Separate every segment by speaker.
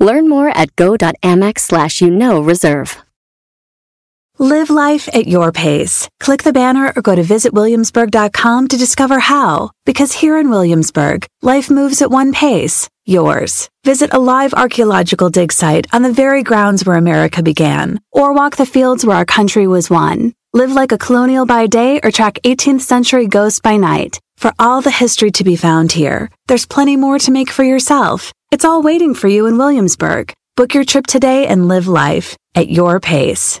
Speaker 1: Learn more at go.amex slash you know reserve.
Speaker 2: Live life at your pace. Click the banner or go to visitwilliamsburg.com to discover how. Because here in Williamsburg, life moves at one pace, yours. Visit a live archaeological dig site on the very grounds where America began, or walk the fields where our country was won. Live like a colonial by day or track 18th century ghosts by night. For all the history to be found here, there's plenty more to make for yourself. It's all waiting for you in Williamsburg. Book your trip today and live life at your pace.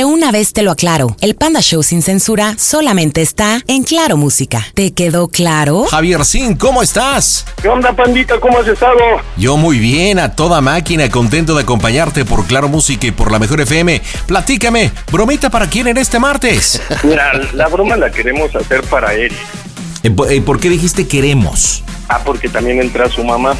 Speaker 3: De una vez te lo aclaro, el Panda Show sin censura solamente está en Claro Música. ¿Te quedó claro?
Speaker 4: Javier Sin, ¿cómo estás?
Speaker 5: ¿Qué onda, pandita? ¿Cómo has estado?
Speaker 4: Yo muy bien, a toda máquina, contento de acompañarte por Claro Música y por la Mejor FM. Platícame, bromita para quién en este martes.
Speaker 5: Mira, la broma la queremos hacer para Eric.
Speaker 4: Eh, po- eh, ¿Por qué dijiste queremos?
Speaker 5: Ah, porque también entra su mamá.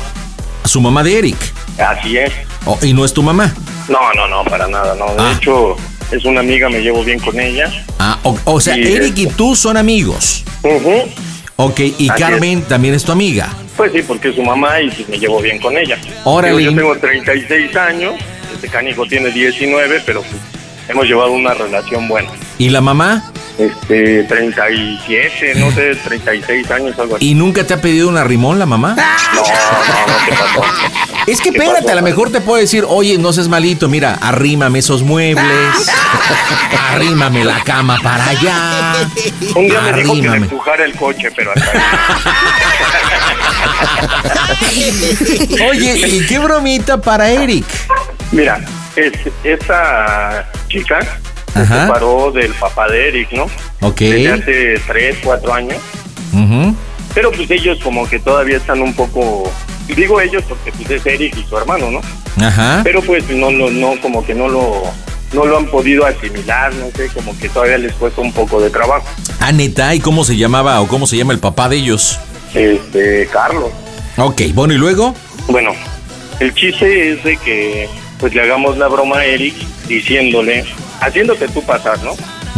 Speaker 4: A su mamá de Eric.
Speaker 5: Así es.
Speaker 4: Oh, y no es tu mamá.
Speaker 5: No, no, no, para nada, no. De
Speaker 4: Ah.
Speaker 5: hecho, es una amiga, me llevo bien con ella.
Speaker 4: Ah, o, o sea,
Speaker 5: Sí,
Speaker 4: Eric y
Speaker 5: es-
Speaker 4: tú son amigos.
Speaker 5: Ujú.
Speaker 4: Ok,
Speaker 5: Así
Speaker 4: y Carmen también es tu amiga.
Speaker 5: Pues sí, porque es su mamá y sí, me llevo bien con ella.
Speaker 4: Órale.
Speaker 5: Digo, yo tengo 36 años, este canijo tiene 19, pero pues, hemos llevado una relación buena.
Speaker 4: ¿Y la mamá?
Speaker 5: Este, 37, no sé, 36 años, algo así.
Speaker 4: ¿Y nunca te ha pedido una rimón la mamá?
Speaker 5: No, no, no, ¿qué pasó?
Speaker 4: Es que
Speaker 5: ¿Qué pasó,
Speaker 4: espérate, a lo
Speaker 5: padre?
Speaker 4: mejor te puedo decir, oye, no seas malito, mira, arrímame esos muebles, arrímame la cama para allá.
Speaker 5: Un día me dijo que le
Speaker 4: Arrímame.
Speaker 5: empujara el coche, pero hasta ahí.
Speaker 4: Oye, ¿y qué bromita para Eric?
Speaker 5: Mira, es, esa chica se
Speaker 4: Ajá.
Speaker 5: separó del papá de Eric, ¿no?
Speaker 4: Ok.
Speaker 5: Desde hace 3, 4 años.
Speaker 4: Ujú.
Speaker 5: Pero pues ellos como que todavía están un poco... Digo ellos porque pues es Eric y su hermano, ¿no?
Speaker 4: Ajá.
Speaker 5: Pero pues no, no, no, como que no lo... No lo han podido asimilar, no sé, como que todavía les cuesta un poco de trabajo.
Speaker 4: Ah, neta, ¿y cómo se llamaba o cómo se llama el papá de ellos?
Speaker 5: Este, Carlos.
Speaker 4: Ok, bueno, ¿y luego?
Speaker 5: Bueno, el chiste es de que pues le hagamos la broma a Eric diciéndole, haciéndote tú pasar, ¿no?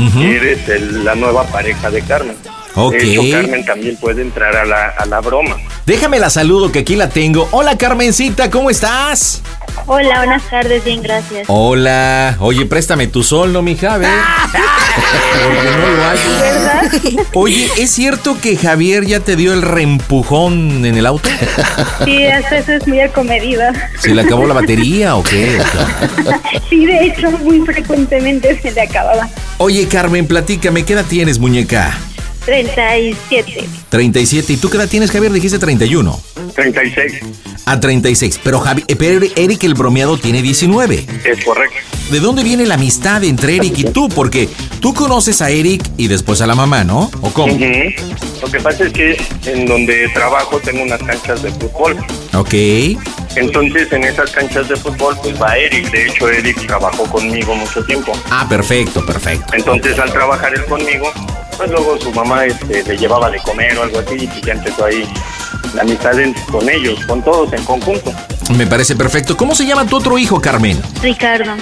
Speaker 4: Ujú.
Speaker 5: Que eres el- la nueva pareja de Carmen.
Speaker 4: Ok.
Speaker 5: De hecho, Carmen también puede entrar a la, a la broma.
Speaker 4: Déjame la saludo que aquí la tengo. Hola, Carmencita, ¿cómo estás?
Speaker 6: Hola, buenas tardes, bien, gracias.
Speaker 4: Hola. Oye, préstame tu sol, ¿no, mi Javi? Porque no lo hay. Oye, ¿es cierto que Javier ya te dio el reempujón en el auto?
Speaker 6: Sí, hasta eso es muy acomedida.
Speaker 4: ¿Se le acabó la batería o qué?
Speaker 6: Sí, de hecho, muy frecuentemente se le acababa.
Speaker 4: Oye, Carmen, platícame, ¿qué edad tienes, muñeca?
Speaker 6: 37.
Speaker 4: 37. ¿Y tú qué edad tienes, Javier? Dijiste 31.
Speaker 5: 36,
Speaker 4: A 36. Pero, Javi, eh, pero Eric el bromeado tiene 19.
Speaker 5: es correcto.
Speaker 4: ¿De dónde viene la amistad entre Eric y tú? Porque tú conoces a Eric y después a la mamá, ¿no? ¿O cómo?
Speaker 5: Ujú. Lo que pasa es que en donde trabajo tengo unas canchas de fútbol.
Speaker 4: Ok.
Speaker 5: Entonces en esas canchas de fútbol pues va Eric. De hecho Eric trabajó conmigo mucho tiempo.
Speaker 4: Ah, perfecto, perfecto.
Speaker 5: Entonces al trabajar él conmigo, pues luego su mamá este, le llevaba de comer o algo así y ya empezó ahí la amistad en- con ellos, con todos en conjunto.
Speaker 4: Me parece perfecto. ¿Cómo se llama tu otro hijo, Carmen?
Speaker 6: Ricardo.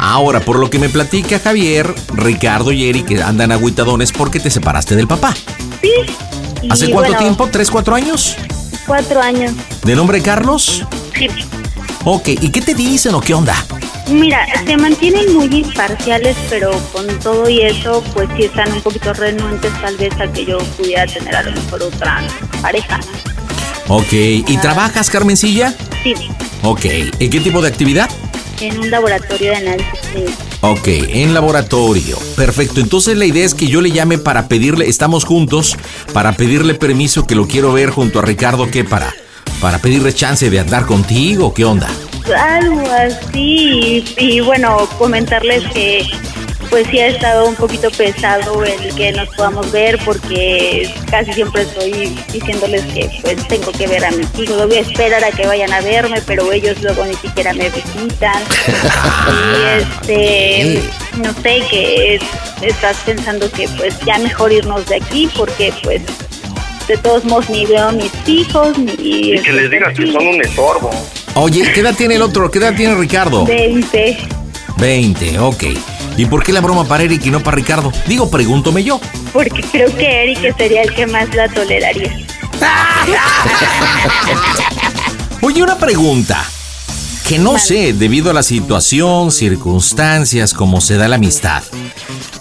Speaker 4: Ahora, por lo que me platica Javier, Ricardo y Eric andan agüitadones porque te separaste del papá.
Speaker 6: Sí. Y,
Speaker 4: ¿Hace cuánto
Speaker 6: bueno,
Speaker 4: tiempo? ¿Tres, cuatro años?
Speaker 6: Cuatro años.
Speaker 4: ¿De nombre Carlos?
Speaker 6: Sí.
Speaker 4: Ok, ¿y qué te dicen o qué onda?
Speaker 6: Mira, se mantienen muy imparciales, pero con todo y eso, pues sí están un poquito renuentes tal vez a que yo pudiera tener a lo mejor otra pareja.
Speaker 4: Ok,
Speaker 6: Ah.
Speaker 4: ¿y trabajas, Carmencilla?
Speaker 6: Sí,
Speaker 4: Ok, ¿en qué tipo de actividad?
Speaker 6: en un laboratorio de análisis clínico.
Speaker 4: Ok, en laboratorio. Perfecto, entonces la idea es que yo le llame para pedirle, estamos juntos, para pedirle permiso que lo quiero ver junto a Ricardo, ¿qué? Para, para pedirle chance de andar contigo, ¿qué onda?
Speaker 6: Algo así. Y, y bueno, comentarles que pues sí ha estado un poquito pesado el que nos podamos ver porque casi siempre estoy diciéndoles que pues tengo que ver a mis hijos, voy a esperar a que vayan a verme, pero ellos luego ni siquiera me visitan. y este, no sé, que es- estás pensando que pues ya mejor irnos de aquí porque pues de todos modos ni veo a mis hijos ni...
Speaker 5: Y que les digas que son un estorbo.
Speaker 4: Oye, ¿qué edad tiene el otro? ¿Qué edad tiene Ricardo?
Speaker 6: 20.
Speaker 4: 20, ok. ¿Y por qué la broma para Eric y no para Ricardo? Digo, pregúntome yo.
Speaker 6: Porque creo que Eric sería el que más la toleraría.
Speaker 4: Oye, una pregunta. Que no sé, debido a la situación, circunstancias, cómo se da la amistad.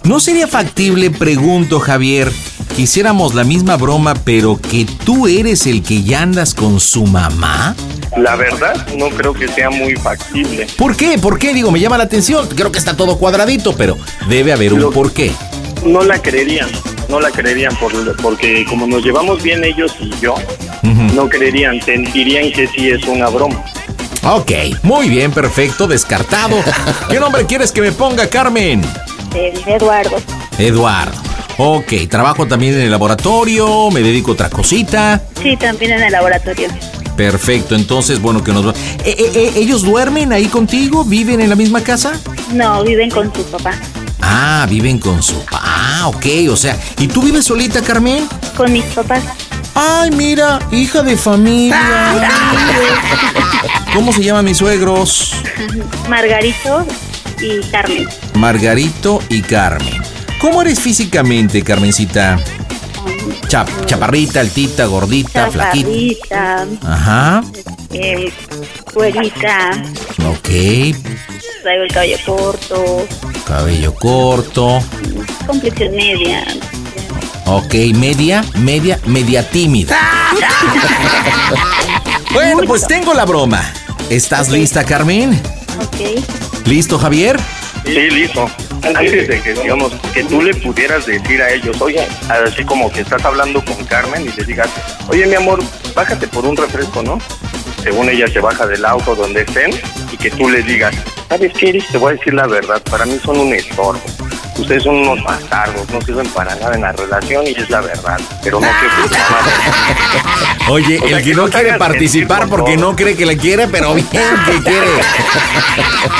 Speaker 4: ¿No sería factible, pregunto Javier, que hiciéramos la misma broma, pero que tú eres el que ya andas con su mamá?
Speaker 5: La verdad, no creo que sea muy factible.
Speaker 4: ¿Por qué? ¿Por qué? Digo, me llama la atención. Creo que está todo cuadradito, pero debe haber un
Speaker 5: Lo-
Speaker 4: porqué.
Speaker 5: No la creerían, no la creerían por- porque como nos llevamos bien ellos y yo, no creerían, sentirían que sí es una broma.
Speaker 4: Ok, muy bien, perfecto, descartado. ¿Qué nombre quieres que me ponga, Carmen?
Speaker 6: El Eduardo.
Speaker 4: Eduardo. Ok, trabajo también en el laboratorio, me dedico a otra cosita.
Speaker 6: Sí, también en el laboratorio.
Speaker 4: Perfecto, entonces, bueno, que nos... va- Eh, eh, eh, ¿Ellos duermen ahí contigo? ¿Viven en la misma casa?
Speaker 6: No, viven con su papá.
Speaker 4: Ah, viven con su... Ah, ok, o sea... ¿Y tú vives solita, Carmen?
Speaker 6: Con mis papás.
Speaker 4: Ay, mira, hija de familia. ¿Cómo se llaman mis suegros?
Speaker 6: Margarito y Carmen.
Speaker 4: Margarito y Carmen. ¿Cómo eres físicamente, Carmencita? Chap- chaparrita, altita, gordita, flaquita.
Speaker 6: Chaparrita,
Speaker 4: Ajá,
Speaker 6: eh, güerita,
Speaker 4: ok.
Speaker 6: traigo el cabello corto,
Speaker 4: Cabello corto.
Speaker 6: complexión media.
Speaker 4: Ok, media, media, media tímida. bueno, pues tengo la broma. ¿Estás lista, Carmen?
Speaker 6: Ok.
Speaker 4: ¿Listo, Javier?
Speaker 5: Sí, listo. Antes de que, digamos, que tú le pudieras decir a ellos, oye, así como que estás hablando con Carmen y le digas, oye, mi amor, bájate por un refresco, ¿no? Según ella se baja del auto donde estén y que tú le digas, ¿sabes qué, Iris? Te voy a decir la verdad, para mí son un estorbo. Ustedes son unos bastardos, no sirven para nada en la relación y es la verdad, pero no quiero que tu mamá vea".
Speaker 4: Oye,
Speaker 5: O sea,
Speaker 4: el
Speaker 5: que
Speaker 4: que no
Speaker 5: no te
Speaker 4: quiere
Speaker 5: hagas
Speaker 4: participar
Speaker 5: sentir con
Speaker 4: porque
Speaker 5: todo.
Speaker 4: no cree que le quiere, pero bien que quiere.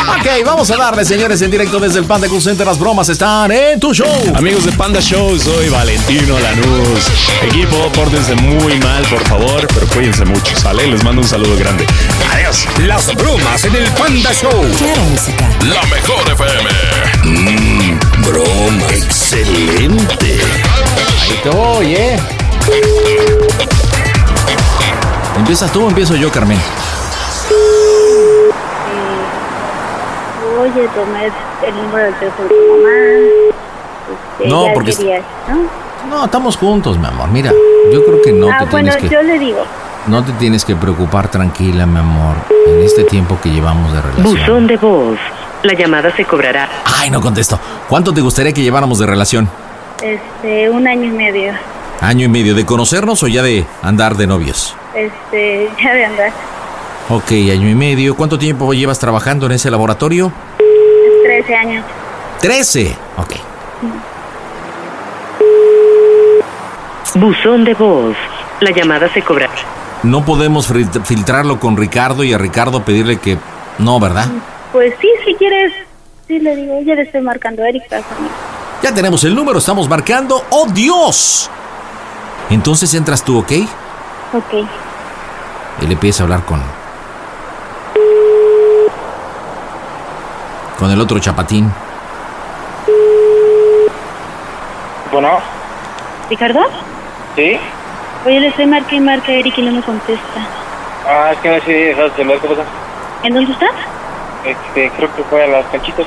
Speaker 4: ok, vamos a darle, señores, en directo desde el Panda Cool Center. Las bromas están en tu show.
Speaker 7: Amigos de Panda Show, soy Valentino Lanús. Equipo, pórtense muy mal, por favor, pero cuídense mucho, ¿sale? Les mando un saludo grande. Adiós.
Speaker 8: Las bromas en el Panda Show.
Speaker 9: Claro Música.
Speaker 8: La mejor FM. Mmm, broma. Excelente.
Speaker 4: Ahí te voy, ¿eh? ¿Empiezas tú o empiezo yo, Carmen?
Speaker 6: eh, oye, tomé el número del teléfono de tu mamá. Este,
Speaker 4: No,
Speaker 6: ya
Speaker 4: porque-
Speaker 6: querías, ¿no?
Speaker 4: No, estamos juntos, mi amor. Mira, yo creo que no
Speaker 6: ah,
Speaker 4: te
Speaker 6: bueno,
Speaker 4: tienes que...
Speaker 6: yo le digo.
Speaker 4: No te tienes que preocupar, tranquila, mi amor. En este tiempo que llevamos de relación.
Speaker 10: Buzón de voz. La llamada se cobrará.
Speaker 4: Ay, no contesto. ¿Cuánto te gustaría que lleváramos de relación?
Speaker 6: Este, un año y medio.
Speaker 4: ¿Año y medio de conocernos o ya de andar de novios?
Speaker 6: Este, ya de andar.
Speaker 4: Ok, año y medio. ¿Cuánto tiempo llevas trabajando en ese laboratorio?
Speaker 6: 13 años.
Speaker 4: Trece. Ok.
Speaker 10: Buzón de voz. La llamada se cobrará.
Speaker 4: No podemos fri- filtrarlo con Ricardo y a Ricardo pedirle que... No, ¿verdad?
Speaker 6: Pues sí, si quieres. Sí, le digo, ya le estoy marcando a Eric. pásame.
Speaker 4: Ya tenemos el número, estamos marcando. ¡Oh, Dios! Entonces entras tú, ¿ok? Y
Speaker 6: Ok.
Speaker 4: le empiezas a hablar con... con el otro chapatín.
Speaker 11: Bueno,
Speaker 6: ¿Ricardo?
Speaker 11: ¿sí?
Speaker 6: Oye, le estoy marque y marque a Eric y no me contesta.
Speaker 11: Ah, es que no sé si dejas de hablar, ¿qué pasa?
Speaker 6: ¿En dónde está?
Speaker 11: Este, creo que fue a las canchitas.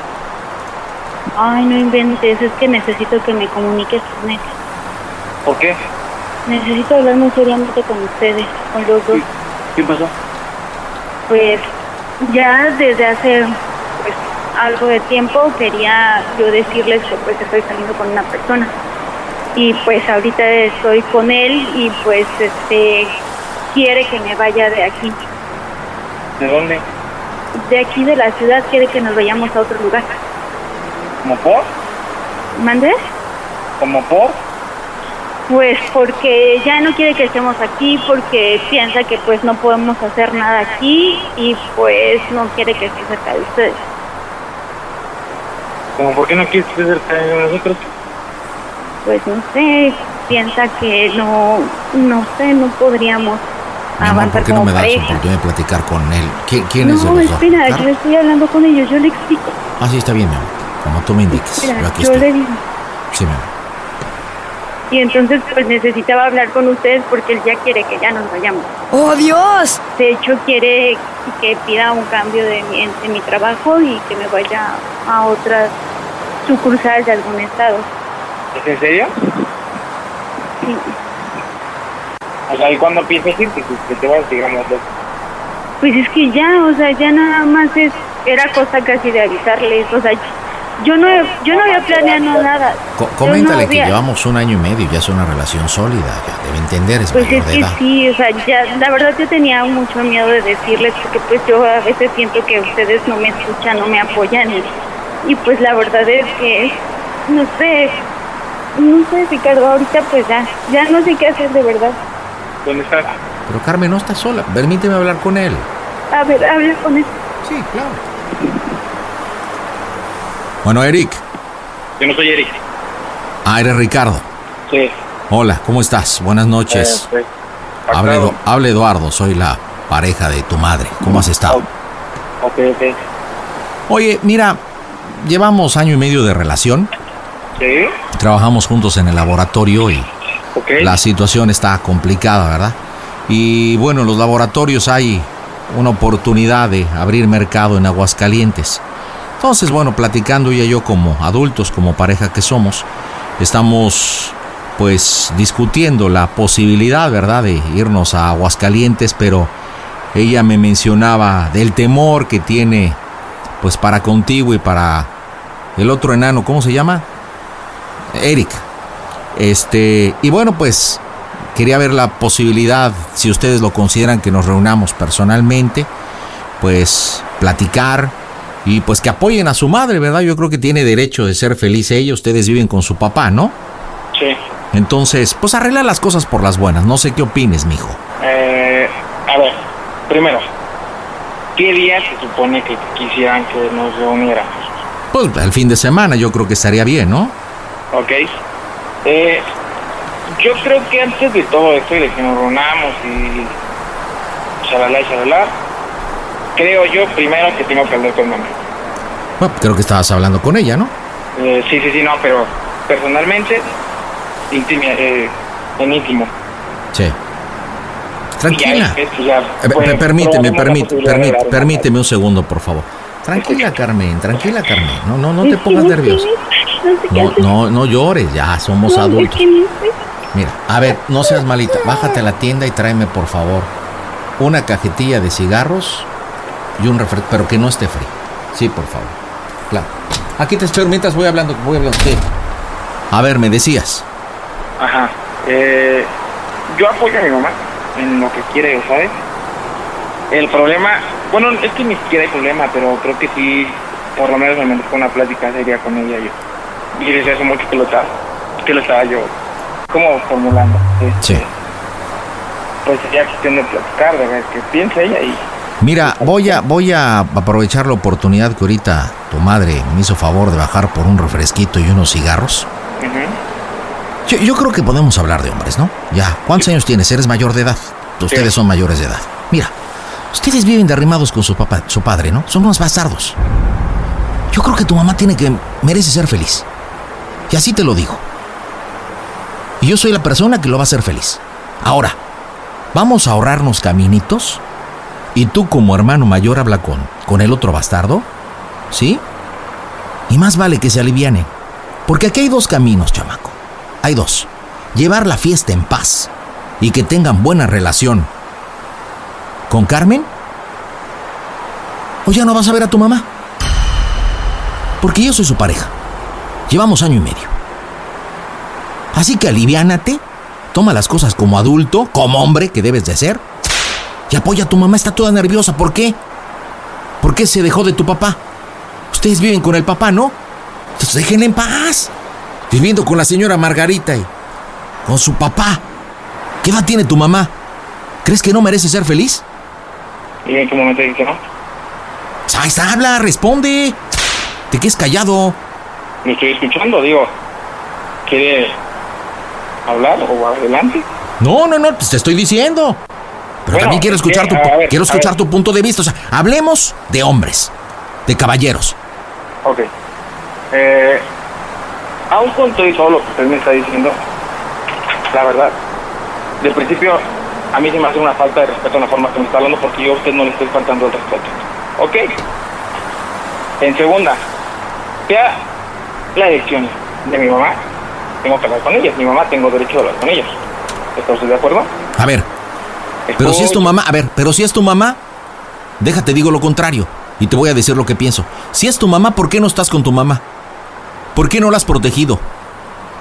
Speaker 6: Ay, no inventes, es que necesito que me comuniques con él.
Speaker 11: ¿Por qué?
Speaker 6: Necesito hablar muy seriamente con ustedes, con los dos.
Speaker 11: ¿Qué pasó?
Speaker 6: Pues ya desde hace pues, algo de tiempo quería yo decirles que pues estoy saliendo con una persona y pues ahorita estoy con él y pues este quiere que me vaya de aquí,
Speaker 11: ¿De dónde?
Speaker 6: de aquí de la ciudad quiere que nos vayamos a otro lugar.
Speaker 11: ¿Como por?
Speaker 6: ¿Mandes?
Speaker 11: ¿Como por?
Speaker 6: Pues porque ya no quiere que estemos aquí, porque piensa que pues no podemos hacer nada aquí y pues no quiere que esté cerca de ustedes.
Speaker 11: ¿Como por qué no quieres estar cerca de nosotros?
Speaker 6: Pues no sé, piensa que no, no sé, no podríamos
Speaker 4: Mi amor, ¿por
Speaker 6: avanzar
Speaker 4: qué no
Speaker 6: Ah, como
Speaker 4: me das
Speaker 6: pareja.
Speaker 4: oportunidad de platicar con él? ¿Qui- ¿Quién es el
Speaker 6: No,
Speaker 4: doctor?
Speaker 6: espera,
Speaker 4: Claro.
Speaker 6: yo estoy hablando con ellos, yo le explico.
Speaker 4: Ah, sí, está bien, mi amor. Como tú me indiques.
Speaker 6: Espera,
Speaker 4: Pues, Yo aquí
Speaker 6: yo
Speaker 4: estoy.
Speaker 6: le digo.
Speaker 4: Sí, mi amor.
Speaker 6: Y entonces pues necesitaba hablar con ustedes porque él ya quiere que ya nos vayamos.
Speaker 12: ¡Oh, Dios!
Speaker 6: De hecho quiere que pida un cambio de mi, de mi trabajo y que me vaya a otra sucursal de algún estado.
Speaker 11: ¿Es en serio?
Speaker 6: Sí.
Speaker 11: O sea, ¿y cuándo piensas irte? Que- Que te vas, digamos, los...
Speaker 6: Pues es que ya, o sea, ya nada más es, era cosa casi de avisarles, o sea, yo no, yo no había planeado nada.
Speaker 4: Co-
Speaker 6: Yo
Speaker 4: coméntale
Speaker 6: no
Speaker 4: que
Speaker 6: había-
Speaker 4: llevamos un año y medio, ya es una relación sólida, ya debe entender, es
Speaker 6: Pues
Speaker 4: mayor
Speaker 6: es
Speaker 4: de
Speaker 6: que
Speaker 4: edad.
Speaker 6: sí, o sea, ya, la verdad yo tenía mucho miedo de decirles porque pues yo a veces siento que ustedes no me escuchan, no me apoyan y, y, pues la verdad es que, no sé, no sé Ricardo, ahorita pues ya, ya no sé qué hacer de verdad.
Speaker 11: ¿Dónde estás?
Speaker 4: Pero Carmen no está sola, permíteme hablar con él.
Speaker 6: A ver, habla con él.
Speaker 4: Sí, claro. Bueno, Eric.
Speaker 11: Yo no soy Eric.
Speaker 4: Ah, eres Ricardo.
Speaker 11: Sí.
Speaker 4: Hola, ¿cómo estás? Buenas noches.
Speaker 11: Eh,
Speaker 4: Habla, Edu- habla Eduardo, soy la pareja de tu madre. ¿Cómo has estado?
Speaker 5: Ah,
Speaker 11: ok, ok.
Speaker 4: Oye, mira, llevamos año y medio de relación,
Speaker 11: ¿Sí?
Speaker 4: trabajamos juntos en el laboratorio y
Speaker 11: Ok.
Speaker 4: la situación está complicada, ¿verdad? Y bueno, en los laboratorios hay una oportunidad de abrir mercado en Aguascalientes. Entonces, bueno, platicando ella y yo como adultos, como pareja que somos, estamos pues discutiendo la posibilidad, ¿verdad?, de irnos a Aguascalientes, pero ella me mencionaba del temor que tiene pues para contigo y para el otro enano, ¿cómo se llama? Eric. Este, y bueno, pues quería ver la posibilidad, si ustedes lo consideran, que nos reunamos personalmente, pues platicar y pues que apoyen a su madre, ¿verdad? Yo creo que tiene derecho de ser feliz ella, ustedes viven con su papá, ¿no?
Speaker 11: Sí.
Speaker 4: Entonces, pues arregla las cosas por las buenas, no sé qué opines, mijo.
Speaker 11: Eh, a ver, primero, ¿qué día se supone que quisieran que nos reuniéramos?
Speaker 4: Pues el fin de semana yo creo que estaría bien, ¿no?
Speaker 11: ¿Ok? Eh, yo creo que antes de todo esto y de que nos reunamos y shalala y shalala, creo yo primero que tengo que hablar con mamá.
Speaker 4: Bueno, creo que estabas hablando con ella, ¿no?
Speaker 11: Eh, sí, sí, sí, no, pero personalmente, intimia- eh, en íntimo.
Speaker 4: Sí.
Speaker 11: Y
Speaker 4: Tranquila.
Speaker 11: ahí, pues, ya,
Speaker 4: Eh, pe-
Speaker 11: pues,
Speaker 4: permíteme,
Speaker 11: probamos la
Speaker 4: permí-
Speaker 11: posibilidad de
Speaker 4: permí-
Speaker 11: hablar.
Speaker 4: permíteme un segundo, por favor. Tranquila, Carmen, tranquila, Carmen. No, no, no te
Speaker 6: Es que
Speaker 4: pongas
Speaker 6: no sé,
Speaker 4: nerviosa.
Speaker 6: No sé qué
Speaker 4: No,
Speaker 6: hacer.
Speaker 4: no, no llores, ya somos
Speaker 6: No, es
Speaker 4: adultos.
Speaker 6: que no sé.
Speaker 4: Mira, a ver, no seas malita. Bájate a la tienda y tráeme, por favor, una cajetilla de cigarros y un refresco, pero que no esté frío. Sí, por favor. Claro. Aquí te estoy mientras voy hablando, voy hablando. Sí. A ver, me decías.
Speaker 11: Ajá. Eh, yo apoyo a mi mamá en lo que quiere, ¿sabes? El problema, bueno, es que ni siquiera hay problema, pero creo que sí, por lo menos me merezco una plática seria con ella yo. Y desde hace mucho que lo estaba, que lo estaba yo como formulando. ¿sí?
Speaker 4: Sí.
Speaker 11: Pues sería cuestión de platicar, de ver qué piensa ella y...
Speaker 4: Mira, voy a, voy a aprovechar la oportunidad que ahorita tu madre me hizo favor de bajar por un refresquito y unos cigarros.
Speaker 11: Ujú.
Speaker 4: Yo, yo creo que podemos hablar de hombres, ¿no? Ya, ¿cuántos años tienes? Eres mayor de edad. Ustedes son mayores de edad. Mira, ustedes viven derrimados con su papá, su padre, ¿no? Son unos bastardos. Yo creo que tu mamá tiene que merece ser feliz. Y así te lo digo. Y yo soy la persona que lo va a hacer feliz. Ahora, vamos a ahorrarnos caminitos. Y tú como hermano mayor habla con, con el otro bastardo. ¿Sí? Y más vale que se alivianen. Porque aquí hay dos caminos, chamaco. Hay dos. Llevar la fiesta en paz. Y que tengan buena relación. ¿Con Carmen? ¿O ya no vas a ver a tu mamá? Porque yo soy su pareja. Llevamos año y medio. Así que aliviánate, toma las cosas como adulto, como hombre que debes de ser, y apoya a tu mamá, está toda nerviosa. ¿Por qué? ¿Por qué se dejó de tu papá? Ustedes viven con el papá, ¿no? Entonces déjenle en paz. Viviendo con la señora Margarita y con su papá. ¿Qué edad tiene tu mamá? ¿Crees que no merece ser feliz?
Speaker 11: ¿Y en qué momento dice no?
Speaker 4: Pues Ahí está, habla, responde. Te quedes callado.
Speaker 11: Me estoy escuchando, digo. ¿Quiere hablar o adelante?
Speaker 4: No, no, no, pues te estoy diciendo. Pero
Speaker 11: Bueno,
Speaker 4: también quiero escuchar,
Speaker 11: ¿qué?
Speaker 4: tu, pu-
Speaker 11: A ver,
Speaker 4: quiero
Speaker 11: a
Speaker 4: escuchar
Speaker 11: ver.
Speaker 4: tu punto de vista. O sea, hablemos de hombres, de caballeros.
Speaker 11: Ok. Eh, aún con todo y todo lo que usted me está diciendo, la verdad, de principio a mí se me hace una falta de respeto en la forma que me está hablando porque yo a usted no le estoy faltando el respeto. Ok. En segunda, sea la elección de mi mamá, tengo que hablar con ellos. Mi mamá tengo derecho a hablar con ellos. ¿Está usted de acuerdo?
Speaker 4: A ver, pero si es tu mamá, a ver, pero si es tu mamá, déjate digo lo contrario y te voy a decir lo que pienso. Si es tu mamá, ¿por qué no estás con tu mamá? ¿Por qué no la has protegido?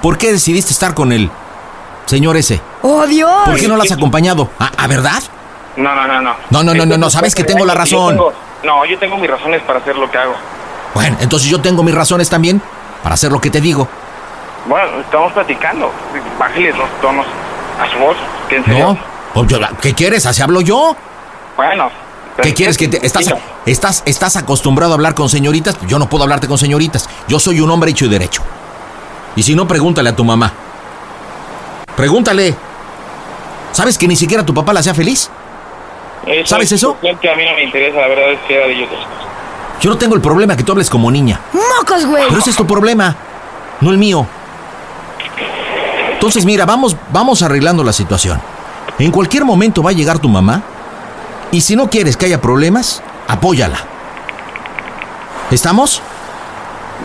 Speaker 4: ¿Por qué decidiste estar con el señor ese?
Speaker 12: ¡Oh, Dios!
Speaker 4: ¿Por qué no la has acompañado? Ah, ¿A, a verdad?
Speaker 11: No, no, no, no.
Speaker 4: No, no, no, no, no, sabes que tengo la
Speaker 11: Yo
Speaker 4: razón.
Speaker 11: tengo- no, yo tengo mis razones para hacer lo que hago.
Speaker 4: Bueno, entonces yo tengo mis razones también para hacer lo que te digo.
Speaker 11: Bueno, estamos platicando. Bájale los tonos a su voz. Que en serio.
Speaker 4: ¿No? O yo- ¿Qué quieres? Así hablo yo.
Speaker 11: Bueno.
Speaker 4: ¿Qué quieres que te, estás, estás estás acostumbrado a hablar con señoritas? Yo no puedo hablarte con señoritas. Yo soy un hombre hecho y derecho. Y si no pregúntale a tu mamá. Pregúntale. ¿Sabes que ni siquiera tu papá la sea feliz? ¿Sabes eso?
Speaker 11: Que a mí no me interesa, la verdad es que era de ellos dos.
Speaker 4: Yo no tengo el problema que tú hables como niña.
Speaker 12: ¡Mocos, güey!
Speaker 4: Pero ese es tu problema, no el mío. Entonces, mira, vamos, vamos arreglando la situación. En cualquier momento va a llegar tu mamá. Y si no quieres que haya problemas, apóyala. ¿Estamos?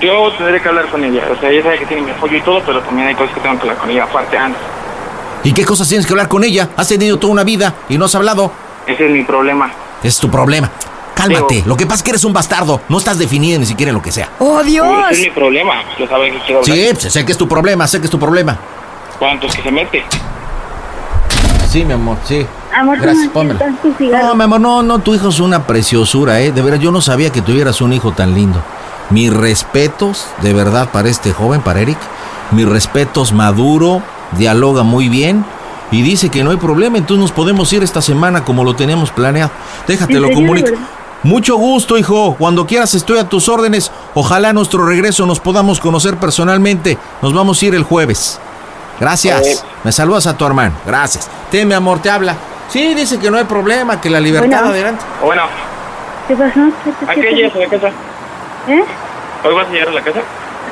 Speaker 11: Yo tendré que hablar con ella. O sea, ella sabe que tiene mi apoyo y todo, pero también hay cosas que tengo que hablar con ella. Aparte, antes.
Speaker 4: ¿Y qué cosas tienes que hablar con ella? Has tenido toda una vida y no has hablado.
Speaker 11: Ese es mi problema.
Speaker 4: Es tu problema. Cálmate. Lo que pasa es que eres un bastardo. No estás definido ni siquiera lo que sea.
Speaker 12: ¡Oh, Dios!
Speaker 11: Ese es mi problema. Yo sabe que quiero hablar.
Speaker 4: Sí, pues, sé que es tu problema, sé que es tu problema.
Speaker 11: ¿Cuántos que se mete?
Speaker 4: Sí, mi amor, sí.
Speaker 6: Amor,
Speaker 4: Gracias,
Speaker 6: ¿cómo
Speaker 4: pónmela.
Speaker 6: estás tu cigarro?
Speaker 4: No, mi amor, no, no, tu hijo es una preciosura, ¿eh? De verdad, yo no sabía que tuvieras un hijo tan lindo. Mis respetos, de verdad, para este joven, para Eric. Mis respetos, maduro, dialoga muy bien y dice que no hay problema, entonces nos podemos ir esta semana como lo teníamos planeado. Déjate,
Speaker 6: ¿En
Speaker 4: lo
Speaker 6: serio,
Speaker 4: comunico.
Speaker 6: de verdad?
Speaker 4: Mucho gusto, hijo. Cuando quieras estoy a tus órdenes. Ojalá a nuestro regreso nos podamos conocer personalmente. Nos vamos a ir el jueves.
Speaker 11: Eh.
Speaker 4: Gracias. Me saludas a tu hermano. Gracias. Te, mi amor, te habla. Sí, dice que no hay problema, que la libertad
Speaker 6: Bueno.
Speaker 4: adelante.
Speaker 11: O bueno,
Speaker 6: ¿Qué pasó? ¿Qué te-
Speaker 11: ¿a
Speaker 6: qué
Speaker 11: qué
Speaker 6: te-
Speaker 11: llegas a la casa?
Speaker 6: ¿Eh?
Speaker 11: ¿Hoy vas a llegar a la casa?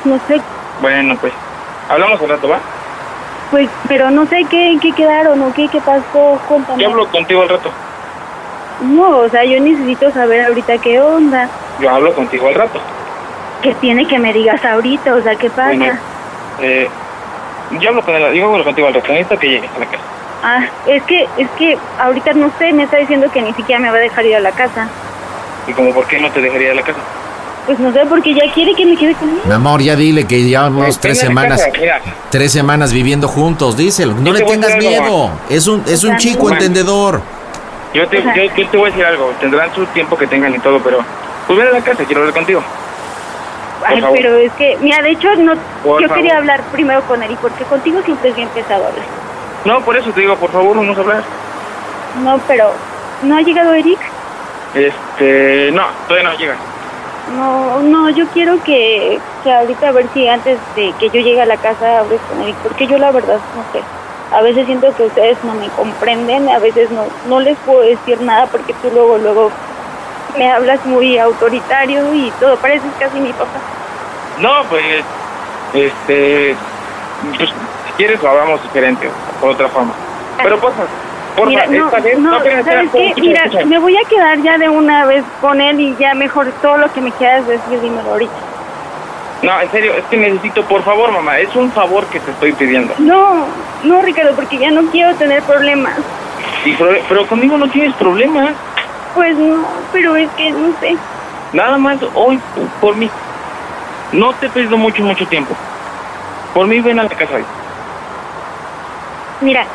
Speaker 6: No sé,
Speaker 11: Bueno, pues. Hablamos un rato, ¿va?
Speaker 6: pues, pero no sé qué, en qué quedaron o qué, qué pasó, cuéntame.
Speaker 11: Yo hablo contigo al rato.
Speaker 6: No, o sea, yo necesito saber ahorita qué onda,
Speaker 11: Yo hablo contigo al rato.
Speaker 6: qué tiene que me digas ahorita, o sea, qué pasa.
Speaker 11: Bueno, eh, yo hablo con él, yo hablo contigo al rato. Necesito que llegues a la casa.
Speaker 6: Ah, es que, es que ahorita no sé, me está diciendo que ni siquiera me va a dejar ir a la casa.
Speaker 11: ¿Y como por qué no te dejaría de la casa?
Speaker 6: Pues no sé, porque ya quiere que me quede con él.
Speaker 4: Mi amor, ya dile que llevamos
Speaker 11: Eh,
Speaker 4: tres
Speaker 11: ven a la
Speaker 4: semanas.
Speaker 11: casa, mira.
Speaker 4: Tres semanas viviendo juntos, díselo. No
Speaker 11: Yo
Speaker 4: le
Speaker 11: te voy a
Speaker 4: tengas
Speaker 11: decir algo,
Speaker 4: miedo. Es un, es un
Speaker 6: También.
Speaker 4: chico entendedor.
Speaker 11: Yo te,
Speaker 6: O sea-
Speaker 11: yo, yo te voy a decir algo, tendrán su tiempo que tengan y todo, pero pues ven a la casa, quiero hablar contigo.
Speaker 6: Ay,
Speaker 11: favor.
Speaker 6: pero es que, mira, de hecho, no,
Speaker 11: Por
Speaker 6: yo
Speaker 11: favor.
Speaker 6: quería hablar primero con Eric, porque contigo siempre es bien pesado hablar.
Speaker 11: No, por eso te digo, por favor, vamos a hablar.
Speaker 6: No, pero, ¿no ha llegado Eric?
Speaker 11: Este, no, todavía no llega.
Speaker 6: No, no, yo quiero que, que ahorita a ver si antes de que yo llegue a la casa hables con Eric, porque yo la verdad no sé. A veces siento que ustedes no me comprenden, a veces no, no les puedo decir nada porque tú luego, luego me hablas muy autoritario y todo, pareces casi mi papá.
Speaker 11: No, pues, este, pues, si quieres lo hablamos diferente, por otra forma. Pero pasa, porfa,
Speaker 6: Mira, no,
Speaker 11: esta vez,
Speaker 6: no,
Speaker 11: espera, espera,
Speaker 6: ¿sabes
Speaker 11: espera,
Speaker 6: qué?
Speaker 11: escucha,
Speaker 6: Mira,
Speaker 11: escucha.
Speaker 6: me voy a quedar ya de una vez con él y ya mejor todo lo que me quieras decir, dímelo ahorita.
Speaker 11: No, en serio, es que necesito, por favor, mamá, es un favor que te estoy pidiendo.
Speaker 6: No, no, Ricardo, porque ya no quiero tener problemas.
Speaker 11: Y pro- pero conmigo no tienes problema,
Speaker 6: Pues no, pero es que no sé.
Speaker 11: nada más hoy por mí. No te pido mucho, mucho tiempo. Por mí ven a la casa hoy.
Speaker 6: Mira,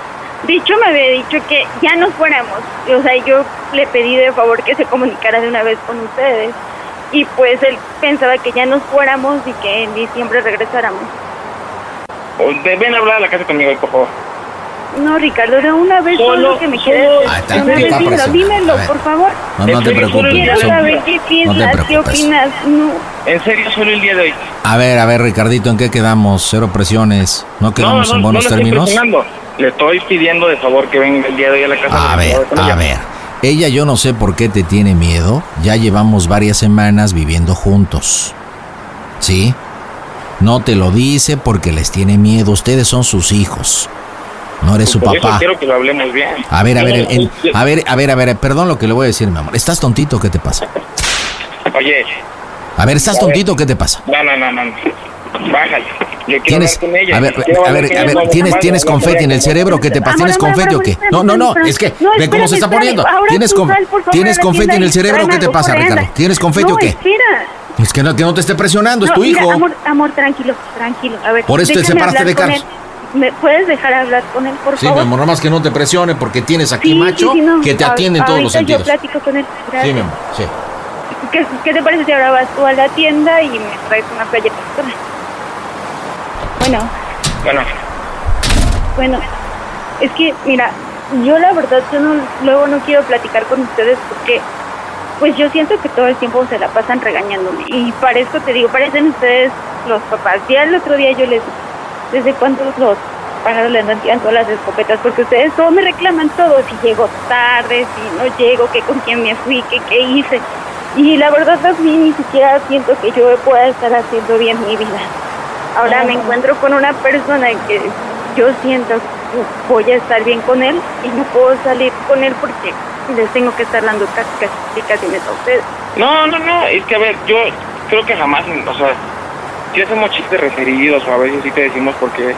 Speaker 6: de hecho me había dicho que ya nos fuéramos. O sea, yo le pedí de favor que se comunicara de una vez con ustedes. Y pues él pensaba que ya nos fuéramos y que en diciembre regresáramos.
Speaker 11: O ve- Ven a hablar a la casa conmigo hoy, por favor.
Speaker 6: No, Ricardo, de una vez todo
Speaker 11: Solo-
Speaker 6: lo que me quieres
Speaker 11: Ah,
Speaker 6: decir.
Speaker 11: está-
Speaker 6: De
Speaker 11: está
Speaker 6: una vez dímelo,
Speaker 11: presionado.
Speaker 6: dímelo,
Speaker 11: A ver.
Speaker 6: por favor.
Speaker 4: No, no te
Speaker 11: Estoy solo
Speaker 4: preocupes.
Speaker 11: el día
Speaker 6: Quiero
Speaker 11: de hoy.
Speaker 6: saber qué piensas, qué
Speaker 4: preocupes.
Speaker 6: opinas. No,
Speaker 11: En serio, solo el día de hoy.
Speaker 4: A ver, a ver, Ricardito, ¿en qué quedamos? Cero presiones. ¿No quedamos en buenos
Speaker 11: lo estoy
Speaker 4: términos?
Speaker 11: presionando. Le estoy pidiendo de favor que venga el día de hoy a la casa.
Speaker 4: A
Speaker 11: para
Speaker 4: ver,
Speaker 11: hablar con
Speaker 4: a
Speaker 11: ella.
Speaker 4: ver. Ella yo no sé por qué te tiene miedo. Ya llevamos varias semanas viviendo juntos. ¿Sí? No te lo dice porque les tiene miedo. Ustedes son sus hijos. No eres su
Speaker 11: Por eso
Speaker 4: papá.
Speaker 11: quiero que lo hablemos bien.
Speaker 4: A ver, a ver,
Speaker 11: Yo-
Speaker 4: en-
Speaker 11: yo-
Speaker 4: a ver, a ver, a ver, perdón lo que le voy a decir, mi amor. ¿Estás tontito o qué te pasa?
Speaker 11: Oye,
Speaker 4: A ver, ¿estás
Speaker 11: A ver.
Speaker 4: tontito o qué te pasa?
Speaker 11: no, no, no, no. no. Bájale. Yo quiero
Speaker 4: Tienes,
Speaker 11: hablar con ella.
Speaker 4: a ver,
Speaker 11: Quiero hablar
Speaker 4: a ver,
Speaker 11: con
Speaker 4: a
Speaker 11: ella.
Speaker 4: ver, tienes,
Speaker 11: Vamos,
Speaker 4: tienes
Speaker 11: vamos,
Speaker 4: confeti en el cerebro que te pasa,
Speaker 6: Amor,
Speaker 4: tienes
Speaker 6: amor,
Speaker 4: confeti o
Speaker 6: amor,
Speaker 4: qué?
Speaker 6: espérame,
Speaker 4: No, no, no,
Speaker 6: espérame,
Speaker 4: es que
Speaker 6: espérame.
Speaker 4: ve cómo se
Speaker 6: No,
Speaker 4: está
Speaker 6: espérame,
Speaker 4: poniendo.
Speaker 6: espérame. Ahora
Speaker 4: Tienes,
Speaker 6: tú
Speaker 4: con-
Speaker 6: sal, por favor,
Speaker 4: tienes
Speaker 6: a la
Speaker 4: confeti
Speaker 6: tienda
Speaker 4: en
Speaker 6: y
Speaker 4: el cerebro
Speaker 6: tráeme
Speaker 4: que te
Speaker 6: algo,
Speaker 4: pasa,
Speaker 6: corre, anda.
Speaker 4: Ricardo. ¿Tienes confeti
Speaker 6: no,
Speaker 4: o qué?
Speaker 6: Espera.
Speaker 4: Es que no, que no te esté presionando, es
Speaker 6: No,
Speaker 4: tu
Speaker 6: mira,
Speaker 4: hijo.
Speaker 6: Amor, amor, tranquilo, tranquilo. A ver,
Speaker 4: Por eso te
Speaker 6: déjame
Speaker 4: separaste
Speaker 6: hablar
Speaker 4: de
Speaker 6: con
Speaker 4: Carlos.
Speaker 6: él. ¿Me puedes dejar hablar con él, por
Speaker 4: Sí, mi
Speaker 6: favor?
Speaker 4: amor, nomás que no te presione porque tienes aquí
Speaker 6: Sí, sí,
Speaker 4: macho
Speaker 6: sí, no.
Speaker 4: que te
Speaker 6: A-
Speaker 4: atiende en todos los
Speaker 6: ahorita
Speaker 4: sentidos.
Speaker 6: Yo platico con él.
Speaker 4: Sí,
Speaker 6: Gracias.
Speaker 4: mi amor, sí.
Speaker 6: ¿Qué, qué te parece si ahora vas tú a la tienda y me traes una galleta? Bueno,
Speaker 11: Bueno,
Speaker 6: bueno. Es que, mira, yo la verdad, yo no, luego no quiero platicar con ustedes porque, pues yo siento que todo el tiempo se la pasan regañándome. Y para esto te digo, parecen ustedes los papás. Ya el otro día yo les ¿Desde cuándo los pájaros le andan tirando las escopetas? Porque ustedes todo me reclaman todo, si llego tarde, si no llego, que con quién me fui, que qué hice. Y la verdad a mí ni siquiera siento que yo pueda estar haciendo bien mi vida. Ahora me encuentro con una persona que yo siento que voy a estar bien con él y no puedo salir con él porque les tengo que estar dando casi casi, casi me a ustedes.
Speaker 11: no, no, no. Es que a ver, yo creo que jamás, o sea, si hacemos chistes referidos o a veces sí te decimos porque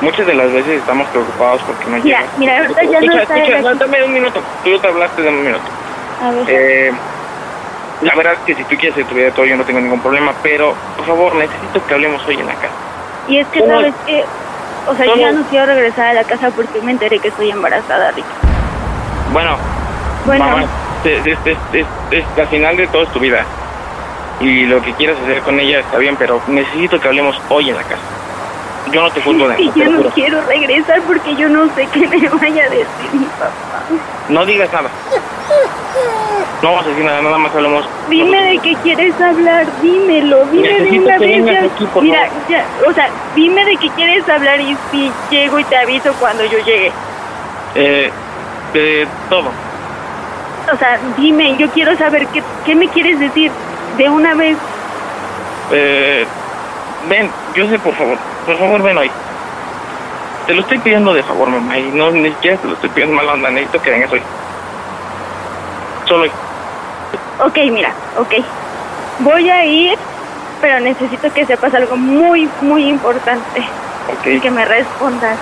Speaker 11: muchas de las veces estamos preocupados porque no
Speaker 6: Mira,
Speaker 11: llega.
Speaker 6: mira, ahorita ya no
Speaker 11: Escucha,
Speaker 6: está él
Speaker 11: escucha, no,
Speaker 6: aquí.
Speaker 11: dame un minuto. Tú te hablaste de un minuto.
Speaker 6: A ver.
Speaker 11: Eh, la verdad es que si tú quieres que tuviera todo, yo no tengo ningún problema, pero por favor, necesito que hablemos hoy en la casa.
Speaker 6: Y es que,
Speaker 11: ¿Cómo?
Speaker 6: ¿sabes que O sea, yo
Speaker 11: ¿Cómo?
Speaker 6: ya no quiero regresar a la casa porque me enteré que estoy embarazada, Rick.
Speaker 11: Bueno,
Speaker 6: Bueno,
Speaker 11: mamá, es, es- es- es- es la final de toda tu vida. Y lo que quieras hacer con ella está bien, pero necesito que hablemos hoy en la casa. Yo no te juzgo de
Speaker 6: es que
Speaker 11: te
Speaker 6: yo
Speaker 11: lo
Speaker 6: no
Speaker 11: juro.
Speaker 6: quiero regresar porque yo no sé qué me vaya a decir mi papá.
Speaker 11: No digas nada. No vas a decir nada, nada más hablemos.
Speaker 6: Dime de qué quieres hablar, dímelo, dime de
Speaker 11: Necesito
Speaker 6: una
Speaker 11: que
Speaker 6: vez.
Speaker 11: vengas
Speaker 6: ya.
Speaker 11: aquí, por
Speaker 6: Mira,
Speaker 11: favor.
Speaker 6: ya, o sea, dime de qué quieres hablar y si llego y te aviso cuando yo llegue.
Speaker 11: Eh, de todo.
Speaker 6: O sea, dime, yo quiero saber qué, qué me quieres decir de una vez.
Speaker 11: Eh, ven, yo sé, por favor. Por favor, ven hoy. Te lo estoy pidiendo de favor, mamá. Y no ni siquiera te lo estoy pidiendo mal onda. Necesito que vengas hoy. Solo hoy.
Speaker 6: Ok, mira, ok. Voy a ir, pero necesito que sepas algo muy, muy importante y
Speaker 11: Ok.
Speaker 6: que me respondas.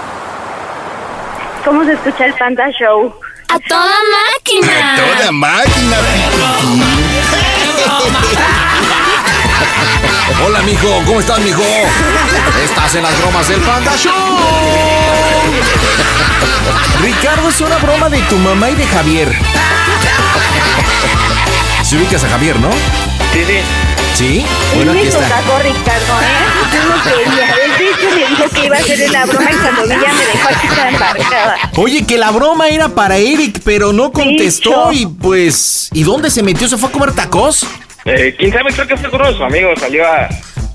Speaker 6: ¿Cómo se escucha el Panda Show?
Speaker 12: A toda máquina.
Speaker 13: Toda máquina.
Speaker 4: Hola, mijo, ¿cómo estás, mijo? Estás en las bromas del Panda Show.
Speaker 13: Ricardo es una broma de tu mamá y de Javier.
Speaker 4: Si ubicas a Javier, ¿no?
Speaker 11: Sí, sí.
Speaker 4: Sí. Bueno,
Speaker 6: Él
Speaker 4: aquí
Speaker 6: me
Speaker 4: está.
Speaker 6: sacó Ricardo, ¿eh? Yo no quería. Él de hecho me dijo que iba a hacer la broma y cuando vi ya me dejó aquí toda embarcada.
Speaker 4: Oye, que la broma era para Eric, pero no contestó
Speaker 6: Dicho.
Speaker 4: y pues... ¿Y dónde se metió? ¿Se fue a comer tacos?
Speaker 11: Eh, ¿Quién sabe? Creo que fue con su amigo. Salió a, a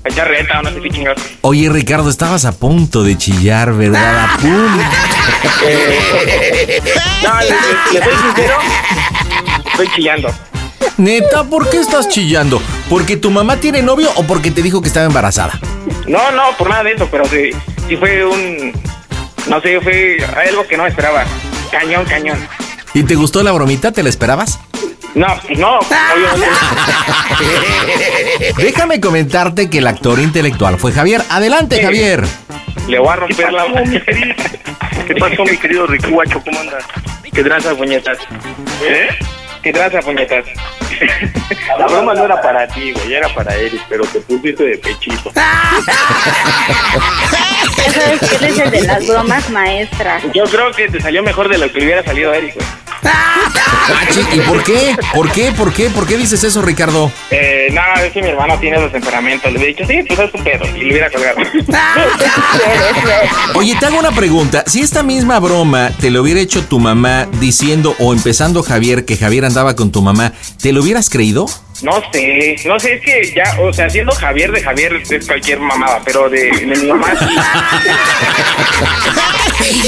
Speaker 11: echar reta o no sé qué chingados.
Speaker 4: Oye, Ricardo, estabas a punto de chillar, ¿verdad? A punto.
Speaker 11: Eh, no, le, le- le soy sincero. Estoy chillando.
Speaker 4: Neta, ¿por qué estás chillando? ¿Porque tu mamá tiene novio o porque te dijo que estaba embarazada?
Speaker 11: No, no, por nada de eso, pero sí, sí fue un... No sé, fue algo que no esperaba. Cañón, cañón.
Speaker 4: ¿Y te gustó la bromita? ¿Te la esperabas?
Speaker 11: No, no,
Speaker 4: Déjame comentarte que el actor intelectual fue Javier. Adelante, Javier.
Speaker 11: Le voy a romper la
Speaker 14: ¿Qué pasó, mi querido Ricuacho? ¿Cómo andas?
Speaker 11: ¿Qué traza, puñetas?
Speaker 14: ¿Eh?
Speaker 11: ¿Qué traza, puñetas?
Speaker 14: La broma no era para ti, güey, era para Eric, pero te pusiste de pechito.
Speaker 6: Ya sabes que él es el de las bromas maestras.
Speaker 11: Yo creo que te salió mejor de lo que le hubiera salido a Eric, güey.
Speaker 4: Ah, chi- ¿Y por qué? ¿Por qué? ¿Por qué? ¿Por qué dices eso, Ricardo?
Speaker 11: Eh, no, es que mi hermano tiene esos temperamentos. Le he dicho, sí, pues es tu pedo. Y le hubiera colgado.
Speaker 4: Oye, te hago una pregunta. Si esta misma broma te lo hubiera hecho tu mamá diciendo o empezando Javier que Javier andaba con tu mamá, ¿te lo hubieras creído?
Speaker 11: No sé, no sé, es que ya, o sea, siendo Javier de Javier es cualquier mamada, pero de, de mi mamá sí.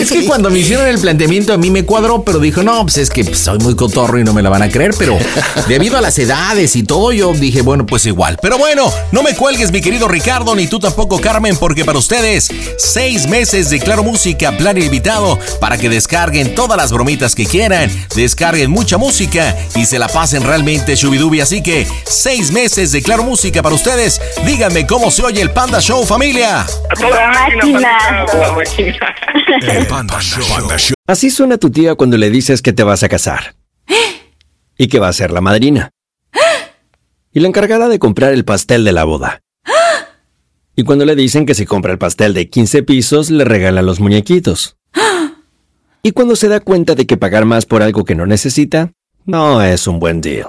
Speaker 4: Es que cuando me hicieron el planteamiento a mí me cuadró, pero dijo, no, pues es que pues, soy muy cotorro y no me la van a creer, pero debido a las edades y todo, yo dije, bueno, pues igual. Pero bueno, no me cuelgues, mi querido Ricardo, ni tú tampoco, Carmen, porque para ustedes, seis meses de Claro Música, plan invitado, para que descarguen todas las bromitas que quieran, descarguen mucha música y se la pasen realmente chubidubi. Así que, seis meses de Claro Música para ustedes. Díganme cómo se oye el Panda Show, familia.
Speaker 14: A toda máquina,
Speaker 6: Máquina.
Speaker 14: a toda máquina.
Speaker 8: Así suena tu tía cuando le dices que te vas a casar. Y que va a ser la madrina. Y la encargada de comprar el pastel de la boda. Y cuando le dicen que si compra el pastel de 15 pisos, le regalan los muñequitos. Y cuando se da cuenta de que pagar más por algo que no necesita, no es un buen deal.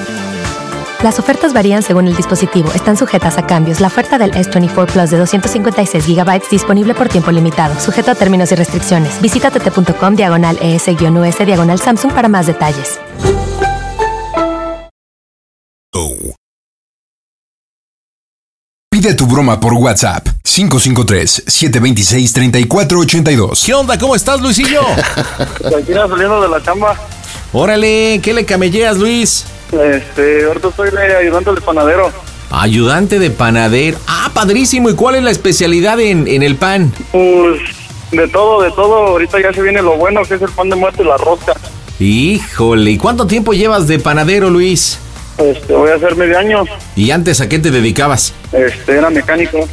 Speaker 3: Las ofertas varían según el dispositivo. Están sujetas a cambios. La oferta del S24 Plus de 256 GB disponible por tiempo limitado. Sujeto a términos y restricciones. Visita tt.com diagonal E ES-US diagonal Samsung para más detalles.
Speaker 15: Pide tu broma por WhatsApp 553-726-3482.
Speaker 4: ¿Qué onda? ¿Cómo estás, Luisillo?
Speaker 14: Tranquila, Pues saliendo de la chamba.
Speaker 4: Órale, ¿qué le camelleas, Luis?
Speaker 14: Este, ahorita estoy le- ayudando al panadero.
Speaker 4: Ayudante de panadero. Ah, padrísimo. ¿Y cuál es la especialidad en, en el pan?
Speaker 14: Pues de todo, de todo. Ahorita ya se viene lo bueno, que es el pan de muerto y la rosca.
Speaker 4: Híjole, ¿y cuánto tiempo llevas de panadero, Luis?
Speaker 14: Este, voy a hacer medio año.
Speaker 4: ¿Y antes a qué te dedicabas?
Speaker 14: Este, era mecánico.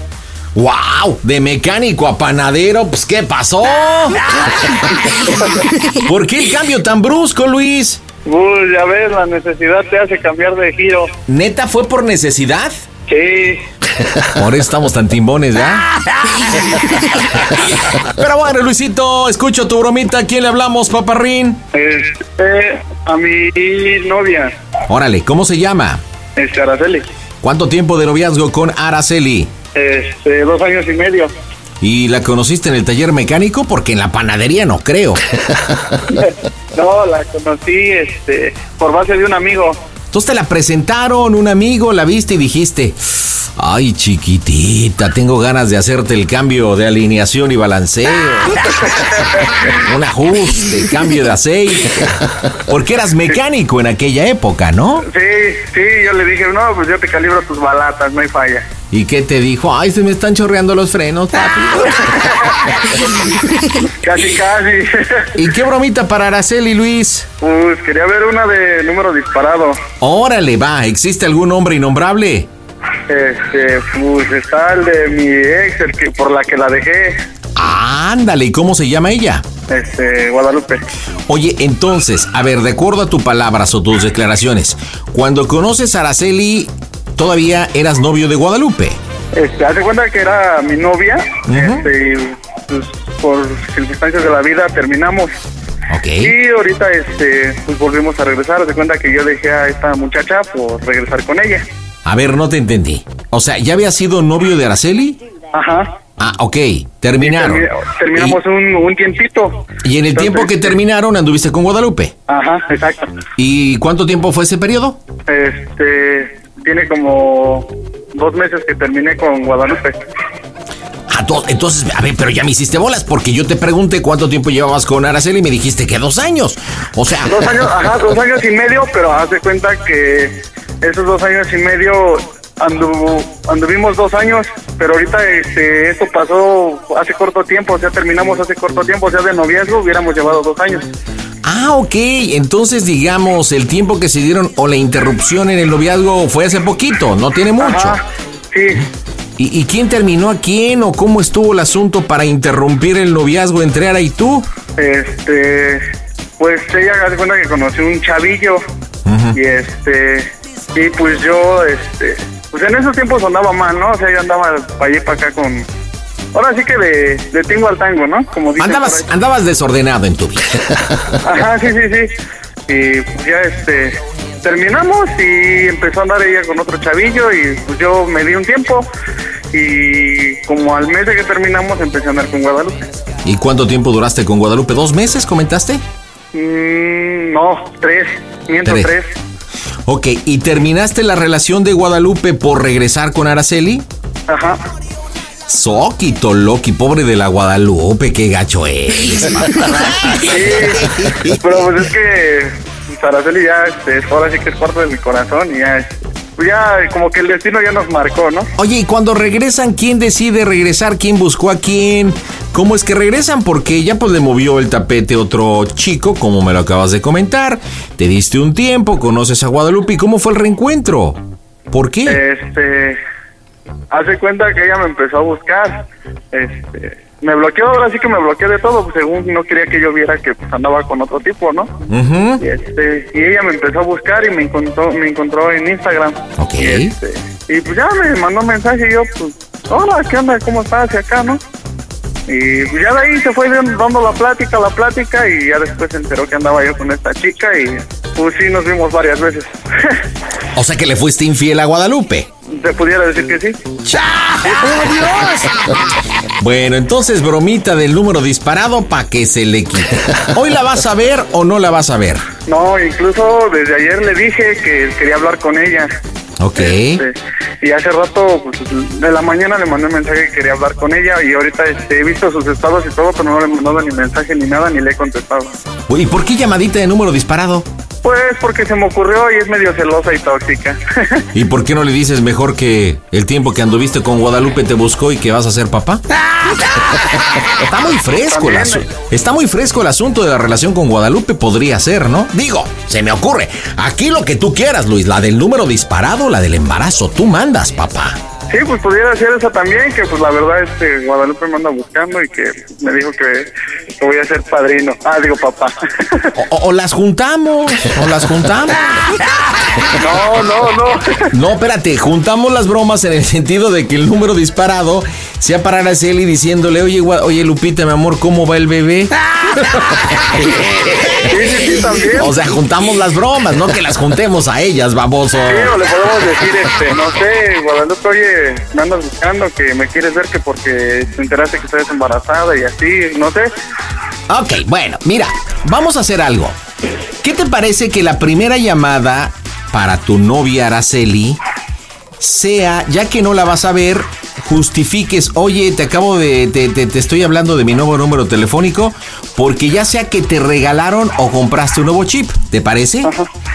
Speaker 4: ¡Wow! De mecánico a panadero, pues ¿qué pasó? ¿Por qué el cambio tan brusco, Luis?
Speaker 14: Uy, ya ves, la necesidad te hace cambiar de giro.
Speaker 4: ¿Neta fue por necesidad?
Speaker 14: Sí.
Speaker 4: Por eso estamos tan timbones, ¿verdad? Pero bueno, Luisito, Oh, escucho tu bromita. ¿A quién le hablamos, paparrín?
Speaker 14: Este, a mi novia,
Speaker 4: Órale, ¿cómo se llama?
Speaker 14: este, Araceli.
Speaker 4: ¿Cuánto tiempo de noviazgo con Araceli?
Speaker 14: Este, dos años y medio.
Speaker 4: ¿Y la conociste en el taller mecánico? Porque en la panadería no creo.
Speaker 14: No, la conocí, este, por base de un amigo.
Speaker 4: Entonces te la presentaron, un amigo, la viste y dijiste, ay chiquitita, tengo ganas de hacerte el cambio de alineación y balanceo. Un ajuste, cambio de aceite. Porque eras mecánico en aquella época, ¿no?
Speaker 14: Sí, sí, yo le dije, no, pues yo te calibro tus balatas, no hay falla.
Speaker 4: ¿Y qué te dijo? Ay, se me están chorreando los frenos, papi.
Speaker 14: Casi, casi.
Speaker 4: ¿Y qué bromita para Araceli, Luis?
Speaker 14: Pues quería ver una de número disparado.
Speaker 4: Órale, va, ¿existe algún hombre innombrable?
Speaker 14: Este, pues está el de mi ex, el que, por la que la dejé,
Speaker 4: Ándale, ¿y cómo se llama ella?
Speaker 14: este, Guadalupe.
Speaker 4: Oye, entonces, a ver, de acuerdo a tus palabras o tus declaraciones, cuando conoces a Araceli, todavía eras novio de Guadalupe.
Speaker 14: Este, haz de cuenta que era mi novia, este, y, pues, por circunstancias de la vida terminamos. Y ahorita, este, pues volvimos a regresar. Haz de cuenta que yo dejé a esta muchacha por regresar con ella.
Speaker 4: A ver, no te entendí. O sea, ¿ya había sido novio de Araceli?
Speaker 14: Ajá.
Speaker 4: Ah, ok, terminaron.
Speaker 14: Termi- Terminamos un, un tiempito.
Speaker 4: Y en el tiempo que terminaron anduviste con Guadalupe.
Speaker 14: Ajá, exacto.
Speaker 4: ¿Y cuánto tiempo fue ese periodo?
Speaker 14: Este, tiene como dos meses que terminé con Guadalupe.
Speaker 4: Ah, do- entonces, a ver, pero ya me hiciste bolas porque yo te pregunté cuánto tiempo llevabas con Araceli y me dijiste que dos años. O sea,
Speaker 14: Dos años, ajá, dos años y medio, pero haz de cuenta que esos dos años y medio anduvo, anduvimos dos años, pero ahorita este, esto pasó hace corto tiempo, o sea, terminamos hace corto tiempo, o sea, de noviazgo hubiéramos llevado dos años.
Speaker 4: Ah, ok. Entonces, digamos, el tiempo que se dieron o la interrupción en el noviazgo fue hace poquito, no tiene mucho.
Speaker 14: sí.
Speaker 4: ¿Y, y quién terminó a quién o cómo estuvo el asunto para interrumpir el noviazgo entre Ara y tú?
Speaker 14: Este, pues ella haz de cuenta que conoció un chavillo y este, y pues yo, este, pues en esos tiempos andaba mal, ¿no? O sea, yo andaba para allá y para acá con... Ahora sí que de, de tingo al tango, ¿no? Como dicen por ahí.
Speaker 4: Andabas, andabas desordenado en tu vida.
Speaker 14: Ajá, sí, sí, sí. Y pues ya este terminamos y empezó a andar ella con otro chavillo y pues yo me di un tiempo y como al mes de que terminamos empecé a andar con Guadalupe.
Speaker 4: ¿Y cuánto tiempo duraste con Guadalupe? ¿Dos meses, comentaste?
Speaker 14: Mm, no, tres, miento
Speaker 4: Tres.
Speaker 14: tres.
Speaker 4: Ok, ¿y terminaste la relación de Guadalupe por regresar con Araceli?
Speaker 14: Ajá.
Speaker 4: Soquito, Loki, pobre de la Guadalupe, qué gacho es.
Speaker 14: Sí, pero pues es que pues, Araceli ya este, ahora sí que es parte de mi corazón y ya, pues ya como que el destino ya nos marcó, ¿no?
Speaker 4: Oye, y cuando regresan, ¿quién decide regresar? ¿Quién buscó a quién? ¿Cómo es que regresan? Porque ya pues le movió el tapete otro chico, como me lo acabas de comentar. Te diste un tiempo, conoces a Guadalupe. ¿Y cómo fue el reencuentro? ¿Por qué?
Speaker 14: Este, hace cuenta que ella me empezó a buscar. Este, me bloqueó, ahora sí que me bloqueó de todo, pues, según no quería que yo viera que pues, andaba con otro tipo, ¿no?
Speaker 4: Ujú.
Speaker 14: Y, este, y ella me empezó a buscar y me encontró, me encontró en Instagram.
Speaker 4: Ok.
Speaker 14: Y pues ya me mandó mensaje y yo, pues, hola, ¿qué onda? ¿Cómo estás? Y acá, ¿no? Y pues, ya de ahí se fue dando la plática, la plática, y ya después se enteró que andaba yo con esta chica y pues sí, nos vimos varias veces.
Speaker 4: O sea que le fuiste infiel a Guadalupe.
Speaker 14: ¿Se pudiera decir que sí?
Speaker 4: Bueno, entonces bromita del número disparado para que se le quite. ¿Hoy la vas a ver o no la vas a ver?
Speaker 14: No, incluso desde ayer le dije que quería hablar con ella.
Speaker 4: Ok.
Speaker 14: Y hace rato, pues, de la mañana le mandé un mensaje que quería hablar con ella y ahorita este, he visto sus estados y todo, pero no le he mandado ni mensaje ni nada, ni le he contestado.
Speaker 4: Uy, ¿Y por qué llamadita de número disparado?
Speaker 14: Pues porque se me ocurrió y es medio celosa y tóxica.
Speaker 4: ¿Y por qué no le dices mejor que el tiempo que anduviste con Guadalupe te buscó y que vas a ser papá? Está muy fresco el asu- Está muy fresco el asunto de la relación con Guadalupe, podría ser, ¿no? Digo, se me ocurre. Aquí lo que tú quieras, Luis, la del número disparado, la del embarazo, tú mandas, papá.
Speaker 14: Sí, pues pudiera ser esa también, que pues la verdad este Guadalupe me anda buscando y que me dijo que, que voy a ser padrino. Ah, digo papá.
Speaker 4: O, o las juntamos, o las juntamos.
Speaker 14: No, no, no.
Speaker 4: No, espérate, juntamos las bromas en el sentido de que el número disparado sea para Araceli diciéndole, oye, Gua- oye Lupita, mi amor, ¿cómo va el bebé? O sea, juntamos las bromas, no que las juntemos a ellas, baboso.
Speaker 14: Sí, o le podemos decir, este, no sé, Guadalupe, oye, me andas buscando, que me quieres ver, que porque te enteraste que estás embarazada y así, no sé.
Speaker 4: Ok, bueno, mira, vamos a hacer algo. ¿Qué te parece que la primera llamada para tu novia Araceli sea, ya que no la vas a ver, justifiques, oye, te acabo de, te, te- te estoy hablando de mi nuevo número telefónico, porque ya sea que te regalaron o compraste un nuevo chip, ¿te parece?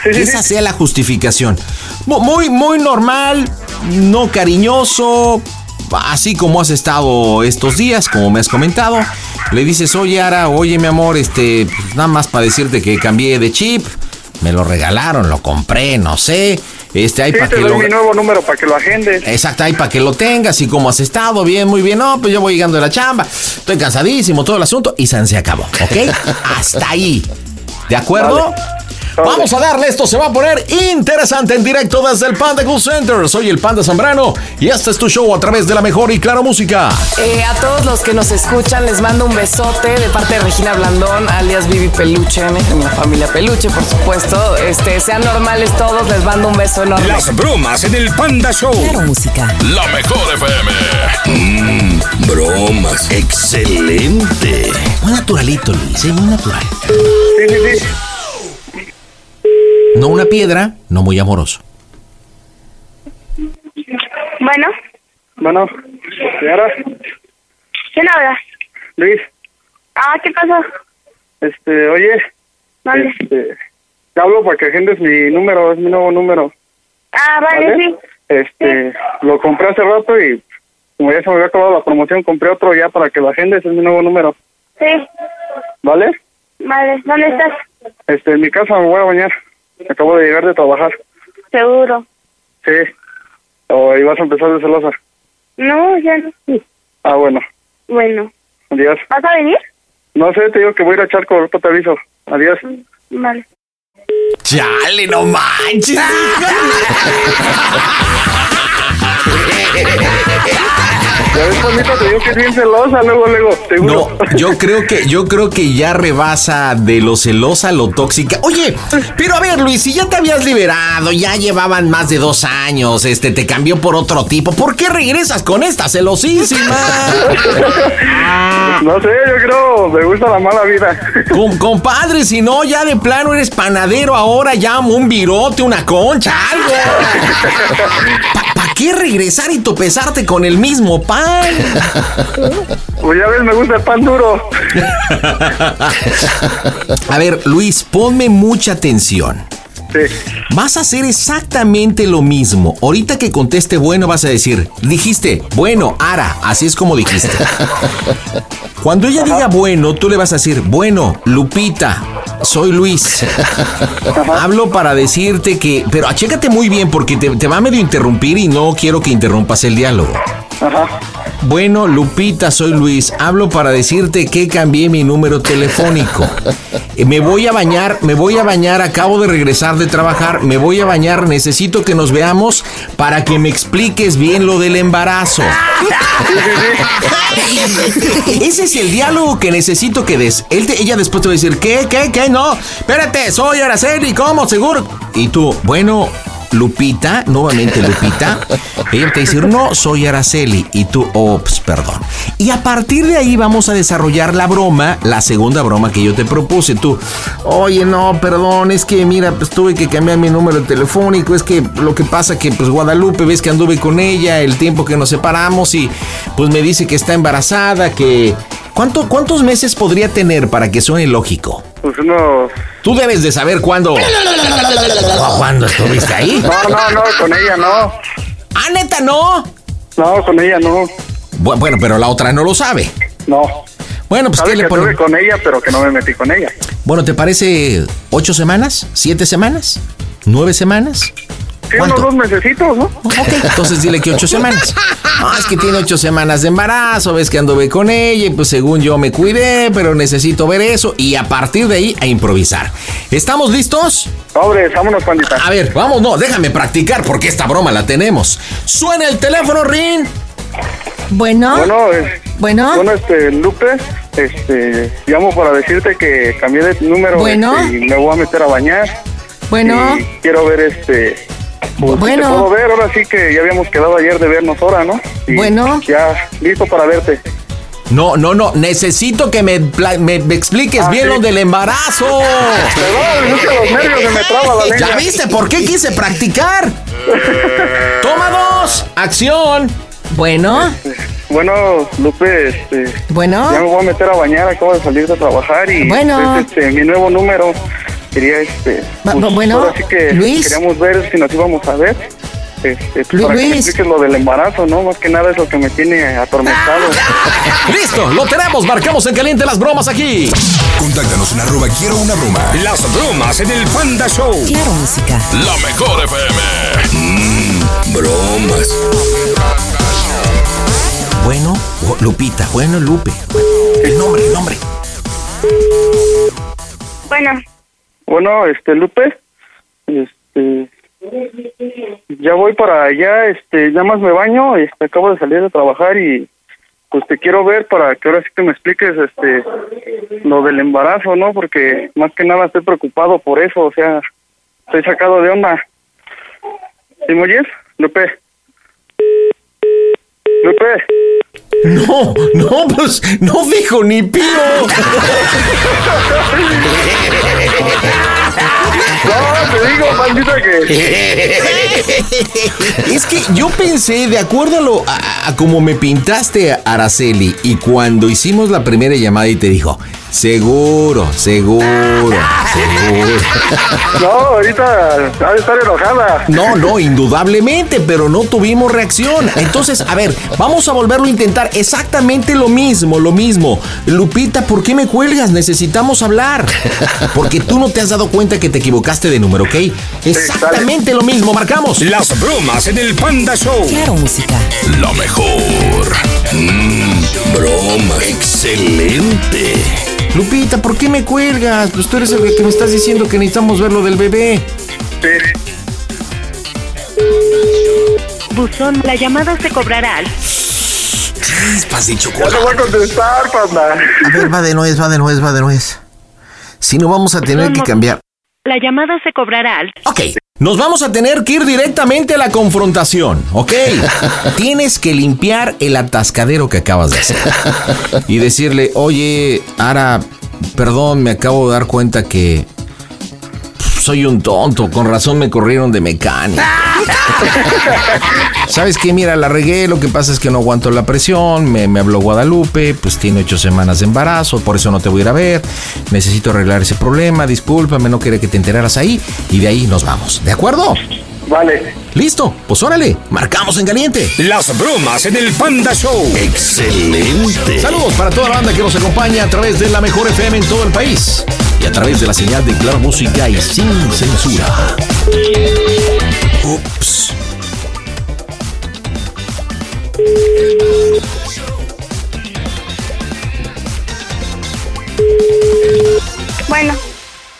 Speaker 4: Que esa sea la justificación. Mu- Muy, muy normal, no cariñoso, así como has estado estos días, como me has comentado. Le dices, oye, Ara, oye, mi amor, este, pues, nada más para decirte que cambié de chip. Me lo regalaron, lo compré, no sé. Este, hay
Speaker 14: Sí,
Speaker 4: para
Speaker 14: te
Speaker 4: que
Speaker 14: doy
Speaker 4: lo...
Speaker 14: mi nuevo número para que lo agendes.
Speaker 4: Exacto, ahí para que lo tengas y cómo has estado, bien, muy bien. No, pues yo voy llegando de la chamba, estoy cansadísimo, todo el asunto y san se acabó, ¿ok? Hasta ahí. ¿De acuerdo? Vamos a darle, esto se va a poner interesante en directo desde el Panda Cool Center. Soy el Panda Zambrano y este es tu show a través de la mejor y claro música.
Speaker 16: Eh, a todos los que nos escuchan les mando un besote de parte de Regina Blandón, alias Vivi Peluche, en la familia Peluche, por supuesto. Este, sean normales todos, les mando un beso enorme.
Speaker 8: Las bromas en el Panda Show. Claro,
Speaker 17: música.
Speaker 8: La mejor FM. Mmm, bromas. Excelente.
Speaker 4: Muy naturalito, Luis, ¿eh? muy natural.
Speaker 14: Sí, sí, sí.
Speaker 4: No una piedra, no muy amoroso.
Speaker 6: Bueno,
Speaker 14: Bueno, señora,
Speaker 6: ¿quién habla?
Speaker 14: Luis,
Speaker 6: Ah, ¿qué pasó?
Speaker 14: este, oye,
Speaker 6: Vale.
Speaker 14: este, te hablo para que agendes mi número, es mi nuevo número.
Speaker 6: Ah, vale,
Speaker 14: ¿Vale?
Speaker 6: sí.
Speaker 14: Este, lo compré hace rato y como ya se me había acabado la promoción, compré otro ya para que lo agendes, es mi nuevo número,
Speaker 6: Sí,
Speaker 14: ¿vale?
Speaker 6: vale. ¿Dónde estás?
Speaker 14: Este, en mi casa me voy a bañar, acabo de llegar de trabajar,
Speaker 6: Seguro.
Speaker 14: sí. O ibas a empezar de celosa.
Speaker 6: No, ya no.
Speaker 14: Ah, bueno,
Speaker 6: Bueno,
Speaker 14: adiós.
Speaker 6: ¿vas a venir?
Speaker 14: No sé, te digo que voy a ir a Charco, ahorita te aviso. Adiós.
Speaker 6: Mm. Vale.
Speaker 8: Chale, no manches.
Speaker 14: Ya ves, Juanito, te digo que es bien celosa, luego, luego, seguro.
Speaker 4: No, yo creo que yo creo que ya rebasa de lo celosa a lo tóxica. Oye, pero a ver, Luis, si ya te habías liberado, ya llevaban más de dos años, este, te cambió por otro tipo. ¿Por qué regresas con esta celosísima?
Speaker 14: No sé, yo creo, me gusta la mala vida.
Speaker 4: Com- compadre, si no, ya de plano eres panadero ahora, ya un virote, una concha, algo. ¿Para qué regresar y topezarte con el mismo pan?
Speaker 14: Pues ya ves, me gusta el pan duro.
Speaker 4: A ver, Luis, ponme mucha atención. Vas a hacer exactamente lo mismo. Ahorita que conteste bueno, vas a decir, dijiste, bueno, Ara, así es como dijiste. Cuando ella diga bueno, tú le vas a decir, bueno, Lupita, soy Luis. Hablo para decirte que, pero chécate muy bien porque te, te va a medio interrumpir y no quiero que interrumpas el diálogo. Bueno, Lupita, soy Luis. Hablo para decirte que cambié mi número telefónico. Eh, Me voy a bañar, me voy a bañar, acabo de regresar de trabajar, me voy a bañar, necesito que nos veamos para que me expliques bien lo del embarazo. Ese es el diálogo que necesito que des. Él te- ella después te va a decir, ¿qué, qué, qué? No, espérate, soy Araceli, ¿cómo? Seguro. Y tú, bueno, Lupita, nuevamente Lupita. Ella te dice, no, soy Araceli. Y tú, ops, perdón. Y a partir de ahí vamos a desarrollar la broma, la segunda broma que yo te propuse. Tú, oye, no, perdón, es que mira, pues tuve que cambiar mi número telefónico. Es que lo que pasa que, pues, Guadalupe, ves que anduve con ella el tiempo que nos separamos y, pues, me dice que está embarazada, que... ¿Cuánto, ¿Cuántos meses podría tener para que suene lógico?
Speaker 14: Pues uno.
Speaker 4: Tú debes de saber cuándo... ¿Cuándo estuviste ahí?
Speaker 14: No, no, no, con ella no.
Speaker 4: ¡Ah, neta, no!
Speaker 14: No, con ella no.
Speaker 4: Bu- Bueno, pero la otra no lo sabe.
Speaker 14: No.
Speaker 4: Bueno, pues
Speaker 14: que estuve con ella, pero que no me metí con ella.
Speaker 4: Bueno, ¿te parece ocho semanas? ¿Siete semanas? ¿Nueve semanas?
Speaker 14: Sí, unos dos mesecitos, ¿no?
Speaker 4: Entonces dile que ocho semanas. Ah, es que tiene ocho semanas de embarazo, ves que anduve con ella y pues según yo me cuidé, pero necesito ver eso y a partir de ahí a improvisar. ¿Estamos listos?
Speaker 14: Pobres, vámonos, pandita.
Speaker 4: A ver, vamos, no, déjame practicar porque esta broma la tenemos. Suena el teléfono, Rin.
Speaker 2: Bueno.
Speaker 14: Bueno, eh,
Speaker 2: ¿Ah? Bueno.
Speaker 14: Bueno, este, Lupe, este, llamo para decirte que cambié de número.
Speaker 2: Bueno.
Speaker 14: este, y me voy a meter a bañar.
Speaker 2: Bueno.
Speaker 14: Y quiero ver este. pues, si
Speaker 2: Bueno.
Speaker 14: Te puedo ver, ahora sí que ya habíamos quedado ayer de vernos ahora, ¿no? Y
Speaker 2: Bueno.
Speaker 14: Ya, listo para verte.
Speaker 4: No, no, no, necesito que me, pla- me- me expliques bien lo del embarazo.
Speaker 14: Ah, Perdón, es que los nervios se me traba la
Speaker 4: ¿Ya
Speaker 14: lengua.
Speaker 4: viste por qué quise practicar? Toma dos, acción.
Speaker 2: Bueno.
Speaker 14: Bueno, Lupe, este.
Speaker 2: Bueno.
Speaker 14: Ya me voy a meter a bañar, acabo de salir de trabajar y.
Speaker 2: Bueno.
Speaker 14: es, este, mi nuevo número. Quería, este.
Speaker 2: Va- va- bueno,
Speaker 14: ahora sí que
Speaker 2: Luis.
Speaker 14: Queríamos ver si nos íbamos a ver. Este,
Speaker 2: Lu-
Speaker 14: para que me
Speaker 2: Luis.
Speaker 14: expliques lo del embarazo, ¿no? Más que nada es lo que me tiene atormentado.
Speaker 4: Listo, lo tenemos, marcamos en caliente las bromas aquí.
Speaker 15: Contáctanos en arroba quiero una broma.
Speaker 8: Las bromas en el Panda Show.
Speaker 17: Claro, música.
Speaker 8: La mejor FM. Mmm, bromas.
Speaker 4: Bueno, o- Lupita, bueno, Lupe. El nombre, el nombre.
Speaker 6: Bueno,
Speaker 14: Bueno, este, Lupe, este, ya voy para allá, este, nada más me baño, este, acabo de salir de trabajar y pues te quiero ver para que ahora sí que me expliques, este, lo del embarazo, ¿no? Porque más que nada estoy preocupado por eso, o sea, estoy sacado de onda. ¿Sí me oyes, Lupe? Lupe.
Speaker 4: No, no, pues no dijo ni pío.
Speaker 14: No, te digo, maldita que.
Speaker 4: Es que yo pensé, de acuerdo a, lo, a, a como me pintaste, Araceli, y cuando hicimos la primera llamada y te dijo, seguro, seguro, seguro.
Speaker 14: No, ahorita ha de estar enojada.
Speaker 4: No, no, indudablemente, pero no tuvimos reacción. Entonces, a ver, vamos a volverlo a intentar. Exactamente lo mismo, lo mismo. Lupita, ¿por qué me cuelgas? Necesitamos hablar. Porque tú no te has dado cuenta que te equivocaste de número, ¿ok? Exactamente lo mismo, marcamos.
Speaker 8: Las bromas en el Panda Show.
Speaker 18: Claro, música.
Speaker 8: Lo mejor. Mm, broma. Excelente.
Speaker 4: Lupita, ¿por qué me cuelgas? Pues tú eres el que me estás diciendo que necesitamos ver lo del bebé.
Speaker 3: Buzón, la llamada se cobrará al
Speaker 4: Chispas de
Speaker 14: Ya
Speaker 4: chocolate.
Speaker 14: te voy a contestar, panda.
Speaker 19: A ver, va de nuez, va de nuez, va de nuez.
Speaker 4: Si no, vamos a tener que cambiar.
Speaker 3: La llamada se cobrará al
Speaker 4: Ok. Nos vamos a tener que ir directamente a la confrontación, ¿ok? Tienes que limpiar el atascadero que acabas de hacer. Y decirle, oye, Ara, perdón, me acabo de dar cuenta que soy un tonto, con razón me corrieron de mecánica. ¿Sabes qué? Mira, la regué, lo que pasa es que no aguanto la presión, me, me habló Guadalupe, pues tiene ocho semanas de embarazo, por eso no te voy a ir a ver, necesito arreglar ese problema, discúlpame, no quería que te enteraras ahí, y de ahí nos vamos, ¿de acuerdo?
Speaker 14: Vale.
Speaker 4: Listo, pues órale, marcamos en caliente.
Speaker 8: Las bromas en el Panda Show. Excelente.
Speaker 4: Saludos para toda la banda que nos acompaña a través de la mejor FM en todo el país y a través de la señal de Claro Música y sin censura. Ups.
Speaker 10: Bueno,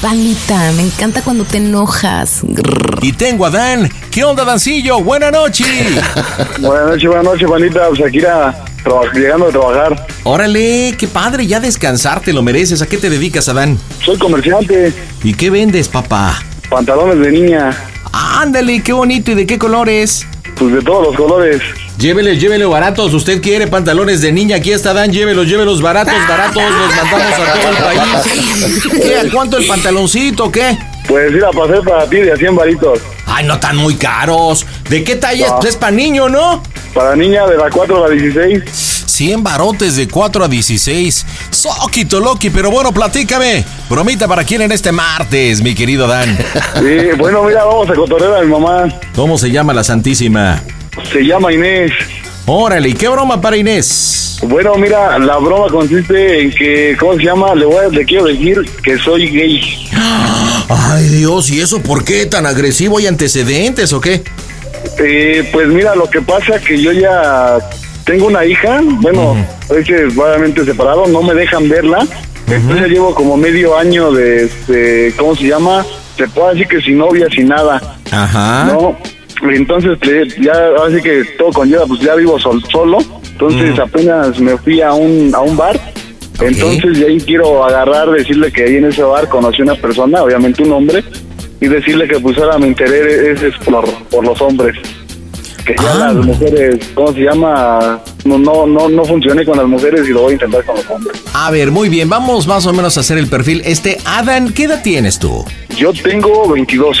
Speaker 3: Panita, me encanta cuando te enojas.
Speaker 4: Y tengo a Dan. ¿Qué onda, Dancillo? Buena noche.
Speaker 14: buenas noches, buenas noches, panita. Pues aquí era traba- llegando a trabajar.
Speaker 4: Órale, qué padre, ya descansar, te lo mereces. ¿A qué te dedicas, Adán?
Speaker 14: Soy comerciante.
Speaker 4: ¿Y qué vendes, papá?
Speaker 14: Pantalones de niña.
Speaker 4: Ándale, qué bonito. ¿Y de qué colores?
Speaker 14: Pues de todos los colores.
Speaker 4: Llévele, llévele baratos. Usted quiere pantalones de niña. Aquí está Dan. Llévelos, llévelos baratos, baratos. Los mandamos a todo el país. ¿Qué? ¿A cuánto el pantaloncito? ¿Qué?
Speaker 14: Pues sí, la pasé para ti de a 100 varitos.
Speaker 4: Ay, no tan muy caros. ¿De qué talla es? Pues es para niño, ¿no?
Speaker 14: Para niña de la 4 a la 16.
Speaker 4: 100 barotes de 4 a 16. Soquito Loki, pero bueno, platícame. Bromita para quién en este martes, mi querido Dan.
Speaker 14: Sí, bueno, mira, vamos a cotorrear a mi mamá.
Speaker 4: ¿Cómo se llama la Santísima?
Speaker 14: Se llama Inés.
Speaker 4: Órale, ¿y qué broma para Inés?
Speaker 14: Bueno, mira, la broma consiste en que, ¿cómo se llama? Le voy a, le quiero decir que soy gay.
Speaker 4: Ay Dios, ¿y eso por qué tan agresivo y antecedentes o qué?
Speaker 20: Eh, pues mira, lo que pasa que yo ya tengo una hija, bueno, es que obviamente separado, no me dejan verla. Entonces ya llevo como medio año de, este, ¿cómo se llama? Se puede decir que sin novia, sin nada.
Speaker 14: pues,
Speaker 4: Ajá.
Speaker 20: ¿no? Entonces, le- ya, así que todo conlleva, pues ya vivo sol- solo. Entonces, apenas me fui a un, a un bar. Entonces, de ahí quiero agarrar, decirle que ahí en ese bar conocí una persona, obviamente un hombre, y decirle que pues ahora mi interés es, es por, por los hombres. Que ya las mujeres, ¿cómo se llama? No, no, no, no funcioné con las mujeres y lo voy a intentar con los hombres.
Speaker 4: A ver, muy bien, vamos más o menos a hacer el perfil. Este, Adam, ¿qué edad tienes tú?
Speaker 20: Yo tengo 22.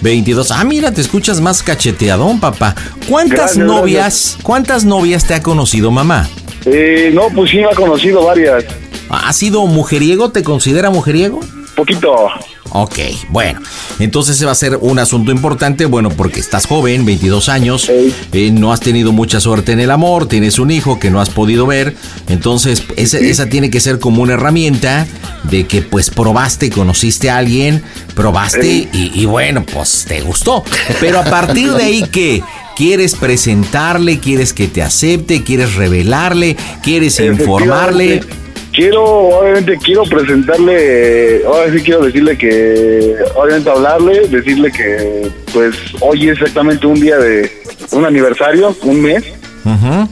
Speaker 4: 22. Ah, mira, te escuchas más cacheteadón, papá. ¿Cuántas
Speaker 20: Gracias,
Speaker 4: novias,
Speaker 20: gracias.
Speaker 4: cuántas novias te ha conocido mamá?
Speaker 20: Eh, no, pues sí, me ha conocido varias.
Speaker 4: ¿Ha sido mujeriego? ¿Te considera mujeriego?
Speaker 20: Poquito.
Speaker 4: Ok, bueno, entonces ese va a ser un asunto importante, bueno, porque estás joven, 22 años, eh, no has tenido mucha suerte en el amor, tienes un hijo que no has podido ver, entonces esa, esa tiene que ser como una herramienta de que pues probaste, conociste a alguien, probaste y, y bueno, pues te gustó. Pero a partir de ahí que... ¿Quieres presentarle? ¿Quieres que te acepte? ¿Quieres revelarle? ¿Quieres informarle?
Speaker 20: Quiero, obviamente, quiero presentarle, ahora sí quiero decirle que, obviamente hablarle, decirle que, pues, hoy es exactamente un día de, un aniversario, un mes,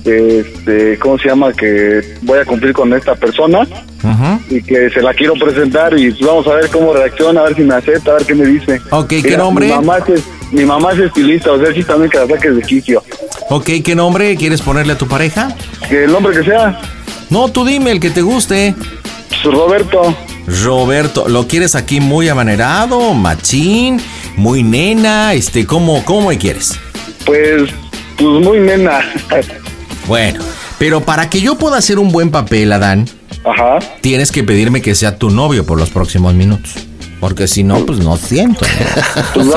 Speaker 20: este, ¿cómo se llama? Que voy a cumplir con esta persona y que se la quiero presentar y pues, vamos a ver cómo reacciona, a ver si me acepta, a ver qué me dice.
Speaker 4: Ok, ¿qué
Speaker 20: Mira,
Speaker 4: nombre?
Speaker 20: Mi mamá, es, mi mamá es estilista, o sea, sí también que la saques de quicio.
Speaker 4: Ok, ¿qué nombre quieres ponerle a tu pareja?
Speaker 20: El nombre que sea.
Speaker 4: No, tú dime, el que te guste.
Speaker 20: Roberto.
Speaker 4: Roberto, ¿lo quieres aquí muy amanerado, machín, muy nena? Este, ¿cómo, cómo me quieres?
Speaker 20: Pues, pues muy nena.
Speaker 4: Bueno, pero para que yo pueda hacer un buen papel, Adán, tienes que pedirme que sea tu novio por los próximos minutos. Porque si no, pues no siento. ¿no?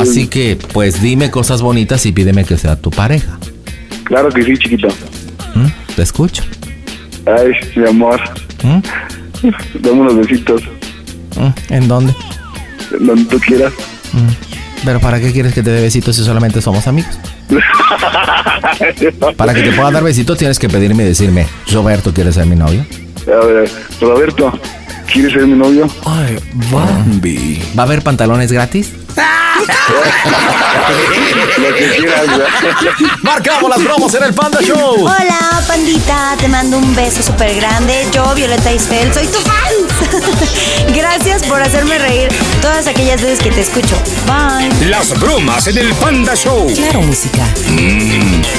Speaker 4: Así que, pues dime cosas bonitas y pídeme que sea tu pareja. ¿Mm?
Speaker 20: Claro que sí, chiquito.
Speaker 4: Te escucho.
Speaker 20: Ay, mi amor.
Speaker 4: ¿Mm?
Speaker 20: Dame unos besitos.
Speaker 4: ¿En dónde?
Speaker 20: Donde tú quieras.
Speaker 4: Mm. Pero ¿para qué quieres que te dé besitos si solamente somos amigos? Para que te pueda dar besitos tienes que pedirme y decirme, Roberto, ¿quieres ser mi novio?
Speaker 20: A ver, Roberto, ¿quieres ser mi novio?
Speaker 4: Ay, Bambi. ¿Va a haber pantalones gratis? Marcamos las promos en el Panda Show.
Speaker 6: Hola, pandita. Te mando un beso súper grande. Yo, Violeta Isfel, soy tu fan. Gracias por hacerme reír todas aquellas veces que te escucho. Bye.
Speaker 8: Las bromas en el Panda Show. Claro, música.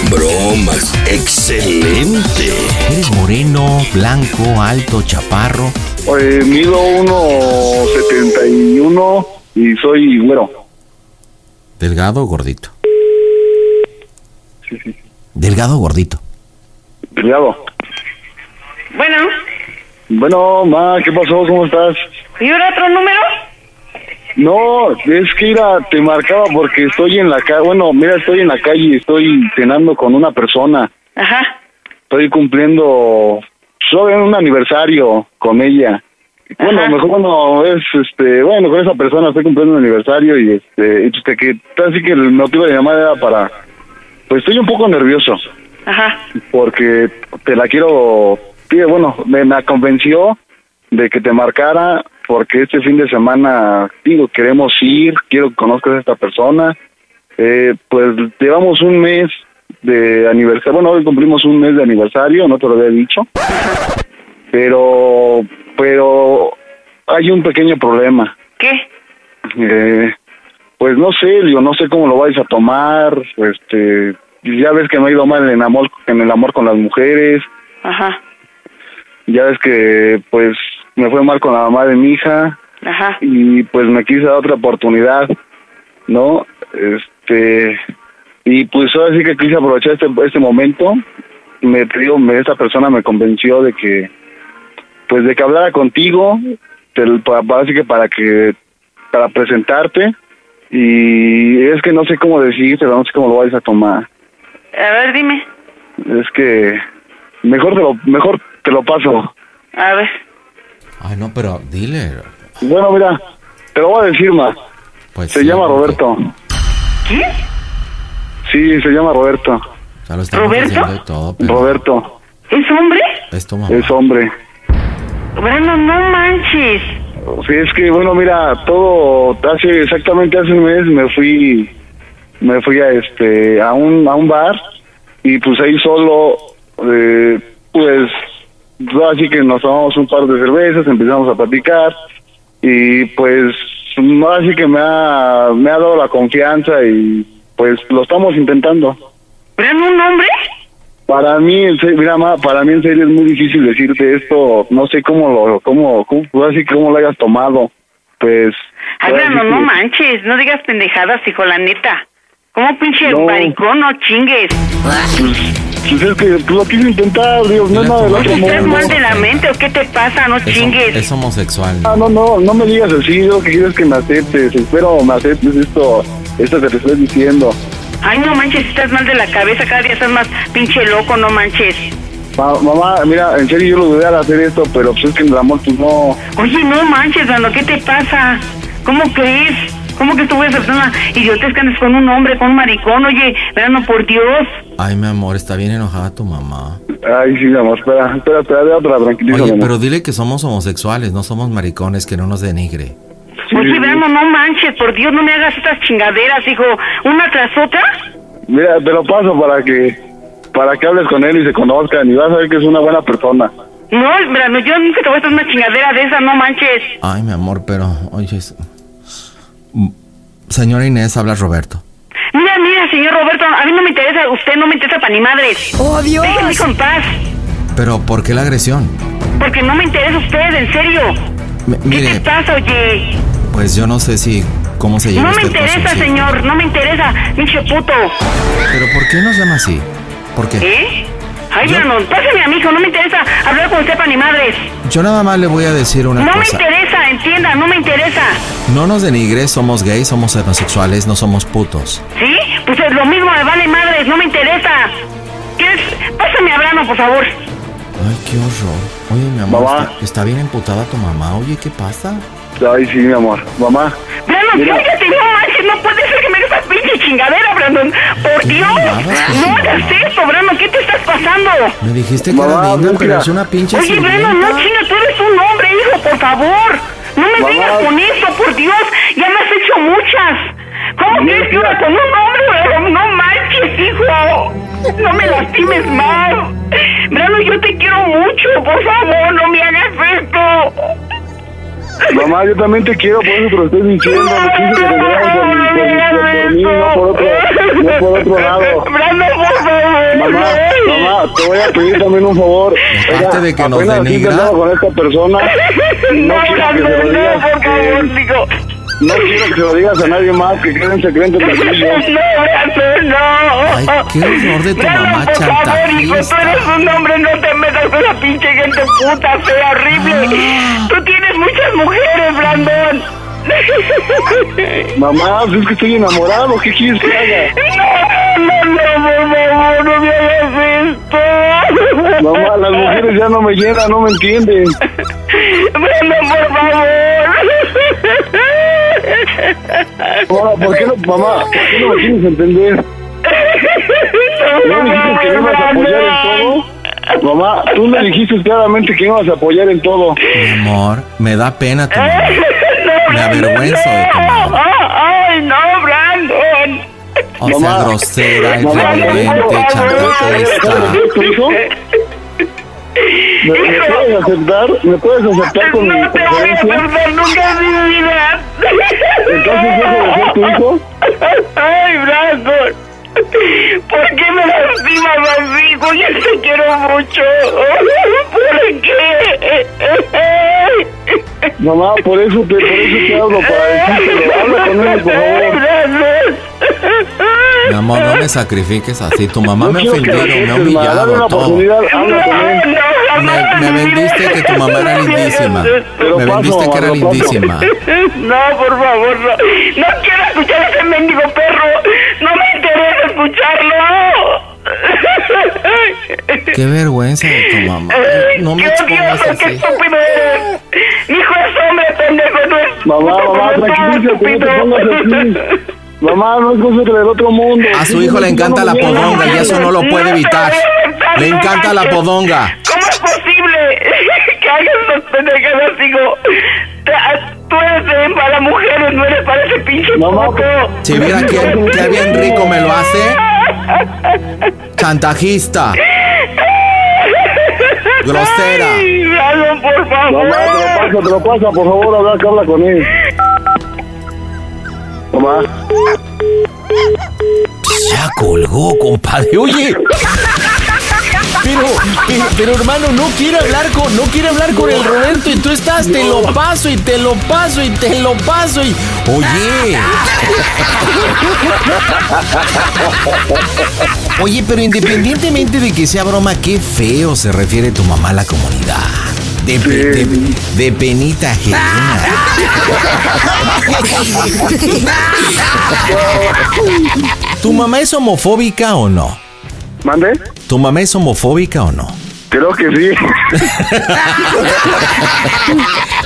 Speaker 8: bromas. Excelente.
Speaker 4: Eres moreno, blanco, alto, chaparro.
Speaker 20: Eh, mido 1.71 y soy güero.
Speaker 4: ¿Delgado o gordito? Delgado o gordito.
Speaker 20: Delgado.
Speaker 21: Bueno,
Speaker 20: Bueno, ma, ¿qué pasó? ¿Cómo estás?
Speaker 21: ¿y ahora otro número?
Speaker 20: No, es que mira, te marcaba porque estoy en la calle. Bueno, mira, estoy en la calle, estoy cenando con una persona.
Speaker 21: Ajá.
Speaker 20: Estoy cumpliendo solo en un aniversario con ella. Bueno, mejor bueno, es este, bueno, con esa persona estoy cumpliendo un aniversario y este, y pues, te que así que el motivo de llamada era para pues estoy un poco nervioso
Speaker 21: Ajá.
Speaker 20: porque te la quiero, sí, bueno, me, me convenció de que te marcara porque este fin de semana, digo, queremos ir, quiero que conozcas a esta persona. Eh, pues llevamos un mes de aniversario, bueno, hoy cumplimos un mes de aniversario, no te lo había dicho, pero, pero hay un pequeño problema.
Speaker 21: ¿Qué?
Speaker 20: Eh, pues no sé, yo no sé cómo lo vais a tomar, este, ya ves que me ha ido mal en amor, en el amor con las mujeres,
Speaker 21: Ajá.
Speaker 20: ya ves que pues me fue mal con la mamá de mi hija
Speaker 21: Ajá.
Speaker 20: y pues me quise dar otra oportunidad, ¿no? Este, y pues ahora sí que quise aprovechar este, este momento, me te digo, me, esta persona me convenció de que, pues de que hablara contigo, te, para, para- así que para que, para presentarte, y es que no sé cómo decirte, no sé cómo lo vais a tomar,
Speaker 21: A ver, dime.
Speaker 20: es que mejor te lo, mejor te lo paso.
Speaker 21: A ver.
Speaker 4: Ay, no, pero dile.
Speaker 20: Bueno, mira, te lo voy a decir más. se llama Roberto.
Speaker 21: ¿Qué?
Speaker 20: Sí, se llama Roberto.
Speaker 21: ¿Roberto?
Speaker 20: Roberto.
Speaker 21: ¿Es hombre?
Speaker 20: Es hombre.
Speaker 21: Bueno, no manches.
Speaker 20: Sí, es que, bueno, mira, todo, hace exactamente hace un mes me fui, me fui a este, a un, a un bar y pues ahí solo, eh, pues, así que nos tomamos un par de cervezas, empezamos a platicar y pues, no, así que me ha, me ha dado la confianza y pues lo estamos intentando.
Speaker 21: ¿Eran un hombre?
Speaker 20: Para mí, en se- mira, ma, para mí en serio es muy difícil decirte esto. No sé cómo lo, cómo, cómo, pues, así cómo lo hayas tomado. Pues.
Speaker 21: Ay,
Speaker 20: ahora
Speaker 21: no,
Speaker 20: sí
Speaker 21: no
Speaker 20: que-
Speaker 21: manches. No digas pendejadas, hijo, la neta. ¿Cómo pinche
Speaker 20: No.
Speaker 21: maricón? No chingues.
Speaker 20: Pues es que pues, lo quise intentar, digo, no es nada del
Speaker 21: ¿No
Speaker 20: otro
Speaker 21: estás
Speaker 20: mundo.
Speaker 21: mal de la mente o qué te pasa? No chingues.
Speaker 4: Es homosexual.
Speaker 20: Ah, no, no, no me digas así. Yo lo que quiero es que me aceptes. Espero me aceptes esto, esto que te estoy diciendo.
Speaker 21: Ay, no manches, estás mal de la cabeza. Cada día estás más pinche loco, no manches.
Speaker 20: Ma- mamá, mira, en serio yo lo dudé al hacer esto, pero pues es que en el amor pues no.
Speaker 21: Oye, no manches, mano, ¿qué te pasa? ¿Cómo crees? ¿Cómo que tú voy a aceptar una idiotez que andes con un hombre, con un maricón? Oye, verano, por Dios.
Speaker 4: Ay, mi amor, está bien enojada tu mamá.
Speaker 20: Ay, sí, mi amor, espera, espera, espera, de otra, tranquilízame.
Speaker 4: Oye,
Speaker 20: amor.
Speaker 4: pero dile que somos homosexuales, no somos maricones, que no nos denigre.
Speaker 21: Oye, verano, no manches, por Dios, no me hagas estas chingaderas, hijo. ¿Una tras otra?
Speaker 20: Mira, te lo paso para que para que hables con él y se conozcan y vas a ver que es una buena persona.
Speaker 21: No, verano, yo nunca te voy a hacer una chingadera de esa, no manches.
Speaker 4: Ay, mi amor, pero, oye. es- Mm, Señora Inés, habla Roberto.
Speaker 21: Mira, mira, señor Roberto, a mí no me interesa, usted no me interesa para ni madres. ¡Oh, Dios! Déjame con paz,
Speaker 4: Pero, ¿por qué la agresión?
Speaker 21: porque no me interesa usted, en serio.
Speaker 4: M- mire,
Speaker 21: ¿Qué pasa, oye?
Speaker 4: pues yo no sé si. ¿Cómo se llama
Speaker 21: No me
Speaker 4: este
Speaker 21: interesa,
Speaker 4: proceso?
Speaker 21: señor, no me interesa, pinche puto.
Speaker 4: Pero, ¿por qué nos llama así? ¿Por qué?
Speaker 21: ¿Eh? Ay, verano, pásame a mi hijo, no me interesa hablar con usted para ni madres.
Speaker 4: Yo nada más le voy a decir una
Speaker 21: No me
Speaker 4: cosa.
Speaker 21: interesa, entienda, no me interesa.
Speaker 4: No nos denigres, somos gays, somos homosexuales, no somos putos.
Speaker 21: ¿Sí? Pues es lo mismo, me vale madres, no me interesa. ¿Quieres? Pásame a Brano, por favor.
Speaker 4: Ay, qué horror. Oye, mi amor,
Speaker 20: Mamá.
Speaker 4: está, está bien emputada tu mamá. Oye, ¿qué pasa?
Speaker 20: Ay, sí, mi amor. Mamá.
Speaker 21: Brandon,
Speaker 20: Mira.
Speaker 21: cállate, no manches, no puede ser que me hagas esa pinche chingadera, Brandon. Por Dios, no hagas esto, Brandon, ¿qué te estás pasando?
Speaker 4: Me dijiste que era linda, pero es una pinche
Speaker 21: Oye, Brandon, no chinga, tú eres un hombre, hijo, por favor. No me
Speaker 4: Mamá.
Speaker 21: vengas con esto, por Dios, ya me has hecho muchas. ¿Cómo quieres que iba con un hombre, Brandon? No manches, hijo. No me lastimes más. Brandon, yo te quiero mucho, por favor, no me hagas esto.
Speaker 20: Mamá, yo también te quiero, por eso te lo estoy diciendo. Lo quise de verdad por, por- por mí, no por otro, no por otro lado. Mamá, mamá, te voy a pedir también un favor.
Speaker 4: Aparte de que nos
Speaker 20: apenas sí
Speaker 4: denigra.
Speaker 20: que andaba con esta persona. No, quiero que se lo digas. eh, no quiero que se lo digas a nadie más, que quede en secreto que
Speaker 21: No, Ay,
Speaker 4: qué horror de tu mamá,
Speaker 21: por favor, hijo, tú
Speaker 4: chantajista.
Speaker 21: eres un hombre, no te metas con la pinche gente puta, sea horrible. Tú tienes muchas mujeres, Brandon.
Speaker 20: Mamá, pues es que estoy enamorado, ¿qué quieres que haga?
Speaker 21: No, no, por favor, no me hagas esto.
Speaker 20: Mamá, las mujeres ya no me llenan, no me entienden.
Speaker 21: Brandon, por
Speaker 20: Mamá,
Speaker 21: favor.
Speaker 20: ¿por qué no, mamá, ¿por qué no me quieres entender? ¿No me dijiste que me ibas a apoyar en todo? Mamá, tú me dijiste claramente que me ibas a apoyar en todo.
Speaker 4: Mi amor, me da pena tu mamá. Me avergüenzo de tu mamá.
Speaker 21: Ay, no, Brandon.
Speaker 4: O sea, grosera, irreverente, chantajista.
Speaker 20: ¿Me, me puedes aceptar? ¿Me puedes aceptar con mi preferencia?
Speaker 21: nunca en mi vida.
Speaker 20: ¿Entonces dejo de ser tu hijo?
Speaker 21: Ay, Brandon. ¿Por qué me lastimas así? hijo? Yo te quiero mucho. ¿Por qué?
Speaker 20: Mamá, por eso te, por eso te hablo, para decirte, habla con él, por favor.
Speaker 4: Mi amor, no me sacrifiques así. Tu mamá
Speaker 20: No
Speaker 4: me ha
Speaker 20: quiero que
Speaker 4: ofendido,
Speaker 20: la
Speaker 4: me ha
Speaker 20: dejes, ma, dale una
Speaker 4: humillado, todo.
Speaker 20: oportunidad, habla con él.
Speaker 4: Me, me vendiste que tu mamá era lindísima.
Speaker 20: Pero
Speaker 4: Me
Speaker 20: paso,
Speaker 4: vendiste que
Speaker 20: mamá,
Speaker 4: era
Speaker 20: lo paso.
Speaker 4: lindísima.
Speaker 21: No, por favor, no. No quiero escuchar a ese mendigo perro. No me interesa escucharlo.
Speaker 4: Qué vergüenza de tu mamá.
Speaker 21: ¡Qué odioso, qué estúpido eres! ¡Mi hijo es hombre, pendejo! ¡Tú
Speaker 20: Mamá, mamá, tranquilízate, no te pongas así. Mamá, no es cosa que del otro mundo.
Speaker 4: A su hijo le encanta la podonga y eso no lo puede evitar. Le encanta la podonga.
Speaker 21: ¿Cómo es posible que hagas los pendejadas? Digo, te- a- tú eres para mujeres, no eres para ese pinche puto.
Speaker 4: Si viera quién, qué bien rico me lo hace. Chantajista. Grosera.
Speaker 21: Ay, Alan, por favor.
Speaker 20: Mamá, te lo paso, te lo paso, por favor, habla, que habla con él. Mamá.
Speaker 4: Ya colgó, compadre.
Speaker 13: Oye. Pero, pero, pero, hermano, no quiere hablar con, no quiere hablar con el Roberto y tú estás, te lo paso y te lo paso y te lo paso y.
Speaker 4: Oye. Oye, pero independientemente de que sea broma, qué feo se refiere tu mamá a la comunidad. De, pe- de- de penita ajena. ¿Tu mamá es homofóbica o no?
Speaker 20: ¿Mande?
Speaker 4: ¿Tu mamá es homofóbica o no?
Speaker 20: Creo que sí.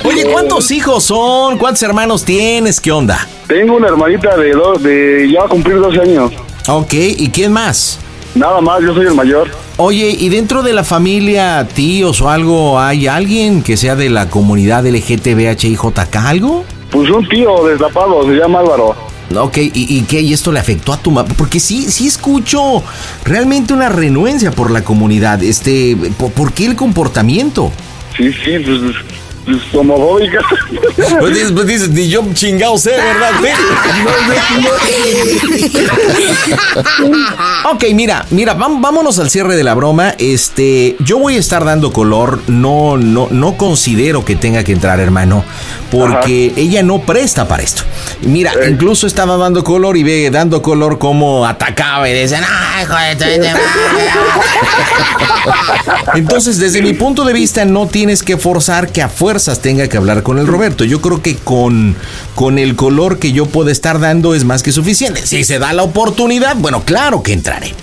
Speaker 4: Oye, ¿cuántos hijos son? ¿Cuántos hermanos tienes? ¿Qué onda?
Speaker 20: Tengo una hermanita de dos, de ya va a cumplir 12 años.
Speaker 4: Ok, ¿y quién más?
Speaker 20: Nada más, yo soy el mayor.
Speaker 4: Oye, ¿y dentro de la familia, tíos o algo, hay alguien que sea de la comunidad LGTBHIJK algo?
Speaker 20: Pues un tío destapado, se llama Álvaro.
Speaker 4: Ok, ¿y, y qué? ¿Y esto le afectó a tu mamá? Porque sí, sí escucho realmente una renuencia por la comunidad. Este, ¿por, por qué el comportamiento?
Speaker 20: Sí, sí, pues, pues homofóbica.
Speaker 13: Pues dices, pues dices, ni yo chingado sé, ¿verdad?
Speaker 4: Ok, mira, mira, vam- vámonos al cierre de la broma. Este, yo voy a estar dando color. No, no, no considero que tenga que entrar, hermano, porque ella no presta para esto. Mira, incluso estaba dando color y ve dando color como atacaba y decía, "Ah, hijo de tu- de- entonces, desde mi punto de vista, no tienes que forzar que a fuerzas tenga que hablar con el Roberto. Yo creo que con, con el color que yo puedo estar dando es más que suficiente. Si se da la oportunidad, bueno, claro que entraré.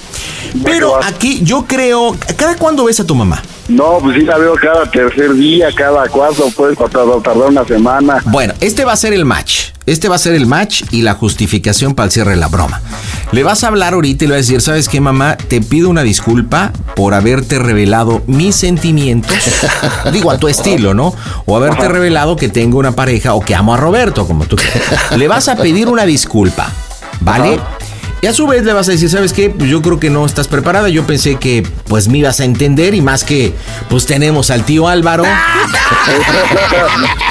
Speaker 4: Pero aquí yo creo, ¿cada cuándo ves a tu mamá?
Speaker 20: No, pues sí la veo cada tercer día, cada cuatro, puede tardar, tardar una semana.
Speaker 4: Bueno, este va a ser el match. Este va a ser el match y la justificación para el cierre de la broma. Le vas a hablar ahorita y le vas a decir, ¿sabes qué, mamá? Te pido una disculpa por haberte revelado mis sentimientos. Digo, a tu estilo, ¿no? O haberte revelado que tengo una pareja o que amo a Roberto, como tú quieras. Le vas a pedir una disculpa, ¿vale? Y a su vez le vas a decir, ¿sabes qué? Pues yo creo que no estás preparada. Yo pensé que pues me ibas a entender y más que pues tenemos al tío Álvaro.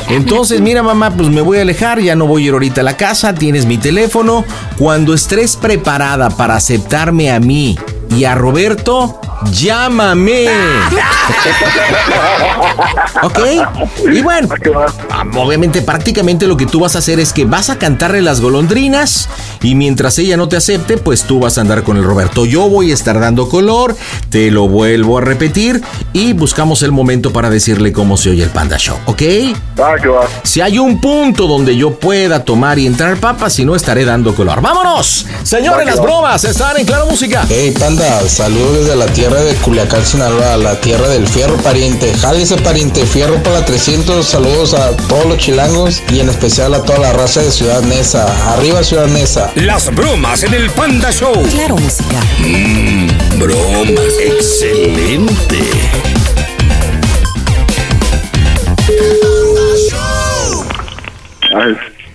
Speaker 4: Entonces, mira mamá, pues me voy a alejar, ya no voy a ir ahorita a la casa, tienes mi teléfono. Cuando estés preparada para aceptarme a mí y a Roberto, llámame. ¿Ok? Y bueno, ah, obviamente prácticamente lo que tú vas a hacer es que vas a cantarle las golondrinas y mientras ella no te acepte, pues tú vas a andar con el Roberto. Yo voy a estar dando color, te lo vuelvo a repetir y buscamos el momento para decirle cómo se oye el Panda Show, ¿ok?
Speaker 20: Ah,
Speaker 4: Si hay un punto donde yo pueda tomar y entrar papas, si no estaré dando color. ¡Vámonos! Señores, las bromas están en Claro Música.
Speaker 22: Hey panda, saludos desde la tierra de Culiacán, Sinaloa, la tierra del fierro pariente. Jálese pariente, fierro para la 300. Saludos a todos los chilangos y en especial a toda la raza de Ciudad Neza. Arriba Ciudad Neza.
Speaker 8: Las bromas en el Panda Show.
Speaker 17: Claro, música.
Speaker 8: Mm, bromas. Excelente.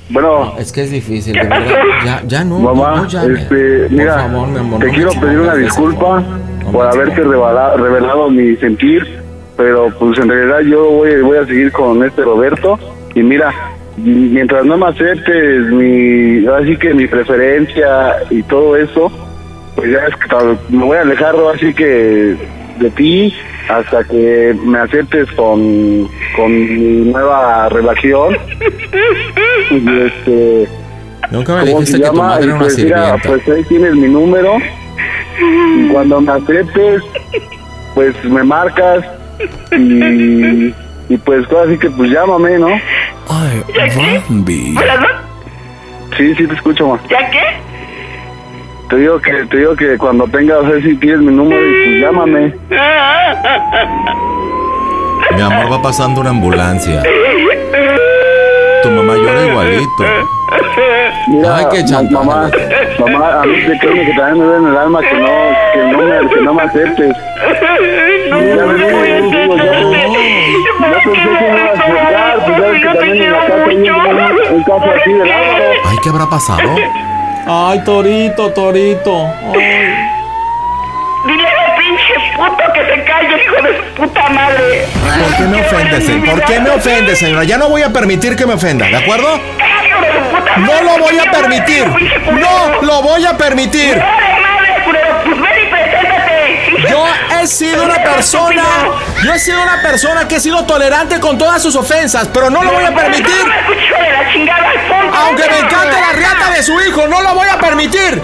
Speaker 20: Bueno.
Speaker 4: Es que es difícil,
Speaker 20: de verdad.
Speaker 4: Ya, ya no.
Speaker 20: Mamá, este, mira, te quiero pedir una disculpa por haberte revela- revelado mi sentir, pero pues en realidad yo voy, voy a seguir con este Roberto y mira, mientras no me aceptes mi, así que mi preferencia y todo eso, pues ya es que tal- me voy a alejar así que de ti hasta que me aceptes con, con mi nueva relación. Y este,
Speaker 4: Nunca
Speaker 20: ¿Cómo se llama? Y pues, mira, pues ahí tienes mi número. Y cuando me aceptes, pues me marcas. Y, y pues todo así que pues llámame, ¿no?
Speaker 13: Ay, Bambi.
Speaker 20: Sí, sí te escucho, ma.
Speaker 21: ¿Ya qué?
Speaker 20: Te digo que, te digo que cuando tengas así tienes mi número y pues llámame.
Speaker 4: Mi amor va pasando una ambulancia. Tu mamá llora igualito.
Speaker 21: Mira, ma- mamá, mamá, a mí te créeme que también me duele en el alma que no, que no me, que no me aceptes.
Speaker 20: No, no voy a
Speaker 21: Yo te quiero mucho. Un caso así de lado.
Speaker 4: Ay, ¿qué habrá pasado?
Speaker 23: Ay, Torito, Torito. Ay.
Speaker 20: Dile al pinche puto que se calle, hijo de su puta madre.
Speaker 4: ¿Por qué me ofendes? eh? ¿Por qué me ofendes, señora? Ya no voy a permitir que me ofenda, ¿de acuerdo? No lo voy a permitir. No lo voy a permitir.
Speaker 23: Yo he sido una persona. Yo he sido una persona que he sido tolerante con todas sus ofensas, pero no lo voy a permitir. Aunque me encante la riata de su hijo, no lo voy a permitir.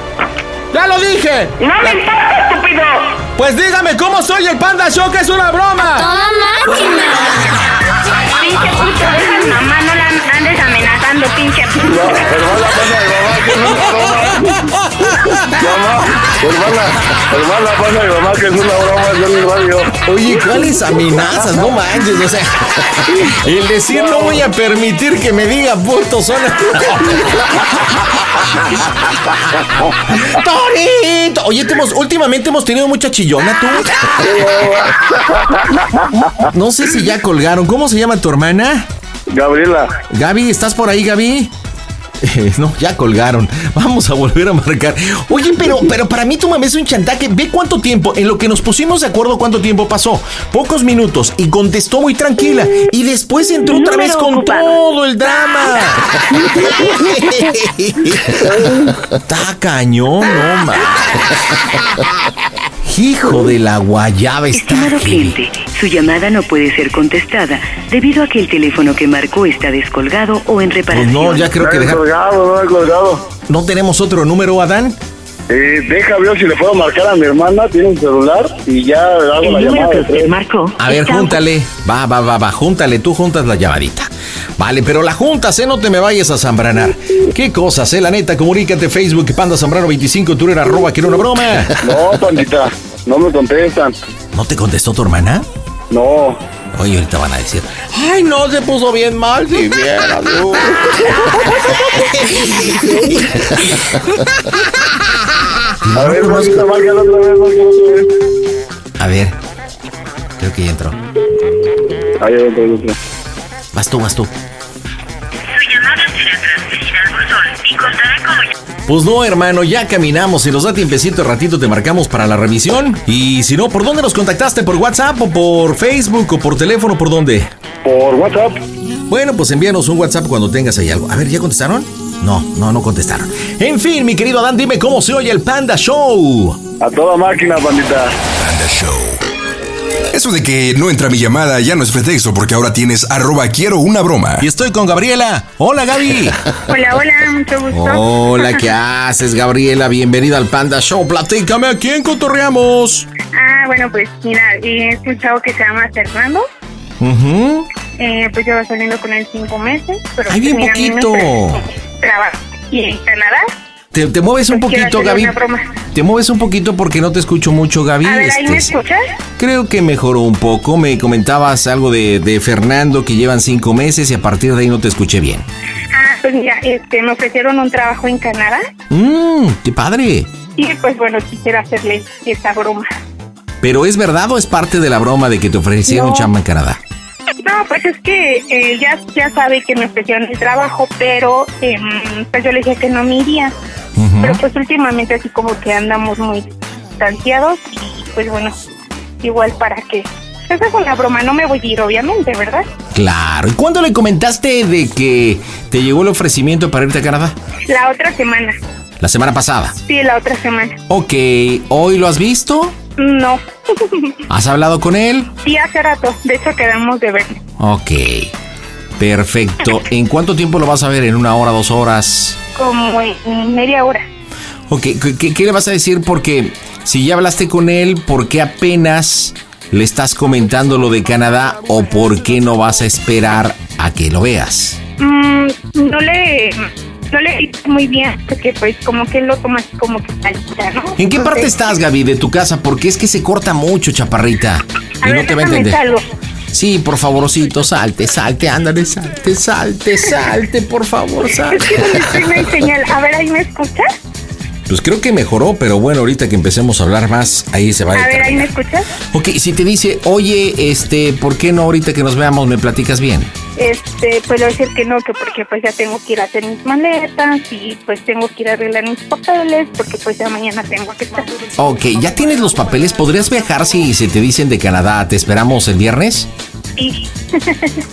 Speaker 23: Ya lo dije.
Speaker 20: No me importa, estúpido.
Speaker 23: Pues dígame cómo soy el Panda Show, que es una broma.
Speaker 20: Pinche puto, deja a mi mamá, no la andes amenazando, pinche puto.
Speaker 21: Hermana, hermana, pasa a mi mamá que es una broma, yo mi radio.
Speaker 4: Oye, ¿cuáles amenazas? No manches, o sea. El decir no voy a permitir que me diga puto son. ¡Torito! Oye, te hemos- últimamente hemos tenido mucha chillona, tú. No sé si ya colgaron. ¿Cómo se llama tu hermana?
Speaker 21: Gabriela.
Speaker 4: Gaby, ¿estás por ahí, Gaby? Eh, No, ya colgaron. Vamos a volver a marcar. Oye, pero, pero para mí tu mamá es un chantaje. Ve cuánto tiempo, en lo que nos pusimos de acuerdo, cuánto tiempo pasó. Pocos minutos y contestó muy tranquila. Y después entró otra vez con todo el drama. Está cañón, no ma. Hijo de la guayaba está.
Speaker 6: Estimado cliente, su llamada no puede ser contestada debido a que el teléfono que marcó está descolgado o en
Speaker 4: Pues
Speaker 6: reparación.
Speaker 4: no, ya creo que dejar.
Speaker 21: no
Speaker 4: ¿No tenemos otro número, Adán.
Speaker 21: Eh, deja ver si le puedo marcar a mi hermana, tiene un celular y ya hago la llamada. de tres.
Speaker 4: A ver, júntale. Va, va, va, va, júntale. Tú juntas la llamadita. Vale, pero la juntas, ¿eh? No te me vayas a zambranar. ¿Qué cosas, eh? La neta, comunícate Facebook, Panda Zambrano 25, Twitter, arroba, quiero una broma.
Speaker 21: No, pandita, no me contestan.
Speaker 4: ¿No te contestó tu hermana?
Speaker 21: No.
Speaker 4: Oye, ahorita van a decir.
Speaker 23: Ay, no, se puso bien mal si viera, no.
Speaker 21: A ver, Juanita, márcala otra vez, márcala otra vez.
Speaker 4: A ver. Creo que ya entró.
Speaker 21: Ahí adentro, ahí adentro.
Speaker 4: Vas tú, vas tú. Pues no, hermano, ya caminamos. Si nos da tiempecito, ratito te marcamos para la revisión. Y si no, ¿por dónde nos contactaste? ¿Por WhatsApp o por Facebook o por teléfono? ¿Por dónde?
Speaker 21: Por WhatsApp.
Speaker 4: Bueno, pues envíanos un WhatsApp cuando tengas ahí algo. A ver, ¿ya contestaron? No, no, no contestaron. En fin, mi querido Adán, dime cómo se oye el Panda Show.
Speaker 21: A toda máquina, pandita.
Speaker 15: Panda Show. Eso de que no entra mi llamada ya no es pretexto porque ahora tienes arroba quiero una broma. Y
Speaker 4: estoy con Gabriela. Hola, Gaby.
Speaker 10: Hola, hola, mucho gusto.
Speaker 4: Hola, ¿qué haces, Gabriela? Bienvenida al Panda Show. Platícame a quién cotorreamos.
Speaker 10: Ah, bueno, pues mira, eh, es un chavo que se llama Fernando. Eh, pues llevo saliendo con él cinco meses. Pero
Speaker 4: Ay, bien
Speaker 10: pues, mira, a mí me
Speaker 4: poquito.
Speaker 10: ofreció Trabajo. Y en Canadá.
Speaker 4: Te, te mueves un
Speaker 10: pues, quiero
Speaker 4: poquito, Gaby.
Speaker 10: hacerle una broma.
Speaker 4: Te mueves un poquito porque no te escucho mucho, Gaby.
Speaker 10: A ver, ¿ahí
Speaker 4: Este,
Speaker 10: me escuchas?
Speaker 4: creo que mejoró un poco. Me comentabas algo de, de Fernando que llevan cinco meses y a partir de ahí no te escuché bien.
Speaker 10: Ah, pues mira, este, me ofrecieron un trabajo en Canadá.
Speaker 4: Mmm, qué padre.
Speaker 10: Y pues bueno, quisiera hacerle esta broma.
Speaker 4: Pero ¿es verdad o es parte de la broma de que te ofrecieron
Speaker 10: No.
Speaker 4: chamba en Canadá?
Speaker 10: No, pues es que eh, ya, ya sabe que me ofrecieron el trabajo, pero em, pues yo le dije que no me iría. Pero pues últimamente así como que andamos muy distanciados y pues bueno, igual para que... Esa es una broma, no me voy a ir obviamente, ¿verdad?
Speaker 4: Claro. ¿Y cuándo le comentaste de que te llegó el ofrecimiento para irte a Canadá?
Speaker 10: La otra semana,
Speaker 4: La semana pasada.
Speaker 10: sí, la otra semana.
Speaker 4: Ok, ¿hoy lo has visto?
Speaker 10: No,
Speaker 4: ¿Has hablado con él?
Speaker 10: sí hace rato, de hecho quedamos de ver.
Speaker 4: Ok. Perfecto. ¿En cuánto tiempo lo vas a ver? ¿En una hora, dos horas?
Speaker 10: Como en media hora.
Speaker 4: Ok, ¿qué, qué- qué le vas a decir? Porque si ya hablaste con él, ¿por qué apenas le estás comentando lo de Canadá o por qué no vas a esperar a que lo veas?
Speaker 10: Mm, no le... No le hice muy bien, porque pues como que él lo toma así como que salida, ¿no?
Speaker 4: ¿En qué parte
Speaker 10: Entonces-
Speaker 4: estás, Gaby, de tu casa? Porque es que se corta mucho, chaparrita.
Speaker 10: A
Speaker 4: Y
Speaker 10: ver,
Speaker 4: no te va a
Speaker 10: déjame
Speaker 4: entender.
Speaker 10: salgo.
Speaker 4: Sí, por favorcito, salte, salte, ándale, salte, salte, salte, por favor,
Speaker 10: Es que
Speaker 4: salte.
Speaker 10: no me tengo señal. A ver, ahí me escuchas.
Speaker 4: Pues creo que mejoró, pero bueno, ahorita que empecemos a hablar más, ahí se va
Speaker 10: A ver,
Speaker 4: determinar.
Speaker 10: ahí me escuchas.
Speaker 4: Ok, si te dice, oye, este, ¿por qué no ahorita que nos veamos me platicas bien?
Speaker 10: Este, pues le voy a decir que no, que porque pues ya tengo que ir a hacer mis maletas y pues tengo que ir a arreglar mis papeles porque pues ya mañana tengo que estar.
Speaker 4: Ok, ya tienes los papeles, ¿podrías viajar si se te dicen de Canadá? ¿Te esperamos el viernes?
Speaker 10: Sí.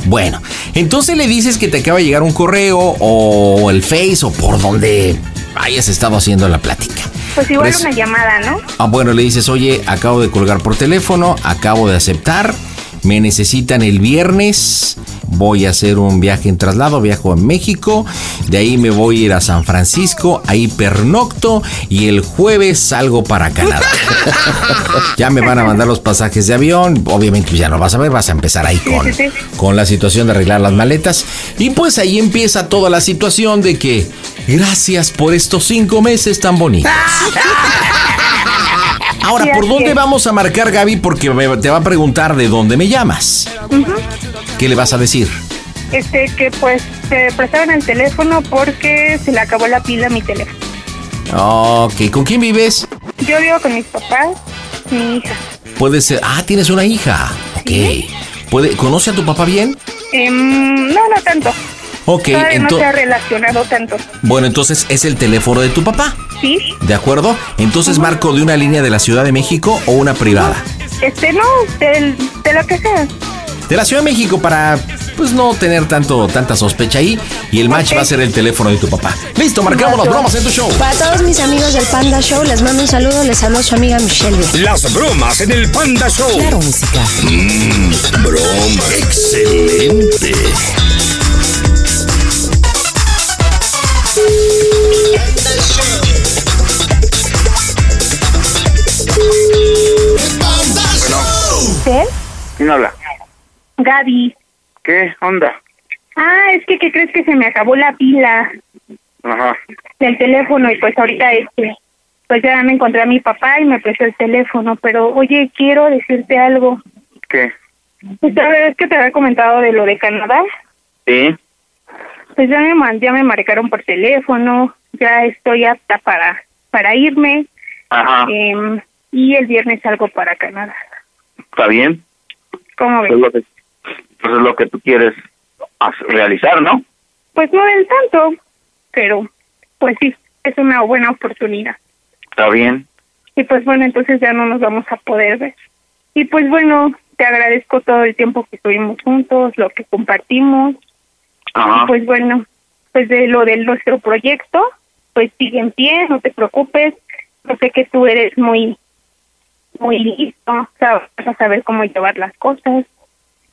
Speaker 4: Bueno, entonces le dices que te acaba de llegar un correo o el Face o por donde hayas estado haciendo la plática.
Speaker 10: Pues igual
Speaker 4: Pues-
Speaker 10: una llamada, ¿no?
Speaker 4: Ah, bueno, le dices, oye, acabo de colgar por teléfono, acabo de aceptar, me necesitan el viernes, voy a hacer un viaje en traslado, viajo a México, de ahí me voy a ir a San Francisco, ahí pernocto y el jueves salgo para Canadá. ya me van a mandar los pasajes de avión, obviamente pues, ya no vas a ver, vas a empezar ahí con,
Speaker 10: Sí, sí, sí.
Speaker 4: con la situación de arreglar las maletas. Y pues ahí empieza toda la situación de que gracias por estos cinco meses tan bonitos. Ahora,
Speaker 10: Sí,
Speaker 4: ¿por
Speaker 10: así
Speaker 4: dónde
Speaker 10: es.
Speaker 4: vamos a marcar, Gaby? Porque me- te va a preguntar de dónde me llamas.
Speaker 10: Ujú.
Speaker 4: ¿Qué le vas a decir?
Speaker 10: Este, que pues se prestaron el teléfono porque se le acabó la pila a mi teléfono.
Speaker 4: Ok, ¿con quién vives?
Speaker 10: Yo vivo con mis papás, mi hija.
Speaker 4: Puede ser. Ah, tienes una hija. Ok. Puede, ¿Conoce a tu papá bien?
Speaker 10: Em, no, no tanto.
Speaker 4: Ok,
Speaker 10: Todavía no
Speaker 4: ento-
Speaker 10: se ha relacionado tanto.
Speaker 4: bueno, entonces es el teléfono de tu papá.
Speaker 10: ¿Sí?
Speaker 4: ¿De acuerdo? Entonces marco de una línea de la Ciudad de México o una privada.
Speaker 10: Este, no, de, de lo que sea.
Speaker 4: De la Ciudad de México para pues no tener tanto tanta sospecha ahí y el match va a ser el teléfono de tu papá. Listo, marcamos las bromas en tu show.
Speaker 6: Para todos mis amigos del Panda Show, les mando un saludo. Les hablo su amiga Michelle.
Speaker 8: Las bromas en el Panda Show.
Speaker 6: Claro, música.
Speaker 8: Mmm, broma. Excelente.
Speaker 10: ¿Qué?
Speaker 24: ¿Quién habla?
Speaker 10: Gaby.
Speaker 24: ¿Qué onda?
Speaker 10: Ah, es que, ¿qué crees que se me acabó la pila
Speaker 24: Ajá.
Speaker 10: del teléfono? Y pues ahorita este, pues ya me encontré a mi papá y me prestó el teléfono. Pero, oye, quiero decirte algo. Pues,
Speaker 24: ¿Qué?
Speaker 10: Esta vez que te había comentado de lo de Canadá,
Speaker 24: ¿Sí?
Speaker 10: pues ya me, man- ya me marcaron por teléfono, ya estoy apta para, para irme.
Speaker 24: Ajá.
Speaker 10: Em, y el viernes salgo para Canadá.
Speaker 24: ¿Está bien?
Speaker 10: ¿Cómo
Speaker 24: Pues
Speaker 10: ves?
Speaker 24: es lo que, pues es lo que tú quieres haz- realizar, ¿no?
Speaker 10: Pues no del tanto, pero pues sí, es una buena oportunidad.
Speaker 24: Está bien.
Speaker 10: Y pues bueno, entonces ya no nos vamos a poder ver. Y pues bueno, te agradezco todo el tiempo que estuvimos juntos, lo que compartimos.
Speaker 24: Ajá.
Speaker 10: Y pues bueno, pues de lo de nuestro proyecto, pues sigue en pie, no te preocupes. Yo sé que tú eres muy, muy listo, o sea, vas a saber cómo llevar las cosas.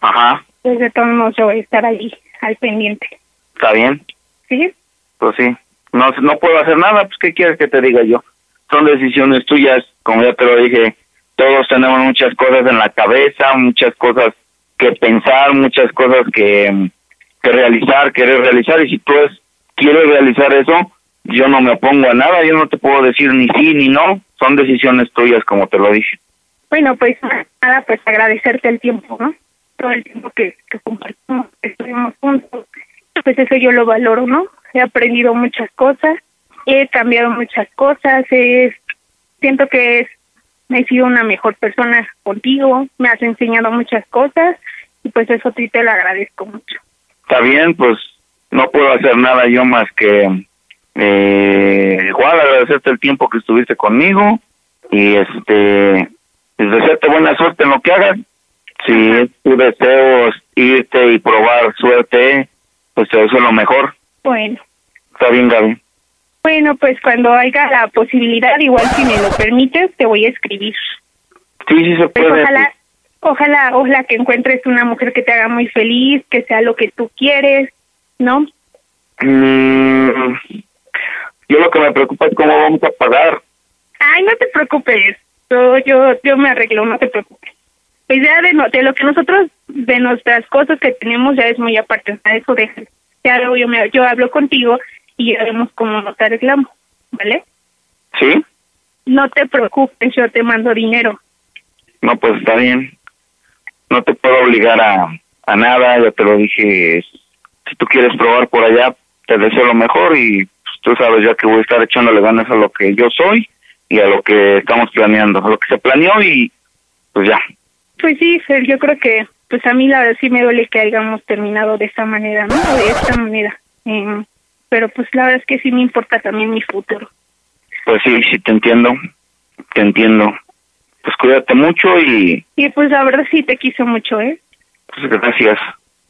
Speaker 24: Ajá.
Speaker 10: Desde Pues, todos modos yo voy a estar allí, al pendiente,
Speaker 24: Está bien.
Speaker 10: ¿sí?
Speaker 24: Pues sí. No, no puedo hacer nada, pues ¿qué quieres que te diga yo? Son decisiones tuyas, como ya te lo dije. Todos tenemos muchas cosas en la cabeza, muchas cosas que pensar, muchas cosas que, que realizar, querer realizar. Y si tú es- quieres realizar eso, yo no me opongo a nada, yo no te puedo decir ni sí ni no. Son decisiones tuyas, como te lo dije.
Speaker 10: Bueno, pues nada, pues agradecerte el tiempo, ¿no? Todo el tiempo que, que compartimos, que estuvimos juntos. Pues eso yo lo valoro, ¿no? He aprendido muchas cosas, he cambiado muchas cosas, es, siento que es, he sido una mejor persona contigo, me has enseñado muchas cosas y pues eso a ti te lo agradezco mucho.
Speaker 24: está bien, pues no puedo hacer nada yo más que eh, igual agradecerte el tiempo que estuviste conmigo y este pues, desearte buena suerte en lo que hagas. Si es tu deseo irte y probar suerte, pues eso es lo mejor.
Speaker 10: Bueno,
Speaker 24: Está bien, Gaby.
Speaker 10: bueno, pues cuando haya la posibilidad, igual si me lo permites, te voy a escribir.
Speaker 24: Sí, sí se
Speaker 10: Pues
Speaker 24: puede.
Speaker 10: ojalá, ojalá, ojalá que encuentres una mujer que te haga muy feliz, que sea lo que tú quieres, ¿no?
Speaker 24: Mm, yo lo que me preocupa es cómo vamos a pagar.
Speaker 10: Ay, no te preocupes, yo, yo, yo me arreglo, no te preocupes. Pues ya de, no- de lo que nosotros, de nuestras cosas que tenemos ya es muy aparte, o sea, eso deja. Ya luego yo, me, yo hablo contigo y ya vemos cómo nos arreglamos, ¿vale?
Speaker 24: ¿Sí?
Speaker 10: No te preocupes, yo te mando dinero.
Speaker 24: No, pues está bien. no te puedo obligar a, a nada, ya te lo dije, es- si tú quieres probar por allá, te deseo lo mejor y pues, tú sabes ya que voy a estar echándole ganas a lo que yo soy y a lo que estamos planeando, a lo que se planeó y pues ya.
Speaker 10: Pues sí, Fer, yo creo que pues a mí la verdad sí me duele que hayamos terminado de esta manera, ¿no? De esta manera. Em, pero pues la verdad es que sí me importa también mi futuro.
Speaker 24: Pues sí, sí te entiendo, te entiendo. Pues cuídate mucho y
Speaker 10: Y pues la verdad sí te quiso mucho, ¿eh?
Speaker 24: pues gracias.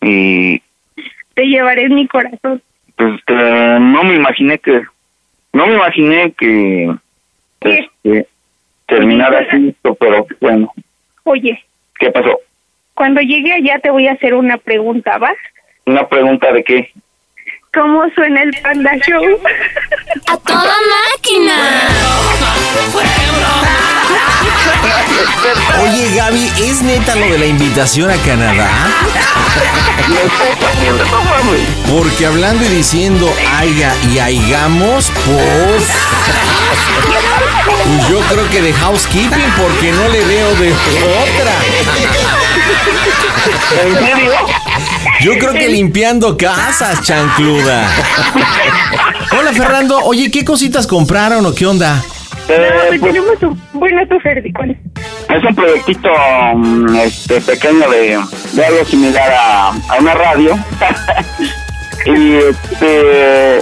Speaker 24: Y
Speaker 10: Te llevaré en mi corazón.
Speaker 24: pues te- no me imaginé que, no me imaginé que este, terminara así esto, pero bueno,
Speaker 10: Oye,
Speaker 24: ¿qué pasó?
Speaker 10: cuando llegue allá te voy a hacer una pregunta, ¿vas?
Speaker 24: Una pregunta de qué.
Speaker 10: ¿Cómo suena el Panda Show? ¡A toda máquina!
Speaker 4: Oye, Gaby, ¿es neta lo de la invitación a Canadá? Porque hablando y diciendo aiga y aigamos, pues. pues yo creo que de housekeeping, porque no le veo de otra.
Speaker 21: ¿En serio?
Speaker 4: Yo creo que limpiando casas, chancluda. Hola, Fernando. Oye, ¿qué cositas compraron o qué onda?
Speaker 10: Pues tenemos un... Bueno, tú, Ferdi, ¿cuál es?
Speaker 24: Eh, Es un proyectito mm, este, pequeño de, de algo similar a, a una radio. y este,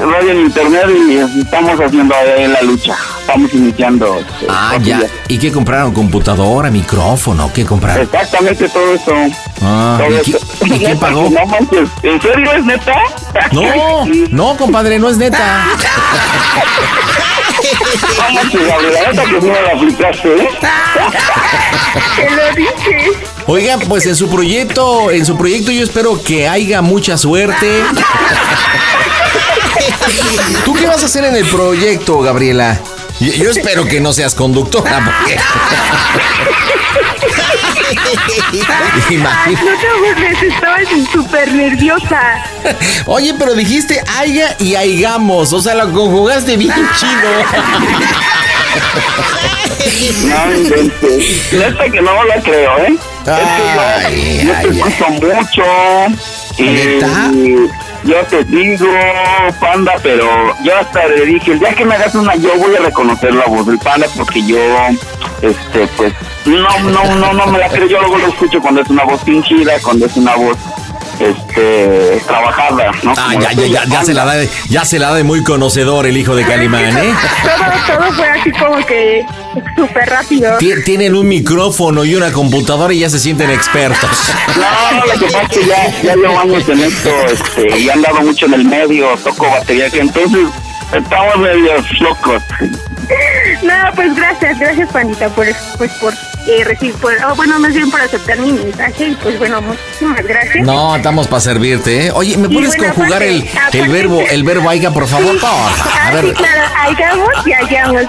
Speaker 24: radio en internet y estamos haciendo ahí la lucha. Estamos iniciando. este,
Speaker 4: Ah, ya.
Speaker 24: cosillas.
Speaker 4: ¿Y qué compraron? ¿Computadora, micrófono? ¿Qué compraron?
Speaker 24: Exactamente todo eso.
Speaker 4: Ah,
Speaker 24: todo
Speaker 4: ¿y qué-
Speaker 24: eso.
Speaker 4: y qué pagó?
Speaker 24: No manches, ¿En serio es neta?
Speaker 4: No, no, compadre, no es neta.
Speaker 24: No manches, Gabriel, la neta que sí me la aplicaste, ¿eh?
Speaker 10: Te lo dije.
Speaker 4: Oiga, pues en su proyecto, en su proyecto yo espero que haya mucha suerte. ¿Tú qué vas a hacer en el proyecto, Gabriela? Yo, yo espero que no seas conductora, porque
Speaker 10: Ay,
Speaker 4: imagínate.
Speaker 10: no te burles, estaba súper nerviosa.
Speaker 4: Oye, pero dijiste haya y haigamos, o sea, lo conjugaste bien chido.
Speaker 24: No inventes. Neta que no la creo, ¿eh? es que yo, yo te escucho mucho. Y yo te digo, panda, pero yo hasta le dije, ya que me hagas una, yo voy a reconocer la voz del panda porque yo, este, pues, no, no, no, no me la creo. Yo luego lo escucho cuando es una voz fingida, cuando es una voz, este, trabajada, ¿no?
Speaker 4: Ah,
Speaker 24: Como
Speaker 4: ya,
Speaker 24: la
Speaker 4: ya,
Speaker 24: tuya,
Speaker 4: ya, ya se la da de, ya se la da de muy conocedor el hijo de Calimán, ¿eh?
Speaker 10: Todo, todo fue así como que súper rápido.
Speaker 4: Ti- Tienen un micrófono y una computadora y ya se sienten expertos.
Speaker 24: No, lo que pasa es que ya, ya llevo años en esto, este, y he andado mucho en el medio, toco batería, que entonces estamos medios locos.
Speaker 10: No, pues gracias, gracias, Panita, por, pues, por eh, recibir, por, oh, bueno, más bien por aceptar mi mensaje. Y pues bueno, muchísimas gracias.
Speaker 4: No, estamos para servirte, ¿eh? Oye, ¿me
Speaker 10: Y
Speaker 4: puedes
Speaker 10: bueno,
Speaker 4: conjugar el,
Speaker 10: aparte-
Speaker 4: el verbo, el verbo aiga, por favor?
Speaker 10: Sí.
Speaker 4: Porfa,
Speaker 10: Ah,
Speaker 4: a
Speaker 10: sí,
Speaker 4: ver.
Speaker 10: claro, hagamos y hallamos.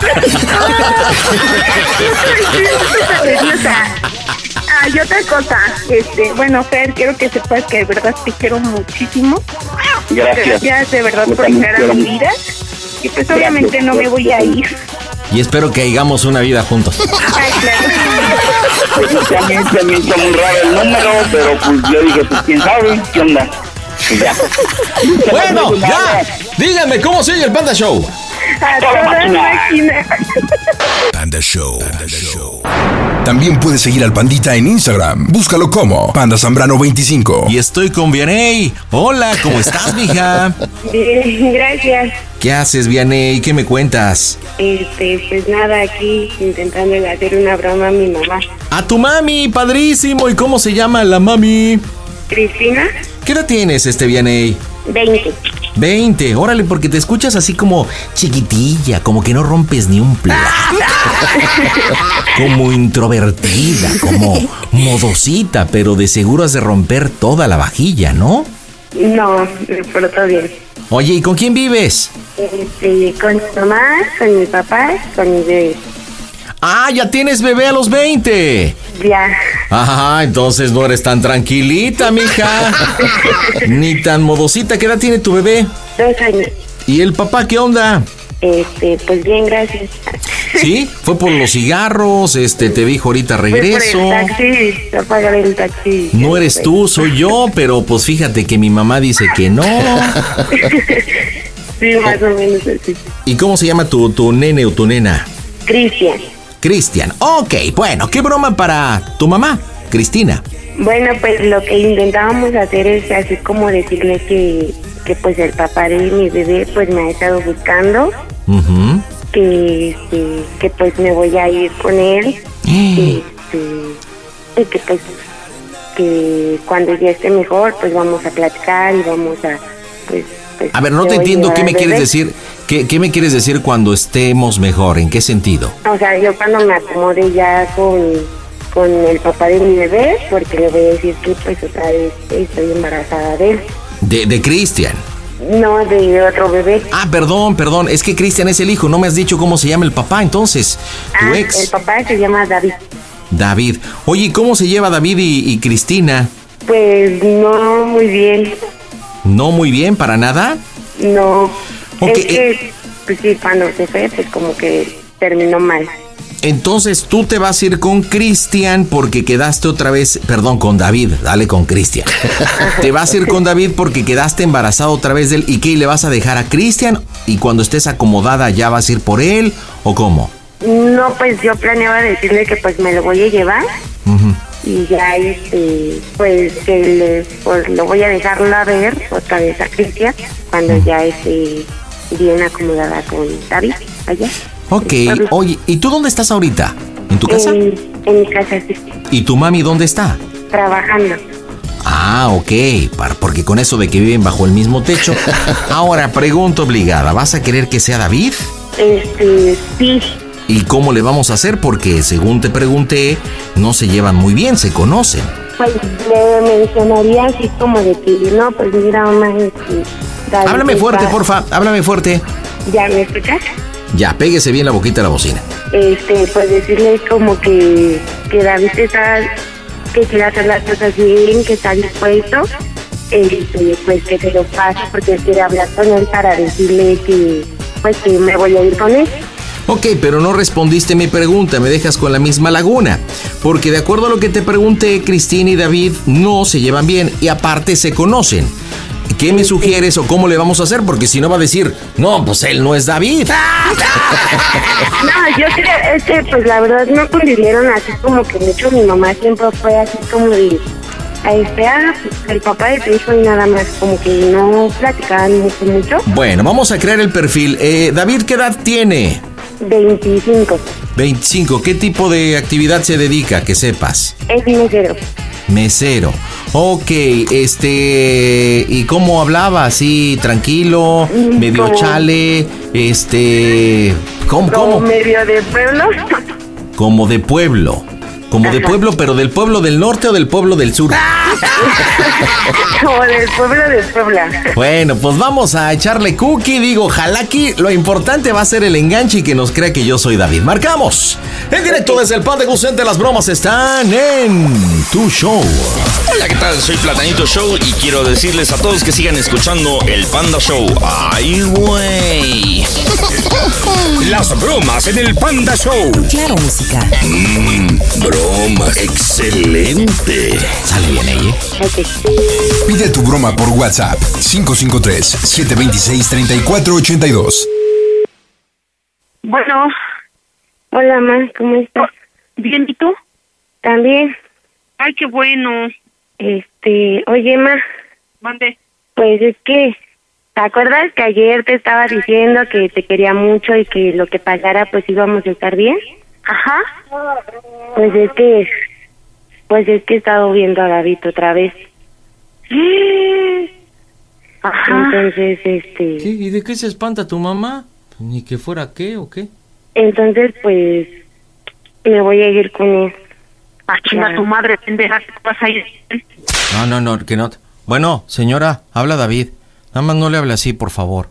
Speaker 10: Ah, y otra cosa, este, bueno, Fer, quiero que sepas que de verdad te quiero muchísimo.
Speaker 4: Gracias.
Speaker 10: Gracias de verdad
Speaker 4: Yo
Speaker 10: por
Speaker 4: también
Speaker 10: llegar a
Speaker 4: quiero
Speaker 10: mi
Speaker 4: mucho.
Speaker 10: vida. Y pues obviamente no me voy a ir.
Speaker 4: Y espero que hagamos una vida juntos.
Speaker 10: Ay, claro.
Speaker 24: También se me hizo muy raro el número, pero pues yo dije, pues quién sabe, ¿qué onda? pues, Y ya.
Speaker 4: Bueno, ya. Díganme, ¿cómo sigue el Panda Show?
Speaker 10: A toda máquina.
Speaker 15: Panda Show. Panda Show. También puedes seguir al Pandita en Instagram. Búscalo como Panda Zambrano25.
Speaker 4: Y estoy con Vianey. Hola, ¿cómo estás, mija?
Speaker 10: Eh,
Speaker 25: Bien, gracias.
Speaker 4: ¿Qué haces, Vianey? ¿Qué me cuentas?
Speaker 25: Este, pues nada, aquí intentando hacer una broma a mi mamá.
Speaker 4: A tu mami, padrísimo. ¿Y cómo se llama la mami?
Speaker 25: Cristina,
Speaker 4: ¿Qué edad tienes, este Vianey?
Speaker 25: 20.
Speaker 4: 20, órale, porque te escuchas así como chiquitilla, como que no rompes ni un plato. como introvertida, como modosita, pero de seguro has de romper toda la vajilla, ¿no?
Speaker 25: No, me porto bien.
Speaker 4: Oye, ¿y con quién vives?
Speaker 25: Este, con mi mamá, con mi papá, con mi bebé.
Speaker 4: Ah, ya tienes bebé a los 20.
Speaker 25: Ya.
Speaker 4: Ajá, entonces no eres tan tranquilita, mija. Ni tan modosita. ¿Qué edad tiene tu bebé?
Speaker 25: Dos años.
Speaker 4: ¿Y el papá qué onda?
Speaker 10: Este, pues bien, gracias.
Speaker 4: ¿Sí? Fue por los cigarros, este, te dijo ahorita
Speaker 10: Fui por el
Speaker 4: regreso.
Speaker 10: taxi, a pagar el taxi.
Speaker 4: No eres tú, soy yo, pero pues fíjate que mi mamá dice que no.
Speaker 10: Sí, más o menos así.
Speaker 4: ¿Y cómo se llama tu, tu nene o tu nena?
Speaker 10: Cristian.
Speaker 4: Cristian. Ok, bueno, qué broma para tu mamá, Cristina.
Speaker 10: Bueno, pues lo que intentábamos hacer es así como decirle que, que pues el papá de mi bebé pues me ha estado buscando, que, que, que, pues me voy a ir con él, que, este, y que pues que cuando ya esté mejor pues vamos a platicar y vamos a pues... pues,
Speaker 4: A ver, no
Speaker 10: le
Speaker 4: te
Speaker 10: voy a
Speaker 4: entiendo
Speaker 10: llevar
Speaker 4: qué
Speaker 10: al
Speaker 4: me quieres
Speaker 10: bebé.
Speaker 4: decir. ¿Qué, qué me quieres decir cuando estemos mejor? ¿En qué sentido?
Speaker 10: O sea, yo cuando me acomode ya con, con el papá de mi bebé, porque le voy a decir que pues otra vez estoy embarazada de él.
Speaker 4: De, de Cristian.
Speaker 10: No, de otro bebé.
Speaker 4: Ah, perdón, perdón. Es que Cristian es el hijo. No me has dicho cómo se llama el papá, entonces. Tu
Speaker 10: Ah,
Speaker 4: ex,
Speaker 10: el papá se llama David.
Speaker 4: David. Oye, ¿y ¿cómo se lleva David y, y Cristina?
Speaker 10: Pues no, muy bien.
Speaker 4: No muy bien, para nada.
Speaker 10: No. es que, pues sí, cuando se fue, pues como que terminó mal.
Speaker 4: Entonces tú te vas a ir con Cristian porque quedaste otra vez, perdón, con David, dale con Cristian. te vas a ir con David porque quedaste embarazado otra vez de él. ¿Y qué? ¿Le vas a dejar a Cristian? ¿Y cuando estés acomodada ya vas a ir por él? ¿O cómo?
Speaker 10: No, pues yo planeaba decirle que pues me lo voy a llevar
Speaker 4: Ujú.
Speaker 10: y ya este, pues que le, pues, lo voy a dejarlo a ver otra vez a Cristian cuando ya esté bien acomodada con David allá.
Speaker 4: Ok, oye, ¿y tú dónde estás ahorita? ¿En tu casa?
Speaker 10: En, en mi casa, sí,
Speaker 4: ¿Y tu mami dónde está?
Speaker 10: trabajando.
Speaker 4: Ah, ok, par- porque con eso de que viven bajo el mismo techo. Ahora, pregunta obligada, ¿vas a querer que sea David?
Speaker 10: Este, sí,
Speaker 4: ¿Y cómo le vamos a hacer? Porque según te pregunté, no se llevan muy bien, se conocen.
Speaker 10: pues le mencionaría así como de que, no, pues mira, mamá, este, David
Speaker 4: Háblame fuerte,
Speaker 10: está-
Speaker 4: porfa, háblame fuerte.
Speaker 10: ¿Ya me escuchas?
Speaker 4: Ya, péguese bien la boquita a la bocina.
Speaker 10: Este, pues decirle como que, que David está, que quiere hacer las cosas bien, que está dispuesto, este, pues que se lo pase porque quiere hablar con él para decirle que, pues que me voy a ir con él.
Speaker 4: Ok, pero no respondiste mi pregunta, me dejas con la misma laguna. Porque de acuerdo a lo que te pregunté, Cristina y David no se llevan bien y aparte se conocen. ¿Qué
Speaker 10: Este.
Speaker 4: me sugieres o cómo le vamos a hacer? Porque si no va a decir, no, pues él no es David.
Speaker 10: No, yo creo, es que pues la verdad no convivieron así como que de hecho mi mamá siempre fue así como de a esperar el papá de tu hijo y nada más, como que no platicaban mucho mucho.
Speaker 4: Bueno, vamos a crear el perfil. Eh, David, ¿qué edad tiene?
Speaker 10: 25,
Speaker 4: 25. ¿Qué tipo de actividad se dedica? Que sepas.
Speaker 10: es mesero,
Speaker 4: Mesero. Ok, este. ¿Y cómo hablaba? Así, tranquilo, medio
Speaker 10: como-
Speaker 4: chale, este. ¿Cómo?
Speaker 10: como
Speaker 4: ¿Cómo?
Speaker 10: medio de pueblo.
Speaker 4: Como de pueblo. Como de pueblo, pero del pueblo del norte o del pueblo del sur.
Speaker 10: Como del pueblo de Puebla.
Speaker 4: Bueno, pues vamos a echarle cookie, digo, jalaki. Lo importante va a ser el enganche y que nos crea que yo soy David. ¡Marcamos! En directo desde el Pan de Gusente, las bromas están en tu show.
Speaker 8: Hola, ¿qué tal? Soy Platanito Show y quiero decirles a todos que sigan escuchando el Panda Show. ¡Ay, güey! Las bromas en el Panda Show.
Speaker 17: Claro, música.
Speaker 8: Mmm, broma, excelente.
Speaker 4: Sale bien ahí, ¿eh?
Speaker 15: Pide tu broma por WhatsApp 553-726-3482.
Speaker 10: Bueno. Hola, ma, ¿cómo estás? Bien, ¿y tú? También. Ay, qué bueno. Este, oye, ma. ¿Dónde? Pues es que, ¿te acuerdas que ayer te estaba diciendo que te quería mucho y que lo que pasara, pues íbamos a estar bien? Ajá. Pues es que, pues es que he estado viendo a David otra vez. Ajá. Entonces, este...
Speaker 4: ¿Y de qué se espanta tu mamá? Ni que fuera qué o qué.
Speaker 10: Entonces, pues, me voy a ir con él.
Speaker 21: Ah, chinga tu madre, pendeja, ¿qué pasa ahí?
Speaker 4: No, no, no, que no. Bueno, señora, habla David. Nada más no le hable así, por favor.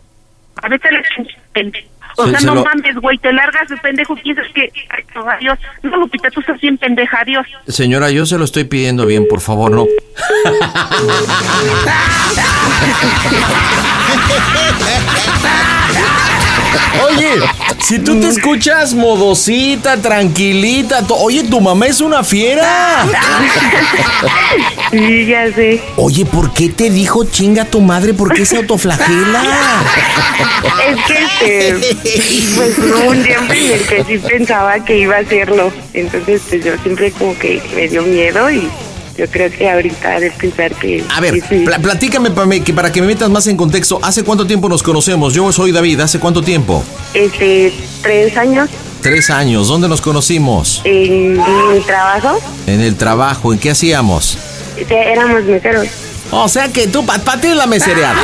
Speaker 21: A vete a la chingada, pendejo. O
Speaker 4: Se-
Speaker 21: sea,
Speaker 4: se
Speaker 21: no
Speaker 4: lo-
Speaker 21: mames, güey, te largas de pendejo, piensas que... Ay, no, adiós. No, Lupita, tú estás bien pendeja, adiós.
Speaker 4: Señora, yo se lo estoy pidiendo bien, por favor, no.
Speaker 21: Oye,
Speaker 26: Si tú te escuchas modosita, tranquilita, to- oye, tu mamá es una fiera.
Speaker 10: Sí, ya sé.
Speaker 26: Oye, ¿por qué te dijo chinga tu madre? ¿Por qué se autoflagela?
Speaker 10: Es que este, pues hubo un tiempo en el que sí pensaba que iba a hacerlo. Entonces pues, yo siempre como que me dio miedo y yo creo que ahorita de pensar que...
Speaker 4: A ver, pla- platícame pa- me- que para que me metas más en contexto. ¿Hace cuánto tiempo nos conocemos? Yo soy David. ¿Hace cuánto tiempo?
Speaker 10: Este, tres años
Speaker 4: Tres años. ¿Dónde nos conocimos?
Speaker 10: en mi trabajo
Speaker 4: En el trabajo. ¿En qué hacíamos?
Speaker 10: este, éramos meseros.
Speaker 26: O sea que tú, para ti es la mesereada.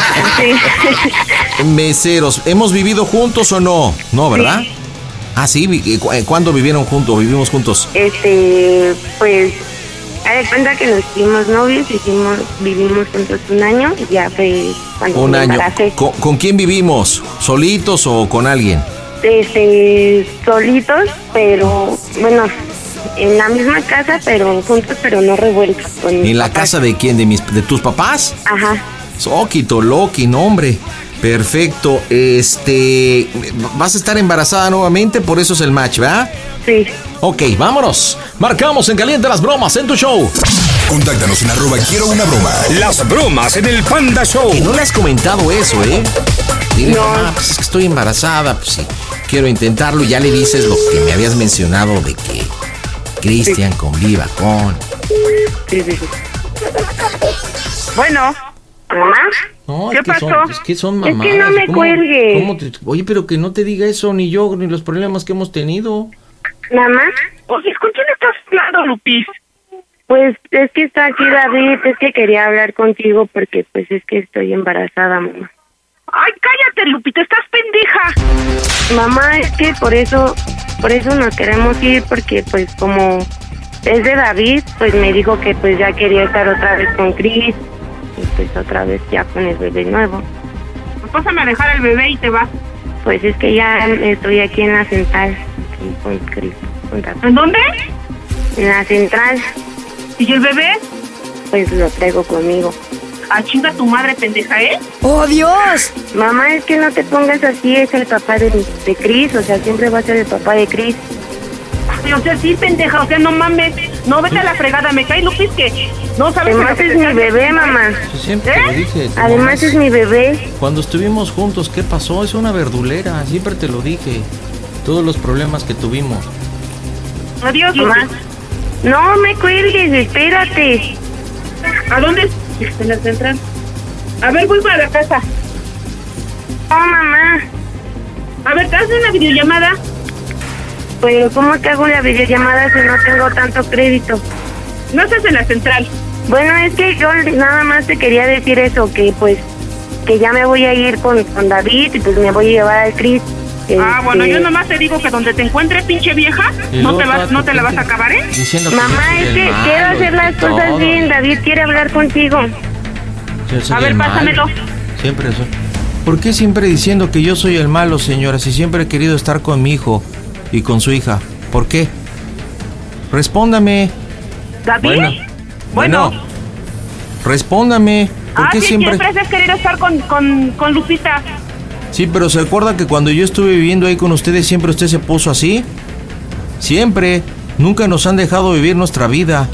Speaker 10: Sí.
Speaker 4: Meseros. ¿Hemos vivido juntos o no? No, ¿verdad? Ah, sí. vi- eh, cu- eh, ¿Cuándo vivieron juntos? Vivimos juntos.
Speaker 10: Este, pues, a de cuenta que nos hicimos novios, hicimos, vivimos juntos un año y ya fue cuando
Speaker 4: Un
Speaker 10: me
Speaker 4: año.
Speaker 10: embaracé.
Speaker 4: ¿Con, con quién vivimos? ¿Solitos o con alguien?
Speaker 10: Este, solitos, pero, bueno, en la misma casa, pero juntos, pero no revueltos. Con mis
Speaker 4: ¿En la
Speaker 10: papás.
Speaker 4: casa de quién? ¿De, mis, de tus papás?
Speaker 10: Ajá.
Speaker 4: Soquito, Loki, no hombre. Perfecto. Este. Vas a estar embarazada nuevamente, por eso es el match, ¿verdad?
Speaker 10: Sí.
Speaker 4: Ok, vámonos. Marcamos en caliente las bromas en tu show.
Speaker 27: Contáctanos en arroba quiero una broma.
Speaker 8: Las bromas en el Panda Show.
Speaker 4: no le has comentado eso, ¿eh? Dile,
Speaker 8: No.
Speaker 4: "Mamá, pues es que estoy embarazada, pues sí, quiero intentarlo. Y Ya le dices lo que me habías mencionado de que Cristian conviva con.
Speaker 10: Sí, sí, sí. Bueno, mamá.
Speaker 4: No,
Speaker 10: ¿Qué
Speaker 4: es que
Speaker 10: pasó?
Speaker 4: Son, es que son
Speaker 10: Es
Speaker 4: mamadas.
Speaker 10: que no me
Speaker 4: ¿cómo-
Speaker 10: cuelgue.
Speaker 4: cómo te- oye, pero que no te diga eso, ni yo, ni los problemas que hemos tenido.
Speaker 10: Mamá. Oye, ¿con quién estás hablando, Lupis? Pues es que está aquí David, es que quería hablar contigo porque pues es que estoy embarazada, mamá. Ay, cállate, Lupita, estás pendeja. Mamá, es que por eso, por eso nos queremos ir porque pues como es de David, pues me dijo que pues ya quería estar otra vez con Chris y pues otra vez ya con el bebé nuevo.
Speaker 21: Pues Pásame a dejar al bebé y te vas.
Speaker 10: Pues es que ya estoy aquí en la central aquí con Chris. con David.
Speaker 21: ¿En dónde?
Speaker 10: En la central.
Speaker 21: ¿Y el bebé?
Speaker 10: Pues lo traigo conmigo. Ah,
Speaker 21: A chinga tu madre, pendeja, ¿eh?
Speaker 10: ¡Oh, Dios! Mamá, es que no te pongas así, es el papá de, de Chris, o sea, siempre va a ser el papá de Chris.
Speaker 21: Ay, O sea, sí, pendeja, o sea, no mames. No, vete a la fregada, me cae Lupis que no sabes...
Speaker 10: Además,
Speaker 21: que
Speaker 10: es
Speaker 21: la-
Speaker 10: mi bebé, mamá.
Speaker 4: Pues Siempre te lo dije. tu mamá
Speaker 10: ¿Eh? Además es mi bebé.
Speaker 4: Cuando estuvimos juntos, ¿qué pasó? Es una verdulera, siempre te lo dije. Todos los problemas que tuvimos.
Speaker 10: Adiós, mamá. No me cuelgues, espérate.
Speaker 21: ¿A dónde? En la central. A ver, voy para la casa.
Speaker 10: Oh, mamá.
Speaker 21: A ver, ¿te haces una videollamada?
Speaker 10: Pero ¿cómo te hago la videollamada si no tengo tanto crédito?
Speaker 21: No estás en la central.
Speaker 10: Bueno, es que yo nada más te quería decir eso, que pues que ya me voy a ir con, con David y pues me voy a llevar al Chris.
Speaker 21: Ah, bueno,
Speaker 10: Este,
Speaker 21: yo nomás te digo que donde te encuentre, pinche vieja,
Speaker 10: Y
Speaker 21: no
Speaker 10: luego
Speaker 21: te, vas,
Speaker 10: toda
Speaker 21: no
Speaker 10: tu
Speaker 21: te la vas a
Speaker 10: gente
Speaker 21: acabar, ¿eh?
Speaker 4: Diciendo
Speaker 10: Mamá, es que quiero hacer las cosas bien. David quiere hablar contigo.
Speaker 21: A ver, pásamelo.
Speaker 4: Siempre soy. ¿Por qué siempre diciendo que yo soy el malo, señora? Si siempre he querido estar con mi hijo y con su hija. ¿Por qué? Respóndame.
Speaker 21: ¿David?
Speaker 4: Bueno. Bueno. Respóndame. ¿Por
Speaker 21: Ah,
Speaker 4: qué
Speaker 21: sí,
Speaker 4: siempre?
Speaker 21: siempre has querido estar con, con, con Lupita.
Speaker 4: Sí, pero ¿se acuerda que cuando yo estuve viviendo ahí con ustedes siempre usted se puso así? Siempre. Nunca nos han dejado vivir nuestra vida.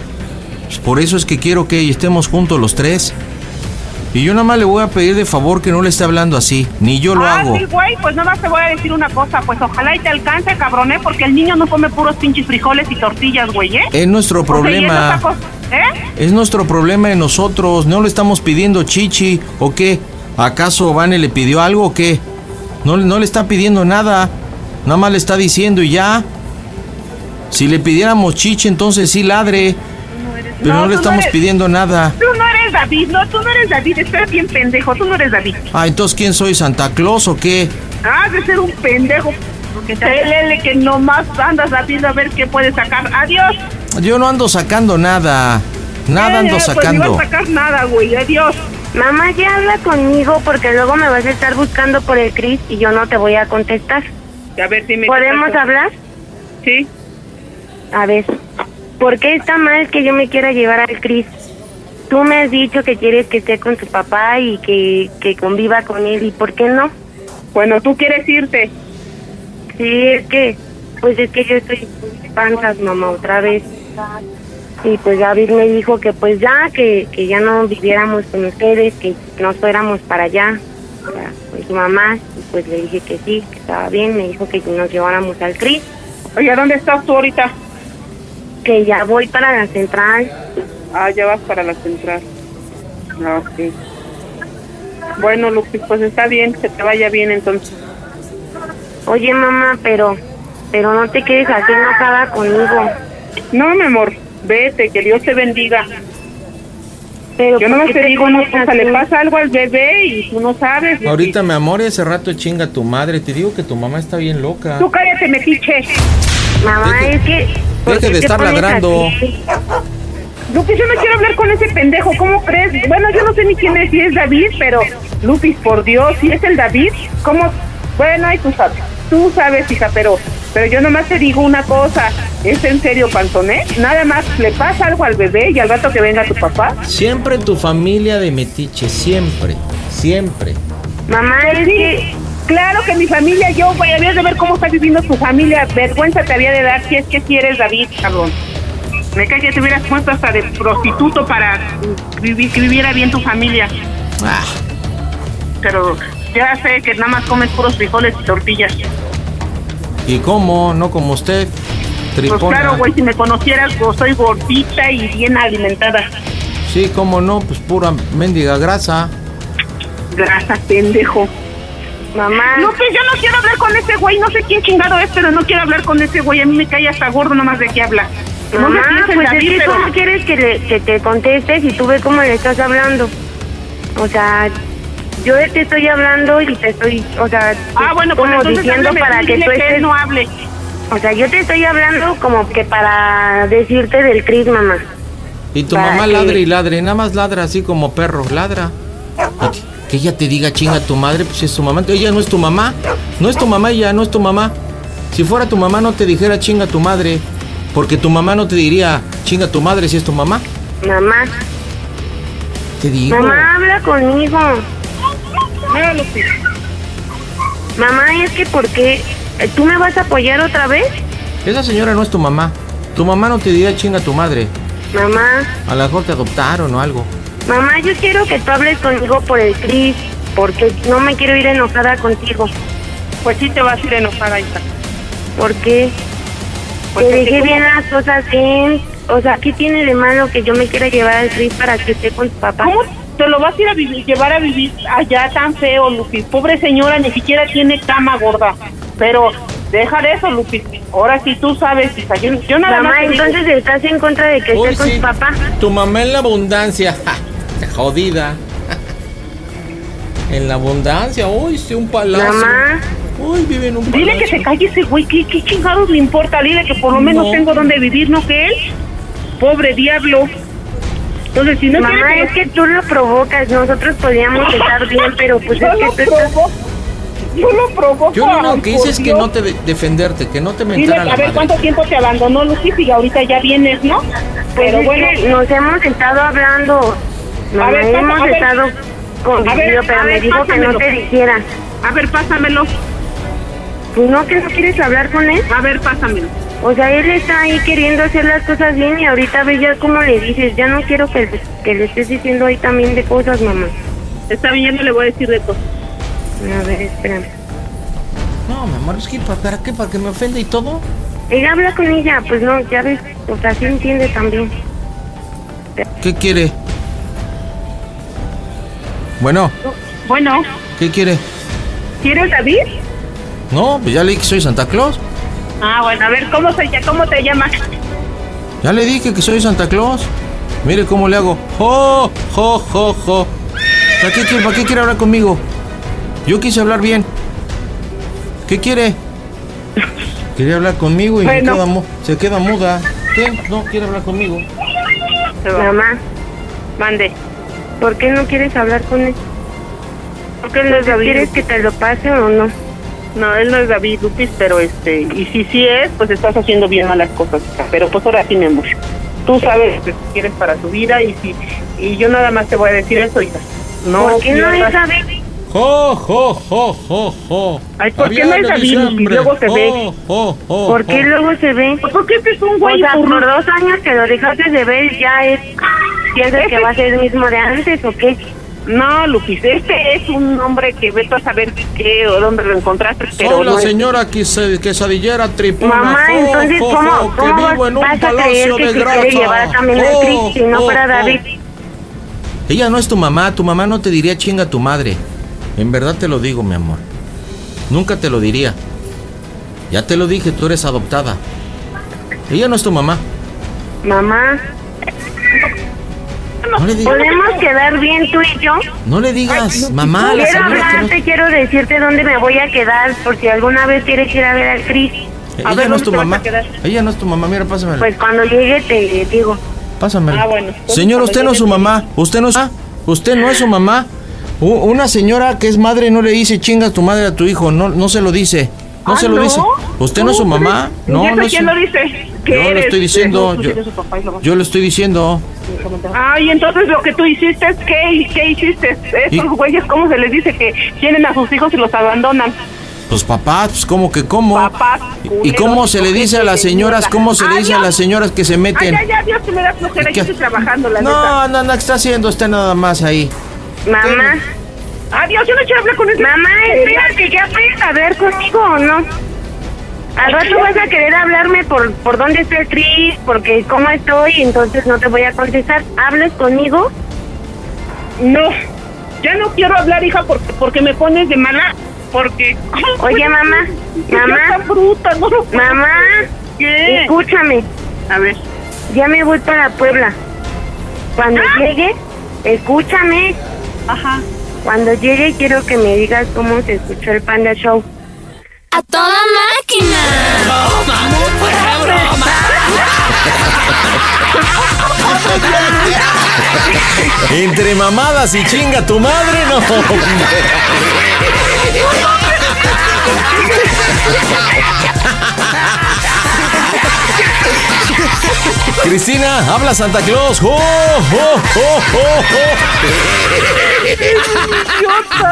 Speaker 4: Pues Por eso es que quiero que estemos juntos los tres. Y yo nada más le voy a pedir de favor que no le esté hablando así. Ni yo lo
Speaker 21: ah,
Speaker 4: hago.
Speaker 21: sí, güey, pues nada más te voy a decir una cosa, pues ojalá y te alcance, cabrón, ¿eh? Porque el niño no come puros pinches frijoles y tortillas, güey, ¿eh?
Speaker 4: Es nuestro
Speaker 21: O sea, y esos
Speaker 4: problema.
Speaker 21: tacos, ¿eh?
Speaker 4: Es nuestro problema de nosotros. No le estamos pidiendo chichi o qué. ¿Acaso Vane le pidió algo o qué? No, no le está pidiendo nada. Nada más le está diciendo y ya. Si le pidiéramos chichi, entonces sí ladre. Pero no,
Speaker 21: No,
Speaker 4: le
Speaker 21: tú no
Speaker 4: estamos
Speaker 21: eres-
Speaker 4: pidiendo nada.
Speaker 21: Tú no eres David, no, tú no eres David, estás bien pendejo, tú no eres David.
Speaker 4: Ah, entonces ¿quién soy? ¿Santa Claus o qué?
Speaker 21: Has de ser un pendejo. Pelele que nomás andas David a ver qué puedes sacar. Adiós.
Speaker 4: Yo no ando sacando nada. Nada
Speaker 21: Eh,
Speaker 4: ando
Speaker 21: pues, ni
Speaker 4: sacando.
Speaker 21: vas a sacar nada, güey, adiós.
Speaker 10: Mamá, ya habla conmigo porque luego me vas a estar buscando por el Chris y yo no te voy a contestar.
Speaker 21: A ver, dime.
Speaker 10: ¿Podemos
Speaker 21: ¿qué pasó?
Speaker 10: hablar?
Speaker 21: Sí.
Speaker 10: A ver, ¿por qué está mal que yo me quiera llevar al Chris? Tú me has dicho que quieres que esté con tu papá y que, que conviva con él, ¿y por qué no?
Speaker 21: Bueno, tú quieres irte.
Speaker 6: Sí, es que, pues es que yo estoy panzas, mamá, otra vez. Y pues David me dijo que pues ya, que, que ya no viviéramos con ustedes, que nos fuéramos para allá, para- con su mamá. Y pues le dije que sí, que estaba bien, me dijo que nos lleváramos al CRIS. Oye, ¿dónde estás tú ahorita? Que ya voy para la central.
Speaker 10: Ah, ya vas para la central. Ah, ok. Bueno, Lupis, pues está bien, que te vaya bien entonces.
Speaker 6: Oye, mamá, pero, pero no te quedes así enojada conmigo.
Speaker 10: No, mi amor, vete, que Dios te bendiga.
Speaker 6: Pero
Speaker 10: Yo no
Speaker 6: ¿por qué
Speaker 10: te
Speaker 6: te
Speaker 10: digo una
Speaker 6: pones
Speaker 10: cosa,
Speaker 6: así?
Speaker 10: le pasa algo al bebé y tú no sabes.
Speaker 4: Ahorita, mi amor, y ese rato chinga tu madre. Te digo que tu mamá está bien loca.
Speaker 10: Tú cállate, metiche.
Speaker 6: Mamá, es que...
Speaker 4: Deja de estar ladrando.
Speaker 10: Lupis, yo no quiero hablar con ese pendejo, ¿cómo crees? Bueno, yo no sé ni quién es, si es David, pero Lupis, por Dios, si es el David, ¿cómo? Bueno, ahí tú sabes, tú sabes, hija, pero, pero yo nomás te digo una cosa, es en serio, Pantoné, nada más le pasa algo al bebé y al gato que venga tu papá.
Speaker 4: Siempre tu familia de metiche, siempre, siempre.
Speaker 6: Mamá,
Speaker 10: es que... Claro que mi familia, yo, voy a de ver cómo está viviendo tu familia, vergüenza te había de dar si es que si eres David, cabrón. Me cae que te hubieras puesto hasta de prostituto para vivi- que viviera bien tu familia. Pero ya sé que nada más comes puros frijoles y tortillas.
Speaker 4: ¿Y cómo? No como usted,
Speaker 10: Pues
Speaker 4: tripona.
Speaker 10: claro, güey, si me conocieras, pues soy gordita y bien alimentada.
Speaker 4: Sí, cómo no, pues pura mendiga grasa.
Speaker 10: Grasa, pendejo.
Speaker 6: Mamá.
Speaker 10: No, pues yo no quiero hablar con ese güey. No sé quién chingado es, pero no quiero hablar con ese güey. A mí me cae hasta gordo nomás de qué habla. No me
Speaker 6: Mamá,
Speaker 10: pienses
Speaker 6: pues es
Speaker 10: David,
Speaker 6: que
Speaker 10: pero-
Speaker 6: ¿cómo quieres que, le- que te conteste si tú ves cómo le estás hablando? O sea, yo te estoy hablando y te estoy, o sea,
Speaker 10: Ah, bueno, pues
Speaker 6: como
Speaker 10: entonces
Speaker 6: diciendo
Speaker 10: háblame
Speaker 6: para
Speaker 10: tú y
Speaker 6: que
Speaker 10: dile
Speaker 6: tú
Speaker 10: que él
Speaker 6: estés...
Speaker 10: no hable.
Speaker 6: O sea, yo te estoy hablando como que para decirte del Cris, mamá.
Speaker 4: Y tu
Speaker 6: Para
Speaker 4: mamá
Speaker 6: que-
Speaker 4: ladra y ladra, y nada más ladra así como perro, ladra. Y que- Que ella te diga chinga tu madre, pues si es tu mamá. Ella no es tu mamá, no es tu mamá, ella no es tu mamá. Si fuera tu mamá no te dijera chinga tu madre, porque tu mamá no te diría chinga tu madre si es tu mamá.
Speaker 6: Mamá,
Speaker 4: Te digo.
Speaker 6: mamá, habla conmigo. Mamá, es que ¿por qué? ¿Tú me vas a apoyar otra vez?
Speaker 4: Esa señora no es tu mamá. Tu mamá no te diría chinga tu madre.
Speaker 6: Mamá,
Speaker 4: A lo mejor te adoptaron o algo.
Speaker 6: Mamá, yo quiero que tú hables conmigo por el Cris, porque no me quiero ir enojada contigo.
Speaker 10: Pues sí te vas a ir enojada, hija.
Speaker 6: ¿Por qué?
Speaker 10: Pues
Speaker 6: Te
Speaker 10: es que
Speaker 6: dejé
Speaker 10: como-
Speaker 6: bien las cosas bien. O sea, ¿qué tiene de malo que yo me quiera llevar al Cris para que esté con tu papá?
Speaker 10: ¿Cómo te lo vas a ir a vivir- llevar a vivir allá tan feo, Lupis? Pobre señora, ni siquiera tiene cama gorda. Pero deja de eso, Lupis. Ahora sí tú sabes, hija. Yo, yo nada
Speaker 6: Mamá,
Speaker 10: más. te digo-
Speaker 6: entonces estás en contra de que
Speaker 4: Uy,
Speaker 6: esté con
Speaker 4: sí.
Speaker 6: tu papá.
Speaker 4: Tu mamá en la abundancia. ja, jodida. En la abundancia. Uy, sí, un palacio.
Speaker 10: Mamá.
Speaker 4: Uy, vive en un
Speaker 10: Dile que se calle ese güey. ¿Qué, qué chingados le importa? Dile que por lo menos
Speaker 4: No.
Speaker 10: tengo donde vivir, ¿no? Que él. Pobre diablo. Entonces, si no
Speaker 6: Mamá,
Speaker 10: quieres-
Speaker 6: es que tú lo provocas. Nosotros podíamos estar bien, pero pues
Speaker 10: Yo
Speaker 6: es que
Speaker 10: lo
Speaker 6: tú estás...
Speaker 10: Yo lo provoco.
Speaker 4: Yo lo único
Speaker 10: ay,
Speaker 4: que
Speaker 10: por
Speaker 4: hice es que
Speaker 10: Dios.
Speaker 4: no te de- defenderte, que no te
Speaker 10: Dile,
Speaker 4: mentara
Speaker 10: a
Speaker 4: la
Speaker 10: ver
Speaker 4: madre.
Speaker 10: cuánto tiempo te abandonó Lupis y ahorita ya vienes, ¿no? Pero
Speaker 6: Pues es
Speaker 10: bueno,
Speaker 6: que nos hemos estado hablando. Mamá,
Speaker 10: ver, pasa-
Speaker 6: hemos
Speaker 10: a ver.
Speaker 6: estado
Speaker 10: A ver,
Speaker 6: convivido, pero
Speaker 10: a
Speaker 6: me
Speaker 10: ver,
Speaker 6: dijo que no
Speaker 10: pásamelo.
Speaker 6: te dijera.
Speaker 10: A ver, pásamelo.
Speaker 6: Pues no, que no quieres hablar con él.
Speaker 10: A ver, pásamelo.
Speaker 6: O sea, él está ahí queriendo hacer las cosas bien y ahorita ve ya como le dices, ya no quiero que, que le estés diciendo ahí también de cosas, mamá.
Speaker 10: Está bien, ya no le voy a decir de todo.
Speaker 6: A ver, espérame.
Speaker 4: No, mi amor, es que ¿para- ¿para qué? ¿Para que me ofenda y todo?
Speaker 6: Él habla con ella, pues no, ya ves, o sea, sí entiende también.
Speaker 4: ¿Qué quiere? Bueno,
Speaker 10: Bueno,
Speaker 4: ¿qué quiere?
Speaker 10: ¿quieres David?
Speaker 4: No, pues ya le dije que soy Santa Claus.
Speaker 10: Ah, bueno, a ver, ¿cómo, se, ll- cómo te llamas?
Speaker 4: Ya le dije que soy Santa Claus. Mire cómo le hago. ¡Jo, jo, jo, jo! ¿Para qué, quiere- para qué quiere hablar conmigo? Yo quise hablar bien. ¿Qué quiere? Quería hablar conmigo y me
Speaker 6: Bueno.
Speaker 4: queda mu- se queda muda. ¿Qué? No, quiere hablar conmigo.
Speaker 6: Mamá,
Speaker 10: Mande.
Speaker 6: ¿por qué no quieres hablar con él?
Speaker 10: Porque él no es
Speaker 6: Entonces,
Speaker 10: David.
Speaker 6: ¿Quieres que te lo pase o no?
Speaker 10: No, él no es David Lupis, pero este, y si sí es, pues estás haciendo bien malas cosas, hija. pero pues ahora sí, mi amor. Tú sabes lo que quieres para tu vida y si, y yo nada más te voy a decir eso, hija. No,
Speaker 6: ¿Por qué no
Speaker 10: pierdas-
Speaker 6: es David?
Speaker 4: jo, jo, jo, jo, jo.
Speaker 21: Ay, ¿por qué
Speaker 4: Había
Speaker 21: no es
Speaker 4: de
Speaker 21: David? Y
Speaker 4: diciembre.
Speaker 21: luego se ve.
Speaker 5: Oh.
Speaker 10: Oh,
Speaker 4: Jo, jo, jo,
Speaker 21: ¿Por qué
Speaker 4: jo.
Speaker 21: luego se ve? ¿Por qué este es un güey
Speaker 10: O sea,
Speaker 21: burro?
Speaker 10: por dos años que lo dejaste de ver, ya es. ¿Piensas que va a ser el mismo de antes o qué?
Speaker 21: No, Lupis, este es un hombre que vete a saber qué o dónde lo encontraste, pero
Speaker 4: Soy
Speaker 21: no
Speaker 4: la
Speaker 21: es-
Speaker 4: señora quise- quesadillera tripuna.
Speaker 10: Mamá,
Speaker 4: jo,
Speaker 10: entonces,
Speaker 4: jo,
Speaker 10: ¿cómo,
Speaker 4: jo, que
Speaker 10: cómo
Speaker 4: vivo en un
Speaker 10: vas a creer
Speaker 4: palacio
Speaker 10: que
Speaker 4: de
Speaker 10: se
Speaker 4: grasa. Oh,
Speaker 10: quiere llevar también al
Speaker 4: Jo,
Speaker 10: Cris si no
Speaker 4: jo,
Speaker 10: fuera
Speaker 4: jo.
Speaker 10: David?
Speaker 4: Ella no es tu mamá, tu mamá no te diría chinga tu madre. En verdad te lo digo, mi amor. Nunca te lo diría. Ya te lo dije, tú eres adoptada. Ella no es tu mamá.
Speaker 10: Mamá,
Speaker 4: No le digas,
Speaker 10: ¿podemos quedar bien tú y yo?
Speaker 4: no le digas mamá a la
Speaker 10: quiero
Speaker 4: señora que no-
Speaker 10: hablarte, quiero decirte dónde me voy a quedar, por si alguna vez quieres ir a ver al Cris.
Speaker 4: Ella no es tu mamá. Ella no es tu mamá, mira, pásamela.
Speaker 10: Pues cuando llegue te digo.
Speaker 4: Pásamela.
Speaker 10: Ah, bueno.
Speaker 4: Señor, usted no es su mamá. Usted no es, ah, usted no es su mamá. U- Una señora que es madre no le dice chinga tu madre a tu hijo. No, no se lo dice. No
Speaker 21: Ah,
Speaker 4: se lo
Speaker 21: ¿no? pues,
Speaker 4: dice. Usted no es su mamá.
Speaker 21: ¿Y
Speaker 4: No,
Speaker 21: eso
Speaker 4: no es
Speaker 21: quién
Speaker 4: su-
Speaker 21: lo dice?
Speaker 4: Yo lo estoy diciendo,
Speaker 21: Tú
Speaker 4: yo-
Speaker 21: eres su papá y lo-
Speaker 4: Yo le estoy diciendo.
Speaker 21: Ay, entonces lo que tú hiciste es que, ¿qué hiciste? Estos
Speaker 4: Y-
Speaker 21: güeyes, ¿cómo se les dice que tienen a sus hijos y los abandonan?
Speaker 4: Pues papá, pues como que cómo. ¿Y
Speaker 21: culeros,
Speaker 4: cómo se le dice a las señoras? ¿Cómo se le dice a las señoras que se
Speaker 21: Ay,
Speaker 4: meten?
Speaker 21: ya, ya, Dios, que me das flojera,
Speaker 4: ¿Y qué
Speaker 21: yo estoy trabajando, la neta.
Speaker 4: No, no, no, ¿qué está haciendo usted nada más ahí?
Speaker 10: Mamá.
Speaker 21: Adiós, yo no quiero hablar con ese.
Speaker 10: Mamá, espera, que ya puedes hablar conmigo o no. Al rato vas a querer hablarme por, por dónde está el Cris, porque cómo estoy, entonces no te voy a contestar. ¿Hablas conmigo?
Speaker 21: No, ya no quiero hablar, hija, porque, porque me pones de mala. Porque.
Speaker 10: Oye, mamá, mamá.
Speaker 21: Tan bruta, no lo puedo
Speaker 10: Mamá,
Speaker 21: creer. ¿Qué?
Speaker 10: escúchame.
Speaker 21: A ver.
Speaker 10: Ya me voy para Puebla. Cuando
Speaker 21: ¡Ah!
Speaker 10: llegue, escúchame.
Speaker 21: Ajá.
Speaker 10: Cuando llegue quiero que me digas cómo se escuchó el Panda Show.
Speaker 2: A toda máquina.
Speaker 4: Entre mamadas y chinga tu madre, no. Cristina, habla Santa Claus. ¡Jo, jo, jo, jo, jo!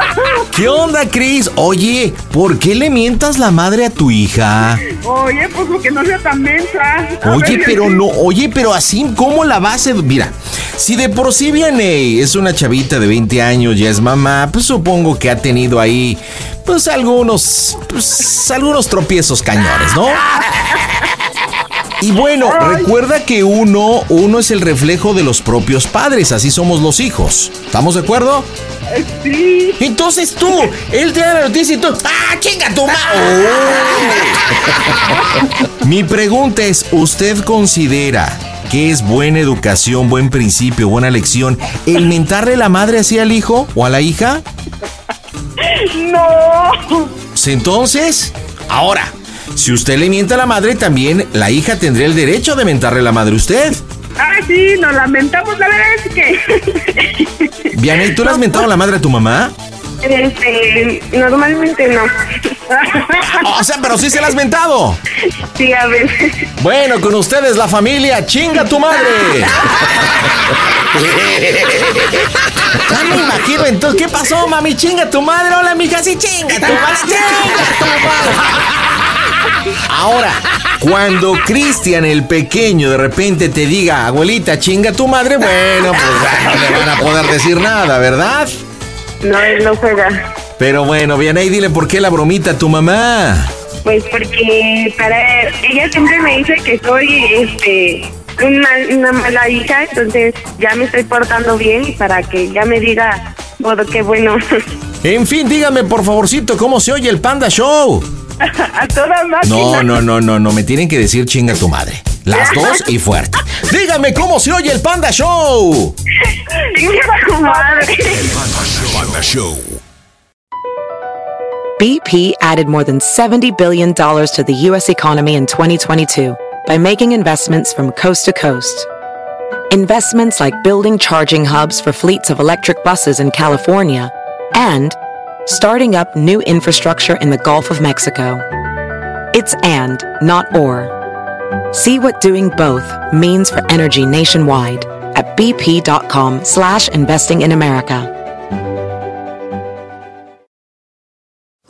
Speaker 4: ¿Qué onda, Cris? Oye, ¿por qué le mientas la madre a tu hija?
Speaker 21: Oye, pues lo que no sea tan mensa. A
Speaker 4: Oye,
Speaker 21: ver,
Speaker 4: pero no, oye, pero así, ¿cómo la vas a... edu- Mira, si de por sí viene, es una chavita de 20 años, ya es mamá, pues supongo que ha tenido ahí, pues algunos, pues algunos tropiezos cañones, ¿no? Y bueno, recuerda que uno, uno es el reflejo de los propios padres, así somos los hijos. ¿Estamos de acuerdo? Sí. Entonces tú, él te da la noticia y tú, ¡ah, chinga tu ma-! ¡Oh! Mi pregunta es, ¿usted considera que es buena educación, buen principio, buena lección el mentarle la madre así al hijo o a la hija?
Speaker 21: No.
Speaker 4: Pues, Entonces, ahora, si usted le miente a la madre, también la hija tendría el derecho de mentarle la madre a usted.
Speaker 21: Ah, sí, nos lamentamos. La verdad es que.
Speaker 4: Vianey, ¿tú le has mentado la madre a tu mamá?
Speaker 10: Este, normalmente no.
Speaker 4: O sea, pero sí se la has mentado.
Speaker 10: Sí, a veces.
Speaker 4: Bueno, con ustedes la familia, chinga tu madre. Ya me imagino entonces, ¿qué pasó, mami? Chinga tu madre, hola, mija, sí, chinga tu madre, chinga tu madre. Ahora, cuando Cristian el pequeño de repente te diga, abuelita, chinga tu madre, bueno, pues ya no le van a poder decir nada, ¿verdad?
Speaker 10: No, él no juega.
Speaker 4: Pero bueno, bien ahí, dile por qué la bromita a tu mamá.
Speaker 10: Pues porque para ella siempre me dice que soy este una, una mala hija, entonces ya me estoy portando bien para que ya me diga, bueno, qué bueno.
Speaker 4: En fin, dígame por favorcito cómo se oye el Panda Show.
Speaker 21: A toda máquina.
Speaker 4: No, no, no, no, no, me tienen que decir chinga tu madre. Las dos y fuerte. Oh. Dígame cómo se oye el Panda Show.
Speaker 16: BP added more than $70 billion to the U.S. economy in 2022 by making investments from coast to coast. Investments like building charging hubs for fleets of electric buses in California and starting up new infrastructure in the Gulf of Mexico. It's and, not or. See what doing both means for energy nationwide at bp.com slash investing in America.